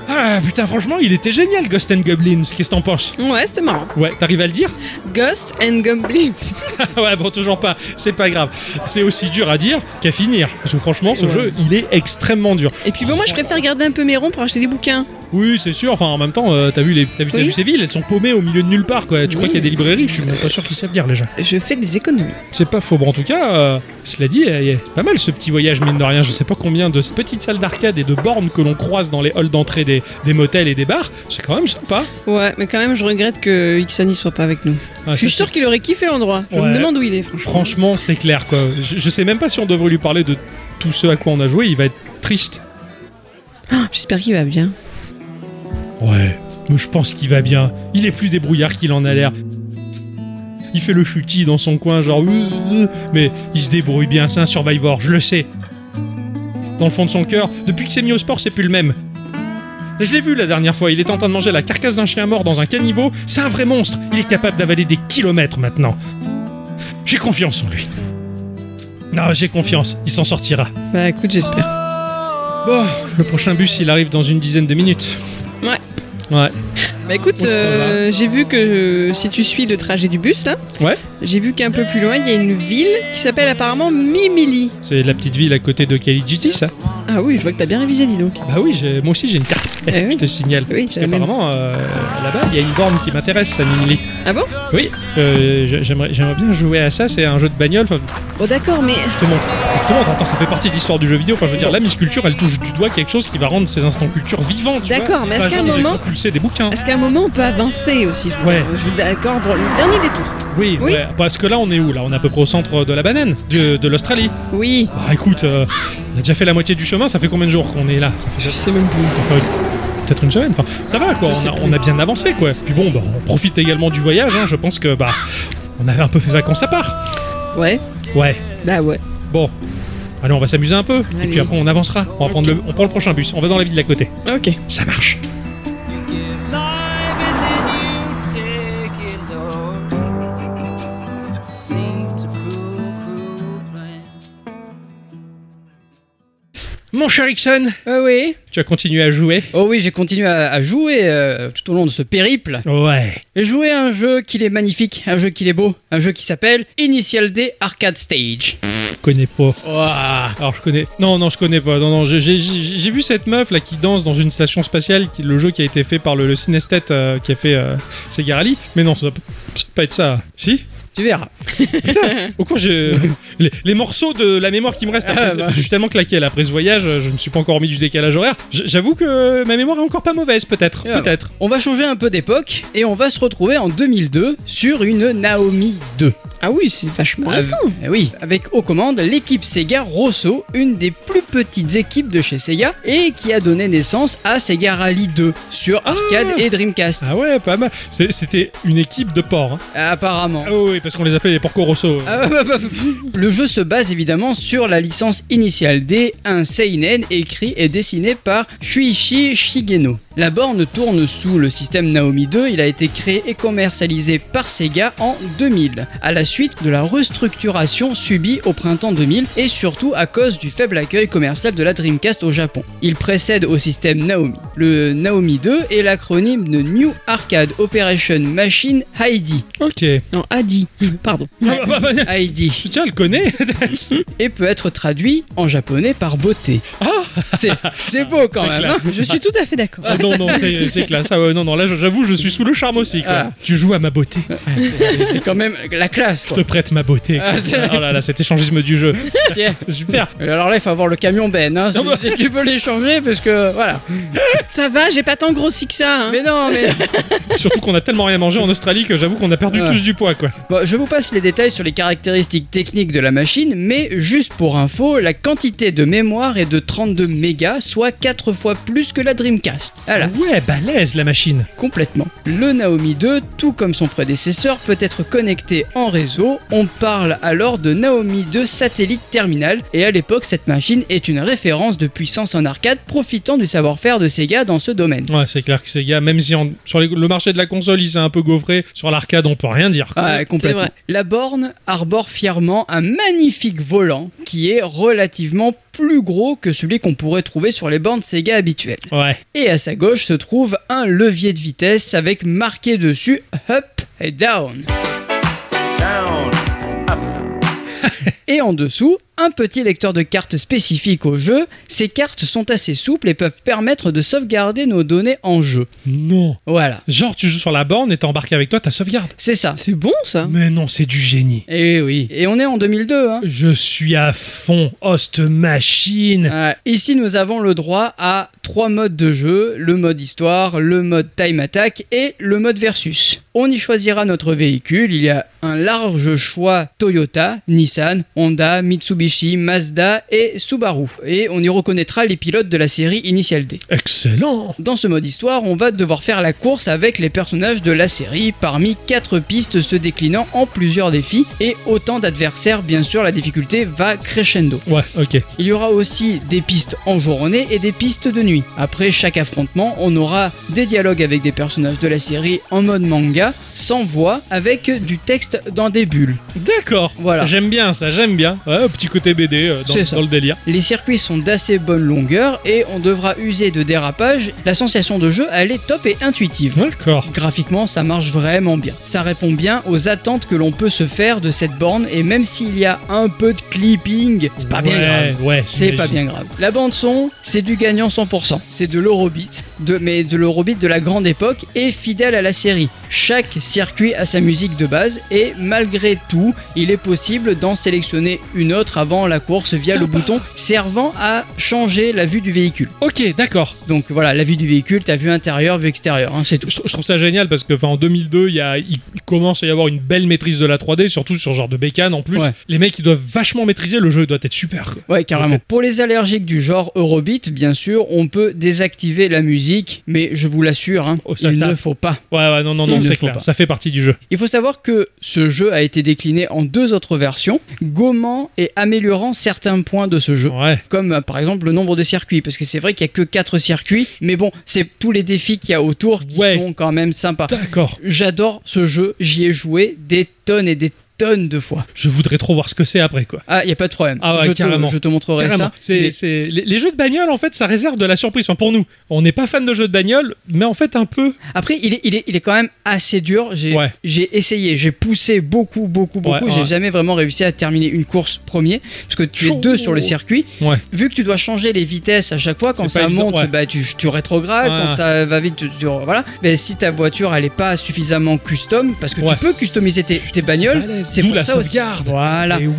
B: Ah putain, franchement, il était génial, Ghost and Goblins. Qu'est-ce que t'en penses
A: Ouais, c'était marrant.
B: Ouais, t'arrives à le dire
A: Ghost and Goblins.
B: Ouais, bon, toujours pas. C'est pas grave. C'est aussi dur à dire qu'à finir. Parce que franchement, ce
A: Ouais.
B: jeu, il est extrêmement dur.
A: Et puis bon, moi, je préfère garder un peu mes ronds pour acheter des bouquins.
B: Oui, c'est sûr. Enfin, en même temps, euh, t'as vu, les, t'as vu, t'as
A: Oui.
B: vu ces villes, elles sont paumées au milieu de nulle part. Quoi. Tu crois
A: Oui.
B: qu'il y a des librairies Je suis même pas sûr qu'ils savent lire les gens.
A: Je fais des économies.
B: C'est pas faux. Bon, en tout cas, euh, cela dit, euh, y a pas mal ce petit voyage mine de rien. Je sais pas combien de petites salles d'arcade et de bornes que l'on croise dans les halls d'entrée des, des motels et des bars. C'est quand même sympa.
A: Ouais, mais quand même, je regrette que Ixon n'y soit pas avec nous.
B: Ah,
A: je suis
B: c'est-
A: sûr qu'il aurait kiffé l'endroit. Je
B: Ouais.
A: me demande où il est, franchement.
B: Franchement, c'est clair quoi. Je, je sais même pas si on devrait lui parler de tout ce à quoi on a joué. Il va être triste.
A: Ah, J'espère qu'il va bien.
B: Ouais, mais je pense qu'il va bien. Il est plus débrouillard qu'il en a l'air. Il fait le chutis dans son coin, genre. Ouh, ouh. Mais il se débrouille bien, c'est un survivor, je le sais. Dans le fond de son cœur, depuis qu'il s'est mis au sport, c'est plus le même. Et Je l'ai vu la dernière fois, il est en train de manger la carcasse d'un chien mort dans un caniveau. C'est un vrai monstre, il est capable d'avaler des kilomètres maintenant. J'ai confiance en lui. Non, j'ai confiance, il s'en sortira.
A: Bah écoute,
B: Ah.
A: j'espère.
B: Bon, le prochain bus, il arrive dans une dizaine de minutes.
A: Ouais.
B: Ouais.
A: Bah écoute,
B: On se
A: euh, j'ai vu que euh, si tu suis le trajet du bus là,
B: Ouais.
A: j'ai vu qu'un peu plus loin, il y a une ville qui s'appelle apparemment Mimili.
B: C'est la petite ville à côté de Kalijiti, ça
A: Ah oui, je vois que t'as bien révisé, dis donc.
B: Bah oui, j'ai- moi aussi j'ai une carte.
A: Eh oui.
B: Je te signale.
A: Oui,
B: Parce
A: c'est la
B: qu'apparemment, euh, là-bas, il y a une borne qui m'intéresse, à Mimili.
A: Ah bon
B: Oui, euh, j'a- j'aimerais j'aimerais bien jouer à ça. C'est un jeu de bagnole. Enfin,
A: Bon d'accord, mais
B: je te montre. Je te montre. Attends, ça fait partie de l'histoire du jeu vidéo. Enfin, je veux dire, la Miss Culture, elle touche du doigt quelque chose qui va rendre ces instants culture vivants. tu vois.
A: D'accord, mais est-ce
B: Enfin,
A: qu'à un
B: genre, ils
A: moment-
B: ont propulsé des bouquins.
A: est-ce qu'à un moment on peut avancer aussi je veux
B: Ouais.
A: dire, Je suis d'accord pour le dernier détour.
B: Oui,
A: Oui.
B: ouais, parce que là, on est où Là, on est à peu près au centre de la banane, du- de l'Australie.
A: Oui.
B: Bah écoute, euh, on a déjà fait la moitié du chemin. Ça fait combien de jours qu'on est là Ça fait
A: Je sais même plus.
B: Enfin, peut-être une semaine. Enfin, ça va quoi,
A: Je
B: on
A: sais
B: a,
A: plus.
B: on a bien avancé quoi. Puis bon, bah, on profite également du voyage. hein. Je pense que bah, on avait un peu fait vacances à part.
A: Ouais.
B: Ouais.
A: Bah ouais.
B: Bon, allez, on va s'amuser un peu. Et
A: Allez.
B: puis après, on avancera. On va prendre le, on prend le prochain bus. On va dans la ville d'à côté.
A: Ok.
B: Ça marche. Mon cher Ixon,
D: Ah oui
B: tu as continué à jouer
D: Oh oui, j'ai continué à, à jouer euh, tout au long de ce périple.
B: Ouais.
D: J'ai joué à un jeu qui est magnifique, un jeu qui est beau, un jeu qui s'appelle Initial D Arcade Stage.
B: Je connais pas.
D: Ouah.
B: Alors je connais. Non, non, je connais pas. Non, non, j'ai- j'ai j'ai vu cette meuf là qui danse dans une station spatiale, qui- le jeu qui a été fait par le, le cinéaste euh, qui a fait euh, Segarali. Mais non, ça va, p- ça va pas être ça. Si
D: Tu verras.
B: Au cours, j'ai- les, les morceaux de la mémoire qui me restent. après
D: Ah,
B: ce-
D: bah.
B: parce que Je suis tellement claqué là, après ce voyage, euh, je ne suis pas encore mis du décalage horaire. J- J'avoue que ma mémoire est encore pas mauvaise, peut-être.
D: Ah, bah.
B: peut-être.
D: On va changer un peu d'époque et on va se retrouver en 2002 sur une Naomi 2.
A: Ah oui, c'est vachement
D: Av-
A: récent.
D: Eh oui, avec aux commandes l'équipe Sega Rosso, une des plus petites équipes de chez Sega et qui a donné naissance à Sega Rally 2 sur arcade et Dreamcast.
B: Ah ouais, pas mal. C'est- C'était une équipe de porcs. hein.
D: Apparemment.
B: Ah oui, parce qu'on les appelait les porcos rosso.
D: Ah, bah, bah, bah. Le jeu se base évidemment sur la licence initiale des un seinen écrit et dessiné par Shuichi Shigeno. La borne tourne sous le système Naomi 2, il a été créé et commercialisé par Sega en 2000, à la suite de la restructuration subie au printemps 2000 et surtout à cause du faible accueil commercial de la Dreamcast au Japon. Il précède au système Naomi. Le Naomi 2 est l'acronyme de New Arcade Operation Machine Heidi.
B: Ok.
A: Non, Adi. Pardon.
B: Ah bah, bah, bah,
D: Heidi.
B: tiens, elle connaît.
D: et peut être traduit en japonais par beauté. C'est- C'est beau quand
B: Ah C'est
D: même.
B: clair.
D: hein.
A: Je suis tout à fait d'accord.
B: Ah non, non, c'est c'est classe. Ah ouais, non, non, là, j'avoue, je suis sous le charme aussi. quoi.
D: Ah.
B: Tu joues à ma beauté.
D: hein. C'est- C'est quand même la classe.
B: Je
D: quoi.
B: te prête ma beauté.
D: Ah, c'est vrai.
B: oh là là, cet échangisme du jeu.
D: Tiens.
B: Super.
D: Alors là, il faut avoir le camion Ben. Hein, si,
B: Ah bah.
D: si tu peux l'échanger, parce que voilà.
A: Ça va, j'ai pas tant grossi que ça. hein.
D: Mais non, mais.
B: Surtout qu'on a tellement rien mangé en Australie que j'avoue qu'on a perdu
D: Ouais.
B: tous du poids, quoi.
D: Bon, je vous passe les détails sur les caractéristiques techniques de la machine, mais juste pour info, la quantité de mémoire est de 32 mégas, soit 4 fois plus que la Dreamcast. Voilà.
B: Ouais, balèze la machine.
D: complètement. Le Naomi 2, tout comme son prédécesseur, peut être connecté en réseau. On parle alors de Naomi 2 satellite terminal et à l'époque cette machine est une référence de puissance en arcade profitant du savoir-faire de Sega dans ce domaine.
B: Ouais, c'est clair que Sega, même si en- sur les- le marché de la console, il s'est un peu gaufré, sur l'arcade, on peut rien dire. quoi.
D: Ah,
A: c'est
D: complètement.
A: vrai.
D: La borne arbore fièrement un magnifique volant qui est relativement plus gros que celui qu'on pourrait trouver sur les bornes Sega habituelles.
B: Ouais.
D: Et à sa gauche se trouve un levier de vitesse avec marqué dessus up et down. Et en dessous, un petit lecteur de cartes spécifique au jeu. Ces cartes sont assez souples et peuvent permettre de sauvegarder nos données en jeu.
B: Non.
D: Voilà,
B: Genre, tu joues sur la borne et t'as embarqué avec toi ta sauvegarde.
D: c'est ça.
A: C'est bon ça.
B: Mais non, c'est du génie.
D: Et oui. Et on est en 2002, hein.
B: Je suis à fond, host machine.
D: Euh, ici, nous avons le droit à trois modes de jeu le mode histoire, le mode time attack et le mode versus. On y choisira notre véhicule. Il y a un large choix Toyota, Nissan, Honda, Mitsubishi, Mazda et Subaru. Et on y reconnaîtra les pilotes de la série Initial D.
B: Excellent.
D: Dans ce mode histoire, on va devoir faire la course avec les personnages de la série parmi quatre pistes se déclinant en plusieurs défis et autant d'adversaires. Bien sûr, la difficulté va crescendo.
B: Ouais, ok.
D: Il y aura aussi des pistes en journée et des pistes de nuit. Après chaque affrontement, on aura des dialogues avec des personnages de la série en mode manga, sans voix, avec du texte dans des bulles.
B: D'accord.
D: Voilà.
B: J'aime bien ça, j'aime bien. Ouais, petit côté BD euh, dans,
D: C'est ça.
B: dans le délire.
D: Les circuits sont d'assez bonne longueur et on devra user de dérapage. La sensation de jeu, elle est top et intuitive.
B: D'accord.
D: Graphiquement, ça marche vraiment bien. Ça répond bien aux attentes que l'on peut se faire de cette borne et même s'il y a un peu de clipping, c'est pas bien
B: Ouais,
D: grave.
B: Ouais,
D: C'est pas
B: j'imagine.
D: bien grave. La bande son, c'est du gagnant 100%. C'est de l'Eurobeat, de, mais de l'Eurobeat de la grande époque et fidèle à la série. Chaque circuit a sa musique de base et malgré tout, il est possible d'en sélectionner une autre avant la course via le
B: Sympa.
D: bouton servant à changer la vue du véhicule.
B: Ok, d'accord.
D: Donc voilà, la vue du véhicule, ta vue intérieure, vue extérieure, hein, c'est tout.
B: Je, tr- je trouve ça génial parce que enfin, en 2002, il, y a- il commence à y avoir une belle maîtrise de la 3D, surtout sur ce genre de bécane en plus.
D: Ouais.
B: Les mecs, ils doivent vachement maîtriser le jeu, il doit être super. quoi.
D: Ouais, carrément.
B: Peut-être.
D: Pour les allergiques du genre Eurobeat, bien sûr, on peut désactiver la musique, mais je vous l'assure, hein,
B: Oh, ça
D: il ne
B: tape.
D: faut pas.
B: Ouais, ouais, non, non, non,
D: Il ne
B: c'est
D: faut
B: clair.
D: pas.
B: Ça fait partie du jeu.
D: Il faut savoir que ce jeu a été décliné en deux autres versions, gommant et améliorant certains points de ce jeu.
B: Ouais.
D: Comme euh, par exemple le nombre de circuits, parce que c'est vrai qu'il n'y a que quatre circuits, mais bon, c'est tous les défis qu'il y a autour qui
B: Ouais.
D: sont quand même sympas.
B: D'accord.
D: J'adore ce jeu, j'y ai joué des tonnes et des tonnes de fois.
B: Je voudrais trop voir ce que c'est après, quoi.
D: Ah, il n'y a pas de problème,
B: Ah ouais,
D: je, te,
B: carrément.
D: je te montrerai
B: Carrément.
D: ça.
B: C'est,
D: mais-
B: c'est- Les, les jeux de bagnole, en fait, ça réserve de la surprise. Enfin, pour nous, on n'est pas fan de jeux de bagnole, mais en fait, un peu.
D: Après, il est, il, est, il est quand même assez dur. J'ai
B: Ouais.
D: j'ai essayé, j'ai poussé beaucoup, beaucoup,
B: Ouais,
D: beaucoup. j'ai
B: ouais.
D: jamais vraiment réussi à terminer une course premier, parce que tu es
B: Chaud.
D: deux sur le circuit.
B: Ouais.
D: Vu que tu dois changer les vitesses à chaque fois, quand
B: C'est
D: ça
B: pas évident,
D: monte,
B: ouais.
D: bah, tu, tu rétrogrades,
B: Ouais.
D: quand ça va vite, tu, tu- voilà. Mais si ta voiture, elle est pas suffisamment custom, parce que
B: Ouais.
D: tu peux customiser tes, tes
B: C'est
D: bagnoles,
B: balèze.
D: c'est
B: d'où
D: pour
B: la
D: ça aussi.
B: sauvegarde.
D: Voilà.
B: Et oui.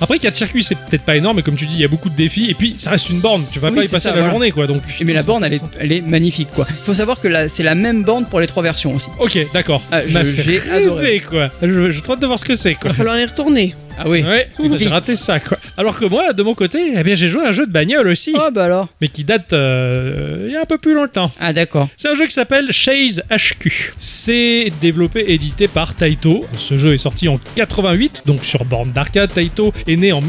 B: Après, 4 circuits, c'est peut-être pas énorme, mais comme tu dis, il y a beaucoup de défis. Et puis, ça reste une borne. Tu vas
D: Oui,
B: pas y
D: c'est
B: passer
D: ça,
B: la
D: voilà.
B: journée, quoi. Donc,
D: Mais la
B: c'est
D: borne, elle est,
B: intéressant.
D: elle est magnifique, quoi. Faut savoir que la- c'est la même borne pour les trois versions aussi.
B: Ok, d'accord.
D: Ah, je-
B: M'a fait
D: j'ai
B: rêver,
D: adoré.
B: quoi. Je, je trop hâte de voir ce que c'est,
M: Il
B: quoi.
M: va falloir y retourner.
D: Ah oui.
B: Ouais, putain, j'ai
D: Vite.
B: raté ça quoi. Alors que moi, de mon côté, eh bien, j'ai joué à un jeu de bagnole aussi,
D: Oh bah alors.
B: mais qui date euh, il y a un peu plus longtemps.
D: Ah d'accord.
B: C'est un jeu qui s'appelle Chase HQ. C'est développé et édité par Taito. Ce jeu est sorti en 88, donc sur borne d'arcade. Taito est né en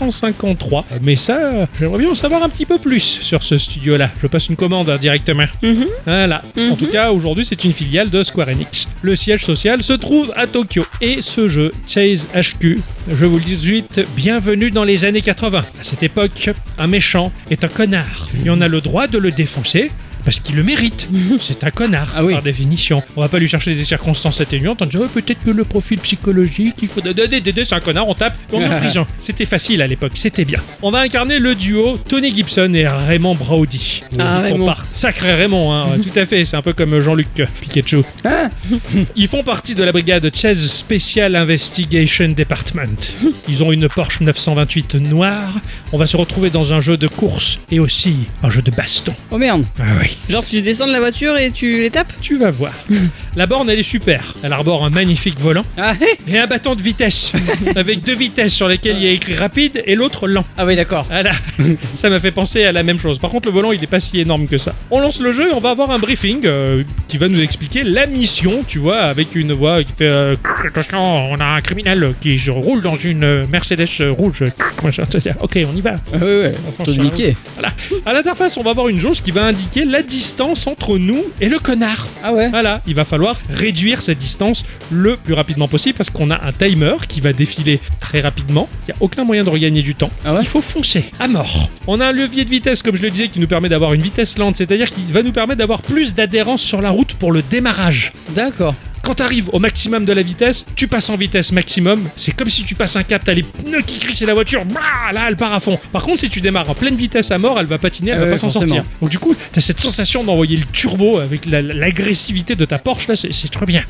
B: 1953. Mais ça, euh, j'aimerais bien en savoir un petit peu plus sur ce studio-là. Je passe une commande hein, directement.
M: Mhm.
B: Voilà. En tout cas, aujourd'hui, c'est une filiale de Square Enix. Le siège social se trouve à Tokyo. Et ce jeu, Chase HQ, je vous le dis tout de suite, bienvenue dans les années 80. À cette époque, un méchant est un connard. Et on a le droit de le défoncer. Parce qu'il le mérite. C'est un connard,
D: Mhm. Ah oui.
B: par définition. On va pas lui chercher des circonstances atténuantes en disant Oh, peut-être que le profil psychologique, il faut. Dédé, Dédé, c'est un connard, on tape, on met en prison. C'était facile à l'époque, c'était bien. On va incarner le duo Tony Gibson et Raymond Brody.
M: Ah,
B: Ils font
M: Raymond.
B: par- Sacré Raymond, hein, tout à fait. C'est un peu comme Jean-Luc euh, Pikachu. Ils font partie de la brigade Chase Special Investigation Department. Ils ont une Porsche 928 noire. On va se retrouver dans un jeu de course et aussi un jeu de baston.
D: Oh merde.
B: Ah oui.
M: Genre, tu descends de la voiture et tu les tapes
B: Tu vas voir. La borne, elle est super. Elle arbore un magnifique volant
D: Ah, hé.
B: et un bâton de vitesse, avec deux vitesses sur lesquelles il y a écrit rapide et l'autre lent.
D: ah oui d'accord.
B: Voilà. ça m'a fait penser à la même chose. Par contre, le volant, il n'est pas si énorme que ça. On lance le jeu et on va avoir un briefing euh, qui va nous expliquer la mission, tu vois, avec une voix qui fait euh, Attention, on a un criminel qui se roule dans une euh, Mercedes rouge. Comment ça s'appelle Ok, on y va.
D: Ah oui, ouais.
B: On fonce
D: Tout
B: sur la
D: niqué.
B: Voilà. À l'interface, on va avoir une jauge qui va indiquer la distance entre nous et le connard.
D: Ah ouais.
B: Voilà, il va falloir réduire cette distance le plus rapidement possible parce qu'on a un timer qui va défiler très rapidement. Il n'y a aucun moyen de regagner du temps.
D: Ah ouais
B: Il faut foncer à mort. On a un levier de vitesse, comme je le disais, qui nous permet d'avoir une vitesse lente, c'est-à-dire qui va nous permettre d'avoir plus d'adhérence sur la route pour le démarrage.
D: D'accord.
B: Quand tu arrives au maximum de la vitesse, tu passes en vitesse maximum. C'est comme si tu passes un cap, t'as les pneus qui crissent et la voiture, bah, là elle part à fond. Par contre, si tu démarres en pleine vitesse à mort, elle va patiner, elle
D: Ah
B: va
D: ouais,
B: pas s'en
D: forcément.
B: sortir. Donc du coup, t'as cette sensation d'envoyer le turbo avec la- l'agressivité de ta Porsche là, c'est c'est trop bien.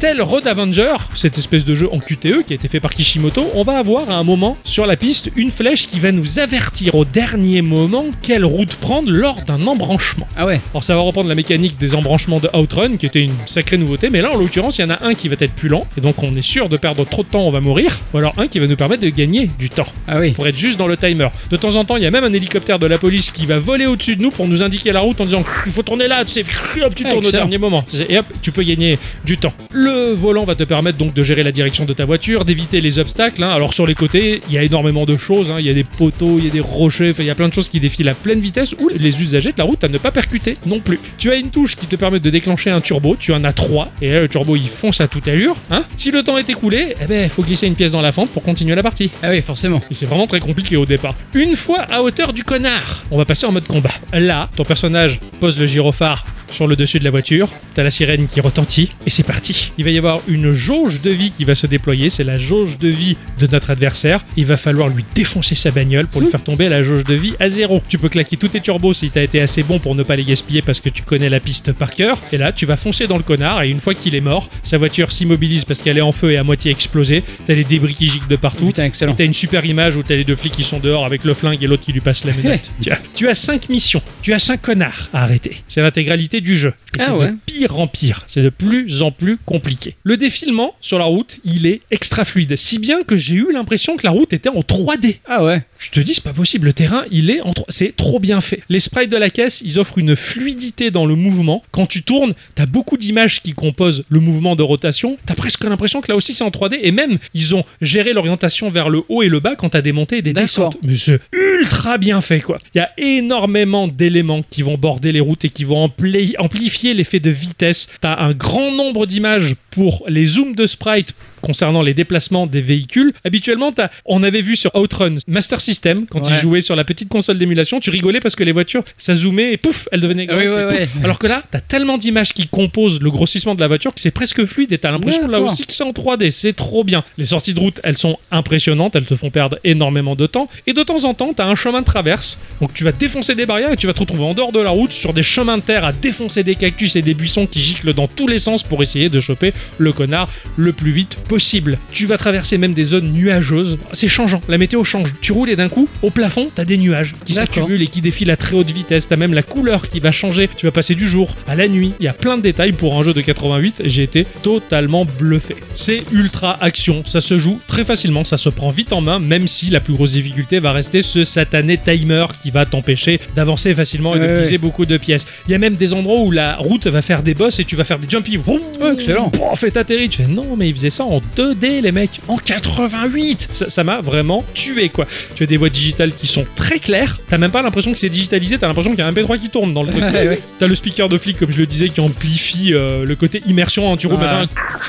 B: Tel Road Avenger, cette espèce de jeu en QTE qui a été fait par Kishimoto, on va avoir à un moment sur la piste une flèche qui va nous avertir au dernier moment quelle route prendre lors d'un embranchement.
D: Ah ouais.
B: Alors ça va reprendre la mécanique des embranchements de Outrun, qui était une sacrée nouveauté, mais là en l'occurrence il y en a un qui va être plus lent, et donc on est sûr de perdre trop de temps, on va mourir, ou alors un qui va nous permettre de gagner du temps,
D: Ah oui.
B: pour être juste dans le timer. De temps en temps il y a même un hélicoptère de la police qui va voler au-dessus de nous pour nous indiquer la route en disant il faut tourner là, tu sais, hop, tu
D: Ah,
B: tournes au
D: excellent.
B: dernier moment, et hop, tu peux gagner du temps. Le volant va te permettre donc de gérer la direction de ta voiture, d'éviter les obstacles, hein. alors sur les côtés il y a énormément de choses, hein. il y a des poteaux, il y a des rochers, enfin, il y a plein de choses qui défilent à pleine vitesse, ou les usagers de la route à ne pas percuter non plus. Tu as une touche qui te permet de déclencher un turbo, tu en as trois, et là, le turbo il fonce à toute allure. hein. Si le temps est écoulé, eh ben faut glisser une pièce dans la fente pour continuer la partie.
D: Ah oui, forcément.
B: Et c'est vraiment très compliqué au départ. Une fois à hauteur du connard, on va passer en mode combat. Là, ton personnage pose le gyrophare sur le dessus de la voiture, t'as la sirène qui retentit, et c'est parti. Il va y avoir une jauge de vie qui va se déployer, c'est la jauge de vie de notre adversaire. Il va falloir lui défoncer sa bagnole pour lui faire tomber la jauge de vie à zéro. Tu peux claquer tous tes turbos si t'as été assez bon pour ne pas les gaspiller parce que tu connais la piste par cœur, et là, tu vas foncer dans le connard, et une fois qu'il est mort, sa voiture s'immobilise parce qu'elle est en feu et à moitié explosée, t'as les débris qui giclent de partout,
D: Putain, excellent.
B: et T'as une super image où t'as les deux flics qui sont dehors avec le flingue et l'autre qui lui passe la menotte. tu, as, tu as cinq missions, tu as cinq connards à arrêter. C'est l'intégralité du jeu. Et
M: Ah
B: c'est
M: ouais.
B: de pire en pire. C'est de plus en plus compliqué. Le défilement sur la route, il est extra fluide. Si bien que j'ai eu l'impression que la route était en 3D.
D: Ah ouais.
B: Tu te dis, c'est pas possible, le terrain, il est en trois- C'est trop bien fait. Les sprites de la caisse, ils offrent une fluidité dans le mouvement. Quand tu tournes, t'as beaucoup d'images qui composent le mouvement de rotation. T'as presque l'impression que là aussi c'est en 3D. Et même, ils ont géré l'orientation vers le haut et le bas quand t'as des montées et des
D: D'accord.
B: descentes. Mais c'est ultra bien fait, quoi. Il y a énormément d'éléments qui vont border les routes et qui vont ampli- amplifier l'effet de vitesse. T'as un grand nombre d'images pour les zooms de sprites concernant les déplacements des véhicules. Habituellement, t'as- on avait vu sur Outrun Master System, quand ils
D: Ouais.
B: jouaient sur la petite console d'émulation, tu rigolais parce que les voitures, ça zoomait et pouf, elles devenaient
D: Ah oui,
B: grosses. et
D: ouais,
B: pouf. Alors que là, t'as tellement d'images qui composent le grossissement de la voiture que c'est presque fluide et t'as l'impression là
D: D'accord.
B: aussi que c'est en 3D. C'est trop bien. Les sorties de route, elles sont impressionnantes, elles te font perdre énormément de temps. Et de temps en temps, t'as un chemin de traverse, donc tu vas défoncer des barrières et tu vas te retrouver en dehors de la route sur des chemins de terre à défoncer des cactus et des buissons qui giclent dans tous les sens pour essayer de choper le connard le plus vite possible. Tu vas traverser même des zones nuageuses. C'est changeant, la météo change. Tu roules et d'un coup, au plafond, t'as des nuages qui
D: D'accord.
B: s'accumulent et qui défilent à très haute vitesse. T'as même la couleur qui va changer. Tu vas passer du jour à la nuit. Il y a plein de détails pour un jeu de 88. J'ai été totalement bluffé. C'est ultra action. Ça se joue très facilement. Ça se prend vite en main, même si la plus grosse difficulté va rester ce satané timer qui va t'empêcher d'avancer facilement et de
D: Ouais,
B: piser
D: ouais.
B: beaucoup de pièces. Il y a même des endroits où la route va faire des boss et tu vas faire des jumpies.
D: Oh,
B: excellent. Pof, et t'atterris. Tu fais non, mais ils faisaient ça en 2D, les mecs. En 88. Ça ça m'a vraiment tué, quoi. Tu as des voies digitales qui sont très claires. T'as même pas l'impression que c'est digitalisé. T'as l'impression qu'il y a un MP3 qui tourne dans le truc.
D: Ouais, ouais.
B: T'as le speaker de flic, comme je le disais, qui amplifie euh, le côté immersion. hein. tu roules,
D: Ouais.
B: machin,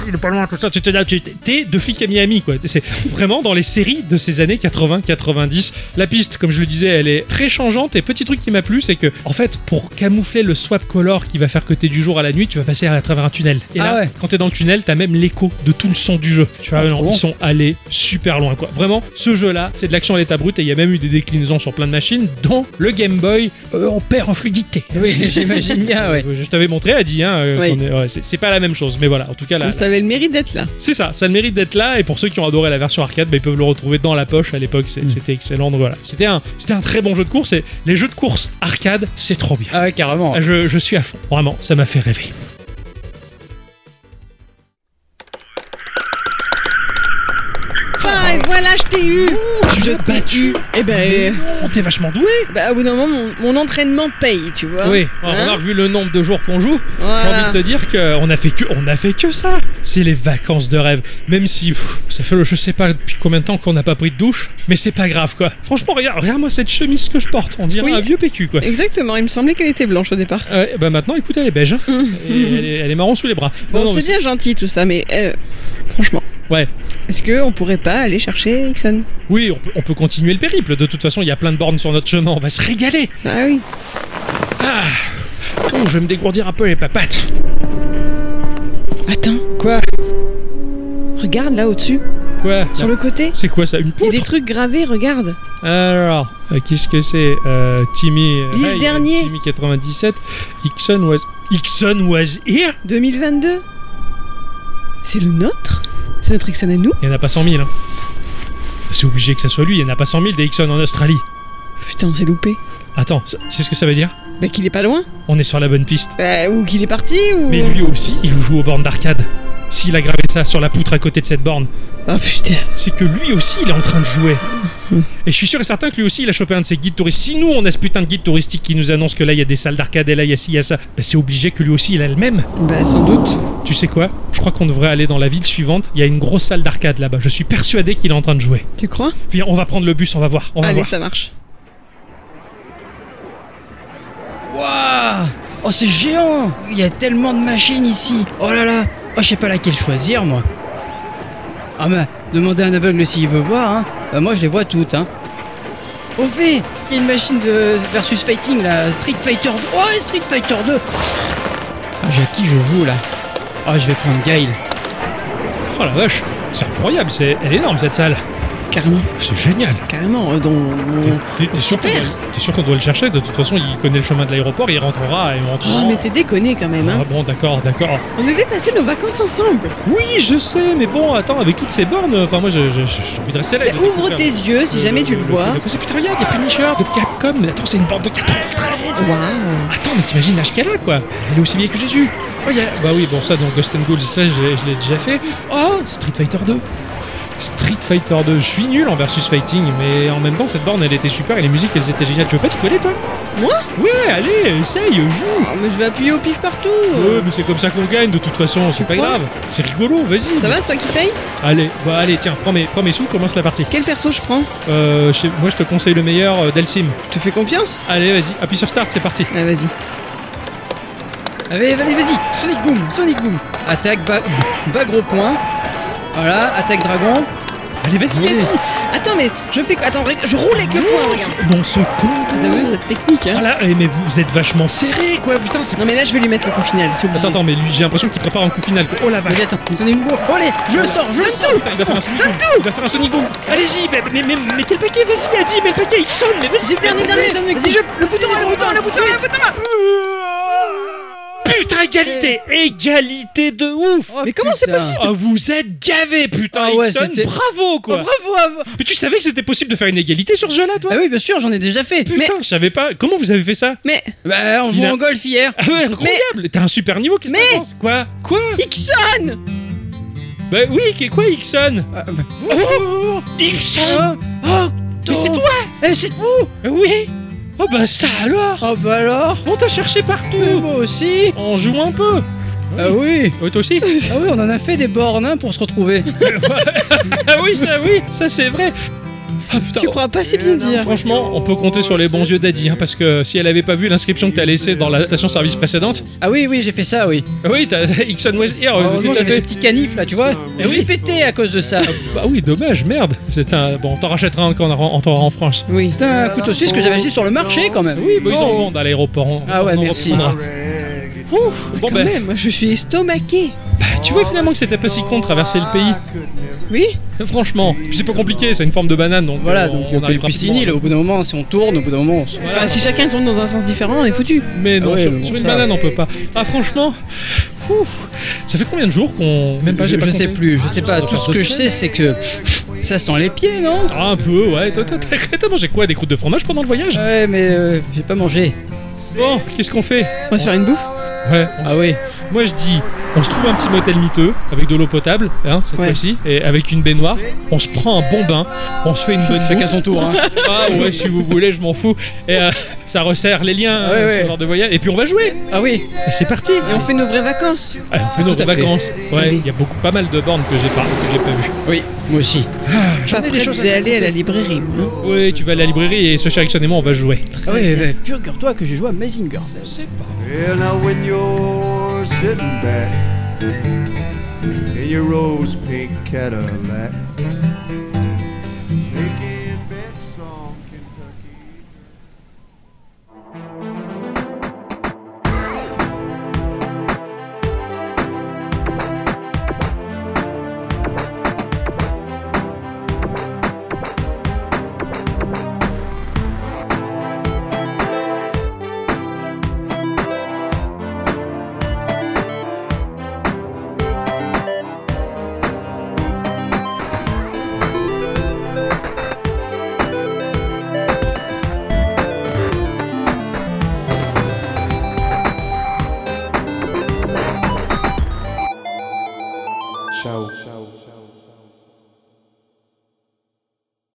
B: il est pas loin, tout ça, etc. Tu- T'es de flic à Miami, quoi. C'est vraiment dans les séries de ces années 80-90. La piste, comme je le disais, elle est très changeante. Et petit truc qui m'a plu, c'est que, en fait, pour camoufler le swap color qui va faire que t'es du jour à la nuit, tu vas passer à travers un tunnel. Et
D: Ah
B: là,
D: ouais.
B: quand t'es dans le tunnel, t'as même l'écho de tout le son du jeu. Tu vois,
D: Ah,
B: non,
D: trop
B: ils
D: bon.
B: sont allés super loin, quoi. Vraiment, ce jeu-là, c'est de l'action à l'état brut. Et il y a même eu des déclinaisons sur plein de machines, dont le Game Boy. Euh, on perd en fluidité.
D: Oui, j'imagine bien, Ah ouais.
B: Je t'avais montré, Adi, hein, euh,
M: Oui.
B: qu'on est- ouais, c'est c'est pas la même chose, mais voilà, en tout cas, là,
M: Donc ça avait le mérite d'être là.
B: c'est ça, ça a le mérite d'être là, et pour ceux qui ont adoré la version arcade, bah, ils peuvent le retrouver dans la poche à l'époque, c'est- c'était excellent, donc voilà. C'était un, c'était un très bon jeu de course, et les jeux de course arcade, c'est trop bien.
D: Ah ouais, carrément.
B: Je, je suis à fond, vraiment, ça m'a fait rêver.
M: Ah, et voilà, je t'ai eu
B: Tu jeu de battu
M: Eh ben, euh,
B: On t'es vachement doué
M: bah, au bout d'un moment, mon, mon entraînement paye, tu vois.
B: Oui, on
M: Hein
B: remarque, vu le nombre de jours qu'on joue, j'ai
M: Voilà.
B: envie de te dire qu'on a fait que, on a fait que ça. C'est les vacances de rêve. Même si, pff, ça fait le, je sais pas depuis combien de temps qu'on n'a pas pris de douche, mais c'est pas grave quoi. Franchement, regarde, regarde moi cette chemise que je porte, on dirait
M: Oui.
B: un vieux PQ quoi.
M: Exactement, il me semblait qu'elle était blanche au départ.
B: Ouais, bah maintenant, écoute, elle est beige. hein. Et elle, est, elle est marron sous les bras.
M: Bon,
B: Non, non,
M: c'est
B: mais-
M: bien gentil tout ça, mais euh, franchement,
B: Ouais.
M: est-ce qu'on pourrait pas aller chercher Ixon
B: Oui, on peut, on peut continuer le périple. De toute façon, il y a plein de bornes sur notre chemin. On va se régaler.
M: Ah oui.
B: Ah. Oh, je vais me dégourdir un peu les papates.
M: Attends.
B: Quoi
M: Regarde là au-dessus,
B: Quoi
M: sur le côté.
B: C'est quoi ça
M: Il
B: Une
M: y a
B: poutre
M: des trucs gravés, regarde.
B: Alors, euh, qu'est-ce que c'est Euh, Timmy. euh,
M: L'île
B: hey,
M: dernier.
B: Timmy 97. Ixon was. Ixon was here
M: 2022. C'est le nôtre C'est notre Ixon à nous
B: Il n'y en a pas 100 000. hein. C'est obligé que ça soit lui. Il n'y en a pas 100 000 des Ixon en Australie.
M: Putain, on s'est loupé.
B: Attends, ça- c'est ce que ça veut dire
M: Bah qu'il est pas loin.
B: On est sur la bonne piste.
M: Bah, ou qu'il est parti, ou...
B: Mais lui aussi, il joue aux bornes d'arcade. S'il a gravé ça sur la poutre à côté de cette borne,
M: Oh putain.
B: c'est que lui aussi, il est en train de jouer. Et je suis sûr et certain que lui aussi, il a chopé un de ses guides touristiques. Si nous, on a ce putain de guide touristique qui nous annonce que là, il y a des salles d'arcade et là, il y a ci, il y a ça, bah, c'est obligé que lui aussi, il a le même.
M: Bah sans doute.
B: Tu sais quoi Je crois qu'on devrait aller dans la ville suivante. Il y a une grosse salle d'arcade là-bas. Je suis persuadé qu'il est en train de jouer.
M: Tu crois
B: Viens, on va prendre le bus, on va voir. On va
M: Allez,
B: voir.
M: ça marche.
D: Waouh Oh, c'est géant Il y a tellement de machines ici Oh là là Oh, je sais pas laquelle choisir, moi. Ah, mais demandez à un aveugle s'il veut voir, hein. Bah, moi, je les vois toutes, hein. Au fait, il y a une machine de versus fighting, là. Street Fighter 2. Oh, et Street Fighter 2 Ah, j'ai à qui je joue, là Oh, je vais prendre Gail.
B: Oh la vache, c'est incroyable, c'est... elle est énorme cette salle.
M: Carrément.
B: C'est génial.
M: Carrément, euh, dans... dans-
B: T'es, t'es sûr qu'on doit,
M: Super.
B: t'es sûr qu'on doit le chercher De toute façon, il connaît le chemin de l'aéroport, il rentrera et on rentrera.
M: Oh, mais t'es déconné quand même,
B: Ah
M: hein.
B: bon, d'accord, d'accord.
M: On devait passer nos vacances ensemble.
B: Oui, je sais, mais bon, attends, avec toutes ces bornes, enfin, moi, je- je- je- j'ai envie de rester là.
M: Mais Bah, ouvre tes yeux
B: Euh,
M: si jamais tu le vois.
B: C'est putain, regarde, il y a Punisher de Capcom, mais attends, c'est une borne de 93
M: Waouh.
B: Attends, mais t'imagines l'âge qu'elle a, quoi Elle est aussi vieille que Jésus Oh, y a- Bah oui, bon, ça, dans Ghost and Ghouls, ça, je, l'ai- je l'ai déjà fait. Oh, Street Fighter 2 Street Fighter 2, je suis nul en versus fighting, mais en même temps, cette borne, elle était super et les musiques, elles étaient géniales. Tu veux pas t'y coller, toi
M: Moi
B: Ouais, allez, essaye, joue
M: Oh, mais je vais appuyer au pif partout.
B: Ouais, mais c'est comme ça qu'on gagne, de toute façon, c'est pas
M: crois
B: grave. C'est rigolo, vas-y.
M: Ça va, c'est toi qui paye
B: Allez, bah allez, tiens, prends mes, prends mes sous, commence la partie.
M: Quel perso je prends
B: Euh, je sais- moi, je te conseille le meilleur, euh, Delsim.
M: Tu fais confiance
B: Allez, vas-y, appuie sur Start, c'est parti.
M: Ah, vas-y.
D: Allez, allez, vas-y Sonic Boom Sonic Boom Attaque, bas, bas gros point. Voilà, attaque dragon.
B: Allez, vas-y,
D: Oui.
B: Cathy.
M: Attends, mais je fais quoi Attends, regarde, je roule avec le poing, regarde.
B: Dans ce
M: Ah, T'as
B: combo
M: vu cette technique, hein
B: Ah là, eh, mais vous êtes vachement serré quoi, putain, c'est
M: Non, mais là, je vais lui mettre le coup final, c'est obligé.
B: Attends, attends, mais lui, j'ai l'impression qu'il prépare un coup final quoi. Oh la vache
D: Vas-y, attends, Sonic Boom Allez, je le sors, je le sors
B: Putain, il va faire un Sonic Boom Il va faire un Sonic Boom Allez-y, mais, mais, mais, mettez le paquet, vas-y, Adi, mets le paquet, Ixon, mais vas-y
M: Dernier, dernier,
B: Vas-y,
D: Oh,
M: Vas-y, je... le bouton, le bouton, le bouton, le bouton, là
B: Putain, égalité Égalité de ouf
A: Mais comment c'est possible
B: Ah, Vous êtes gavés, putain,
D: Oh, Ah ouais,
B: Ixon,
D: c'était- Ah,
B: Bravo, quoi
D: bravo à vous.
B: Mais tu savais que c'était possible de faire une égalité sur ce jeu-là, toi
D: Ah oui, bien sûr, j'en ai déjà fait.
B: Putain, je savais pas. Comment vous avez fait ça
A: Mais.
D: Bah, on
B: Il
D: joue
B: a-
D: en golf hier.
B: Ah ouais, incroyable T'as un super niveau, qu'est-ce que t'en penses Quoi Quoi
A: Ixon
B: Bah oui, qu'est quoi, Ixon
D: Ah, bah.
B: Oh, oh, oh, Ixon Oh, Mais c'est toi
D: Eh, c'est vous
B: Oui Oh bah ça alors
D: Oh bah alors
B: On t'a cherché partout
D: Moi aussi
B: On joue un peu
D: Ah oui
B: Oh, toi aussi
D: Ah oui, on en a fait des bornes hein, pour se retrouver.
B: Ah oui, ça oui, ça c'est vrai Ah putain
D: oh.
A: Tu crois pas si
D: Eh,
A: bien
D: hein.
A: dire
B: Franchement, on peut compter sur les bons yeux d'Adi, hein, parce que si elle avait pas vu l'inscription que t'as laissée dans la station-service précédente,
D: Ah oui, oui, j'ai fait ça, oui.
B: ah oui, t'as Ixon West Air,
D: Ah, Heureusement,
B: Euh, tout à
D: j'avais
B: fait.
D: ce petit canif là, tu vois.
B: Eh
D: Je
B: oui.
D: l'ai pété à cause de ça.
B: Bah oui, dommage, merde. C'est un bon, on t'en rachètera un quand on aura- on t'aura en France.
A: Oui.
D: C'était
B: Euh,
D: un couteau suisse que j'avais acheté sur le marché quand même.
B: Oui, bah, ils en vendent à l'aéroport. on-
D: Ah ouais,
B: on en
D: merci.
B: reprendra. Ouf, bon
A: Quand
B: ben,
A: même, je suis estomaqué.
B: bah, tu vois finalement que c'était pas si con de traverser le pays.
A: Oui
B: Franchement, Puis c'est pas compliqué, c'est une forme de banane, donc
D: Voilà,
B: euh,
D: donc
B: on,
D: on
B: on arrive
D: puis c'est une île,
B: rapidement.
D: Au bout d'un moment, si on tourne, au bout d'un moment, on se-
B: Ouais.
A: Enfin, si chacun tourne dans un sens différent, on est foutu.
B: Mais non,
D: Ah ouais,
B: sur,
D: bon,
B: sur une
D: ça-
B: banane on peut pas. Ah franchement, ouf, ça fait combien de jours qu'on même pas
D: je,
B: j'ai pas
D: je sais
B: compté.
D: plus, je sais pas.
B: doit
D: Tout
B: faire
D: ce
B: deux
D: que je
B: semaines.
D: sais, c'est que ça sent les pieds, non
B: Ah, un peu, ouais. Toi, toi, T'as t'as mangé quoi Des croûtes de fromage pendant le voyage
D: Ouais, mais euh, j'ai pas mangé.
B: Bon, qu'est-ce qu'on fait
A: On va se faire une bouffe
B: Ouais,
D: Ah oui.
B: Moi je dis, on se trouve un petit motel miteux avec de l'eau potable, hein, cette
A: Ouais.
B: fois-ci, et avec une baignoire. On se prend un bon bain, on se fait une bonne
D: Chacun
B: bouffe.
D: son tour. Hein.
B: Ah ouais, si vous voulez, je m'en fous. Et euh, ça resserre les liens,
D: Ouais,
B: euh,
D: ouais.
B: ce genre de voyage. Et puis on va jouer.
D: Ah oui.
B: Et c'est parti.
A: Et on fait nos vraies vacances.
B: Allez, on fait nos
D: Tout à fait.
B: vacances. Ouais,
A: Allez.
B: il y a beaucoup, pas mal de bornes que j'ai pas, que j'ai pas vues.
D: Oui, moi aussi.
A: Ah, Pas prêt d'aller à la librairie. moi. hein.
B: Oui, tu vas à la librairie et ce cher Ericsson et moi, on va jouer.
D: Ah oui, ouais, figure-toi que j'ai joué à Mazinger.
N: Well, now when you're sitting back in your rose pink Cadillac, making that song Kentucky. Ciao. Ciao.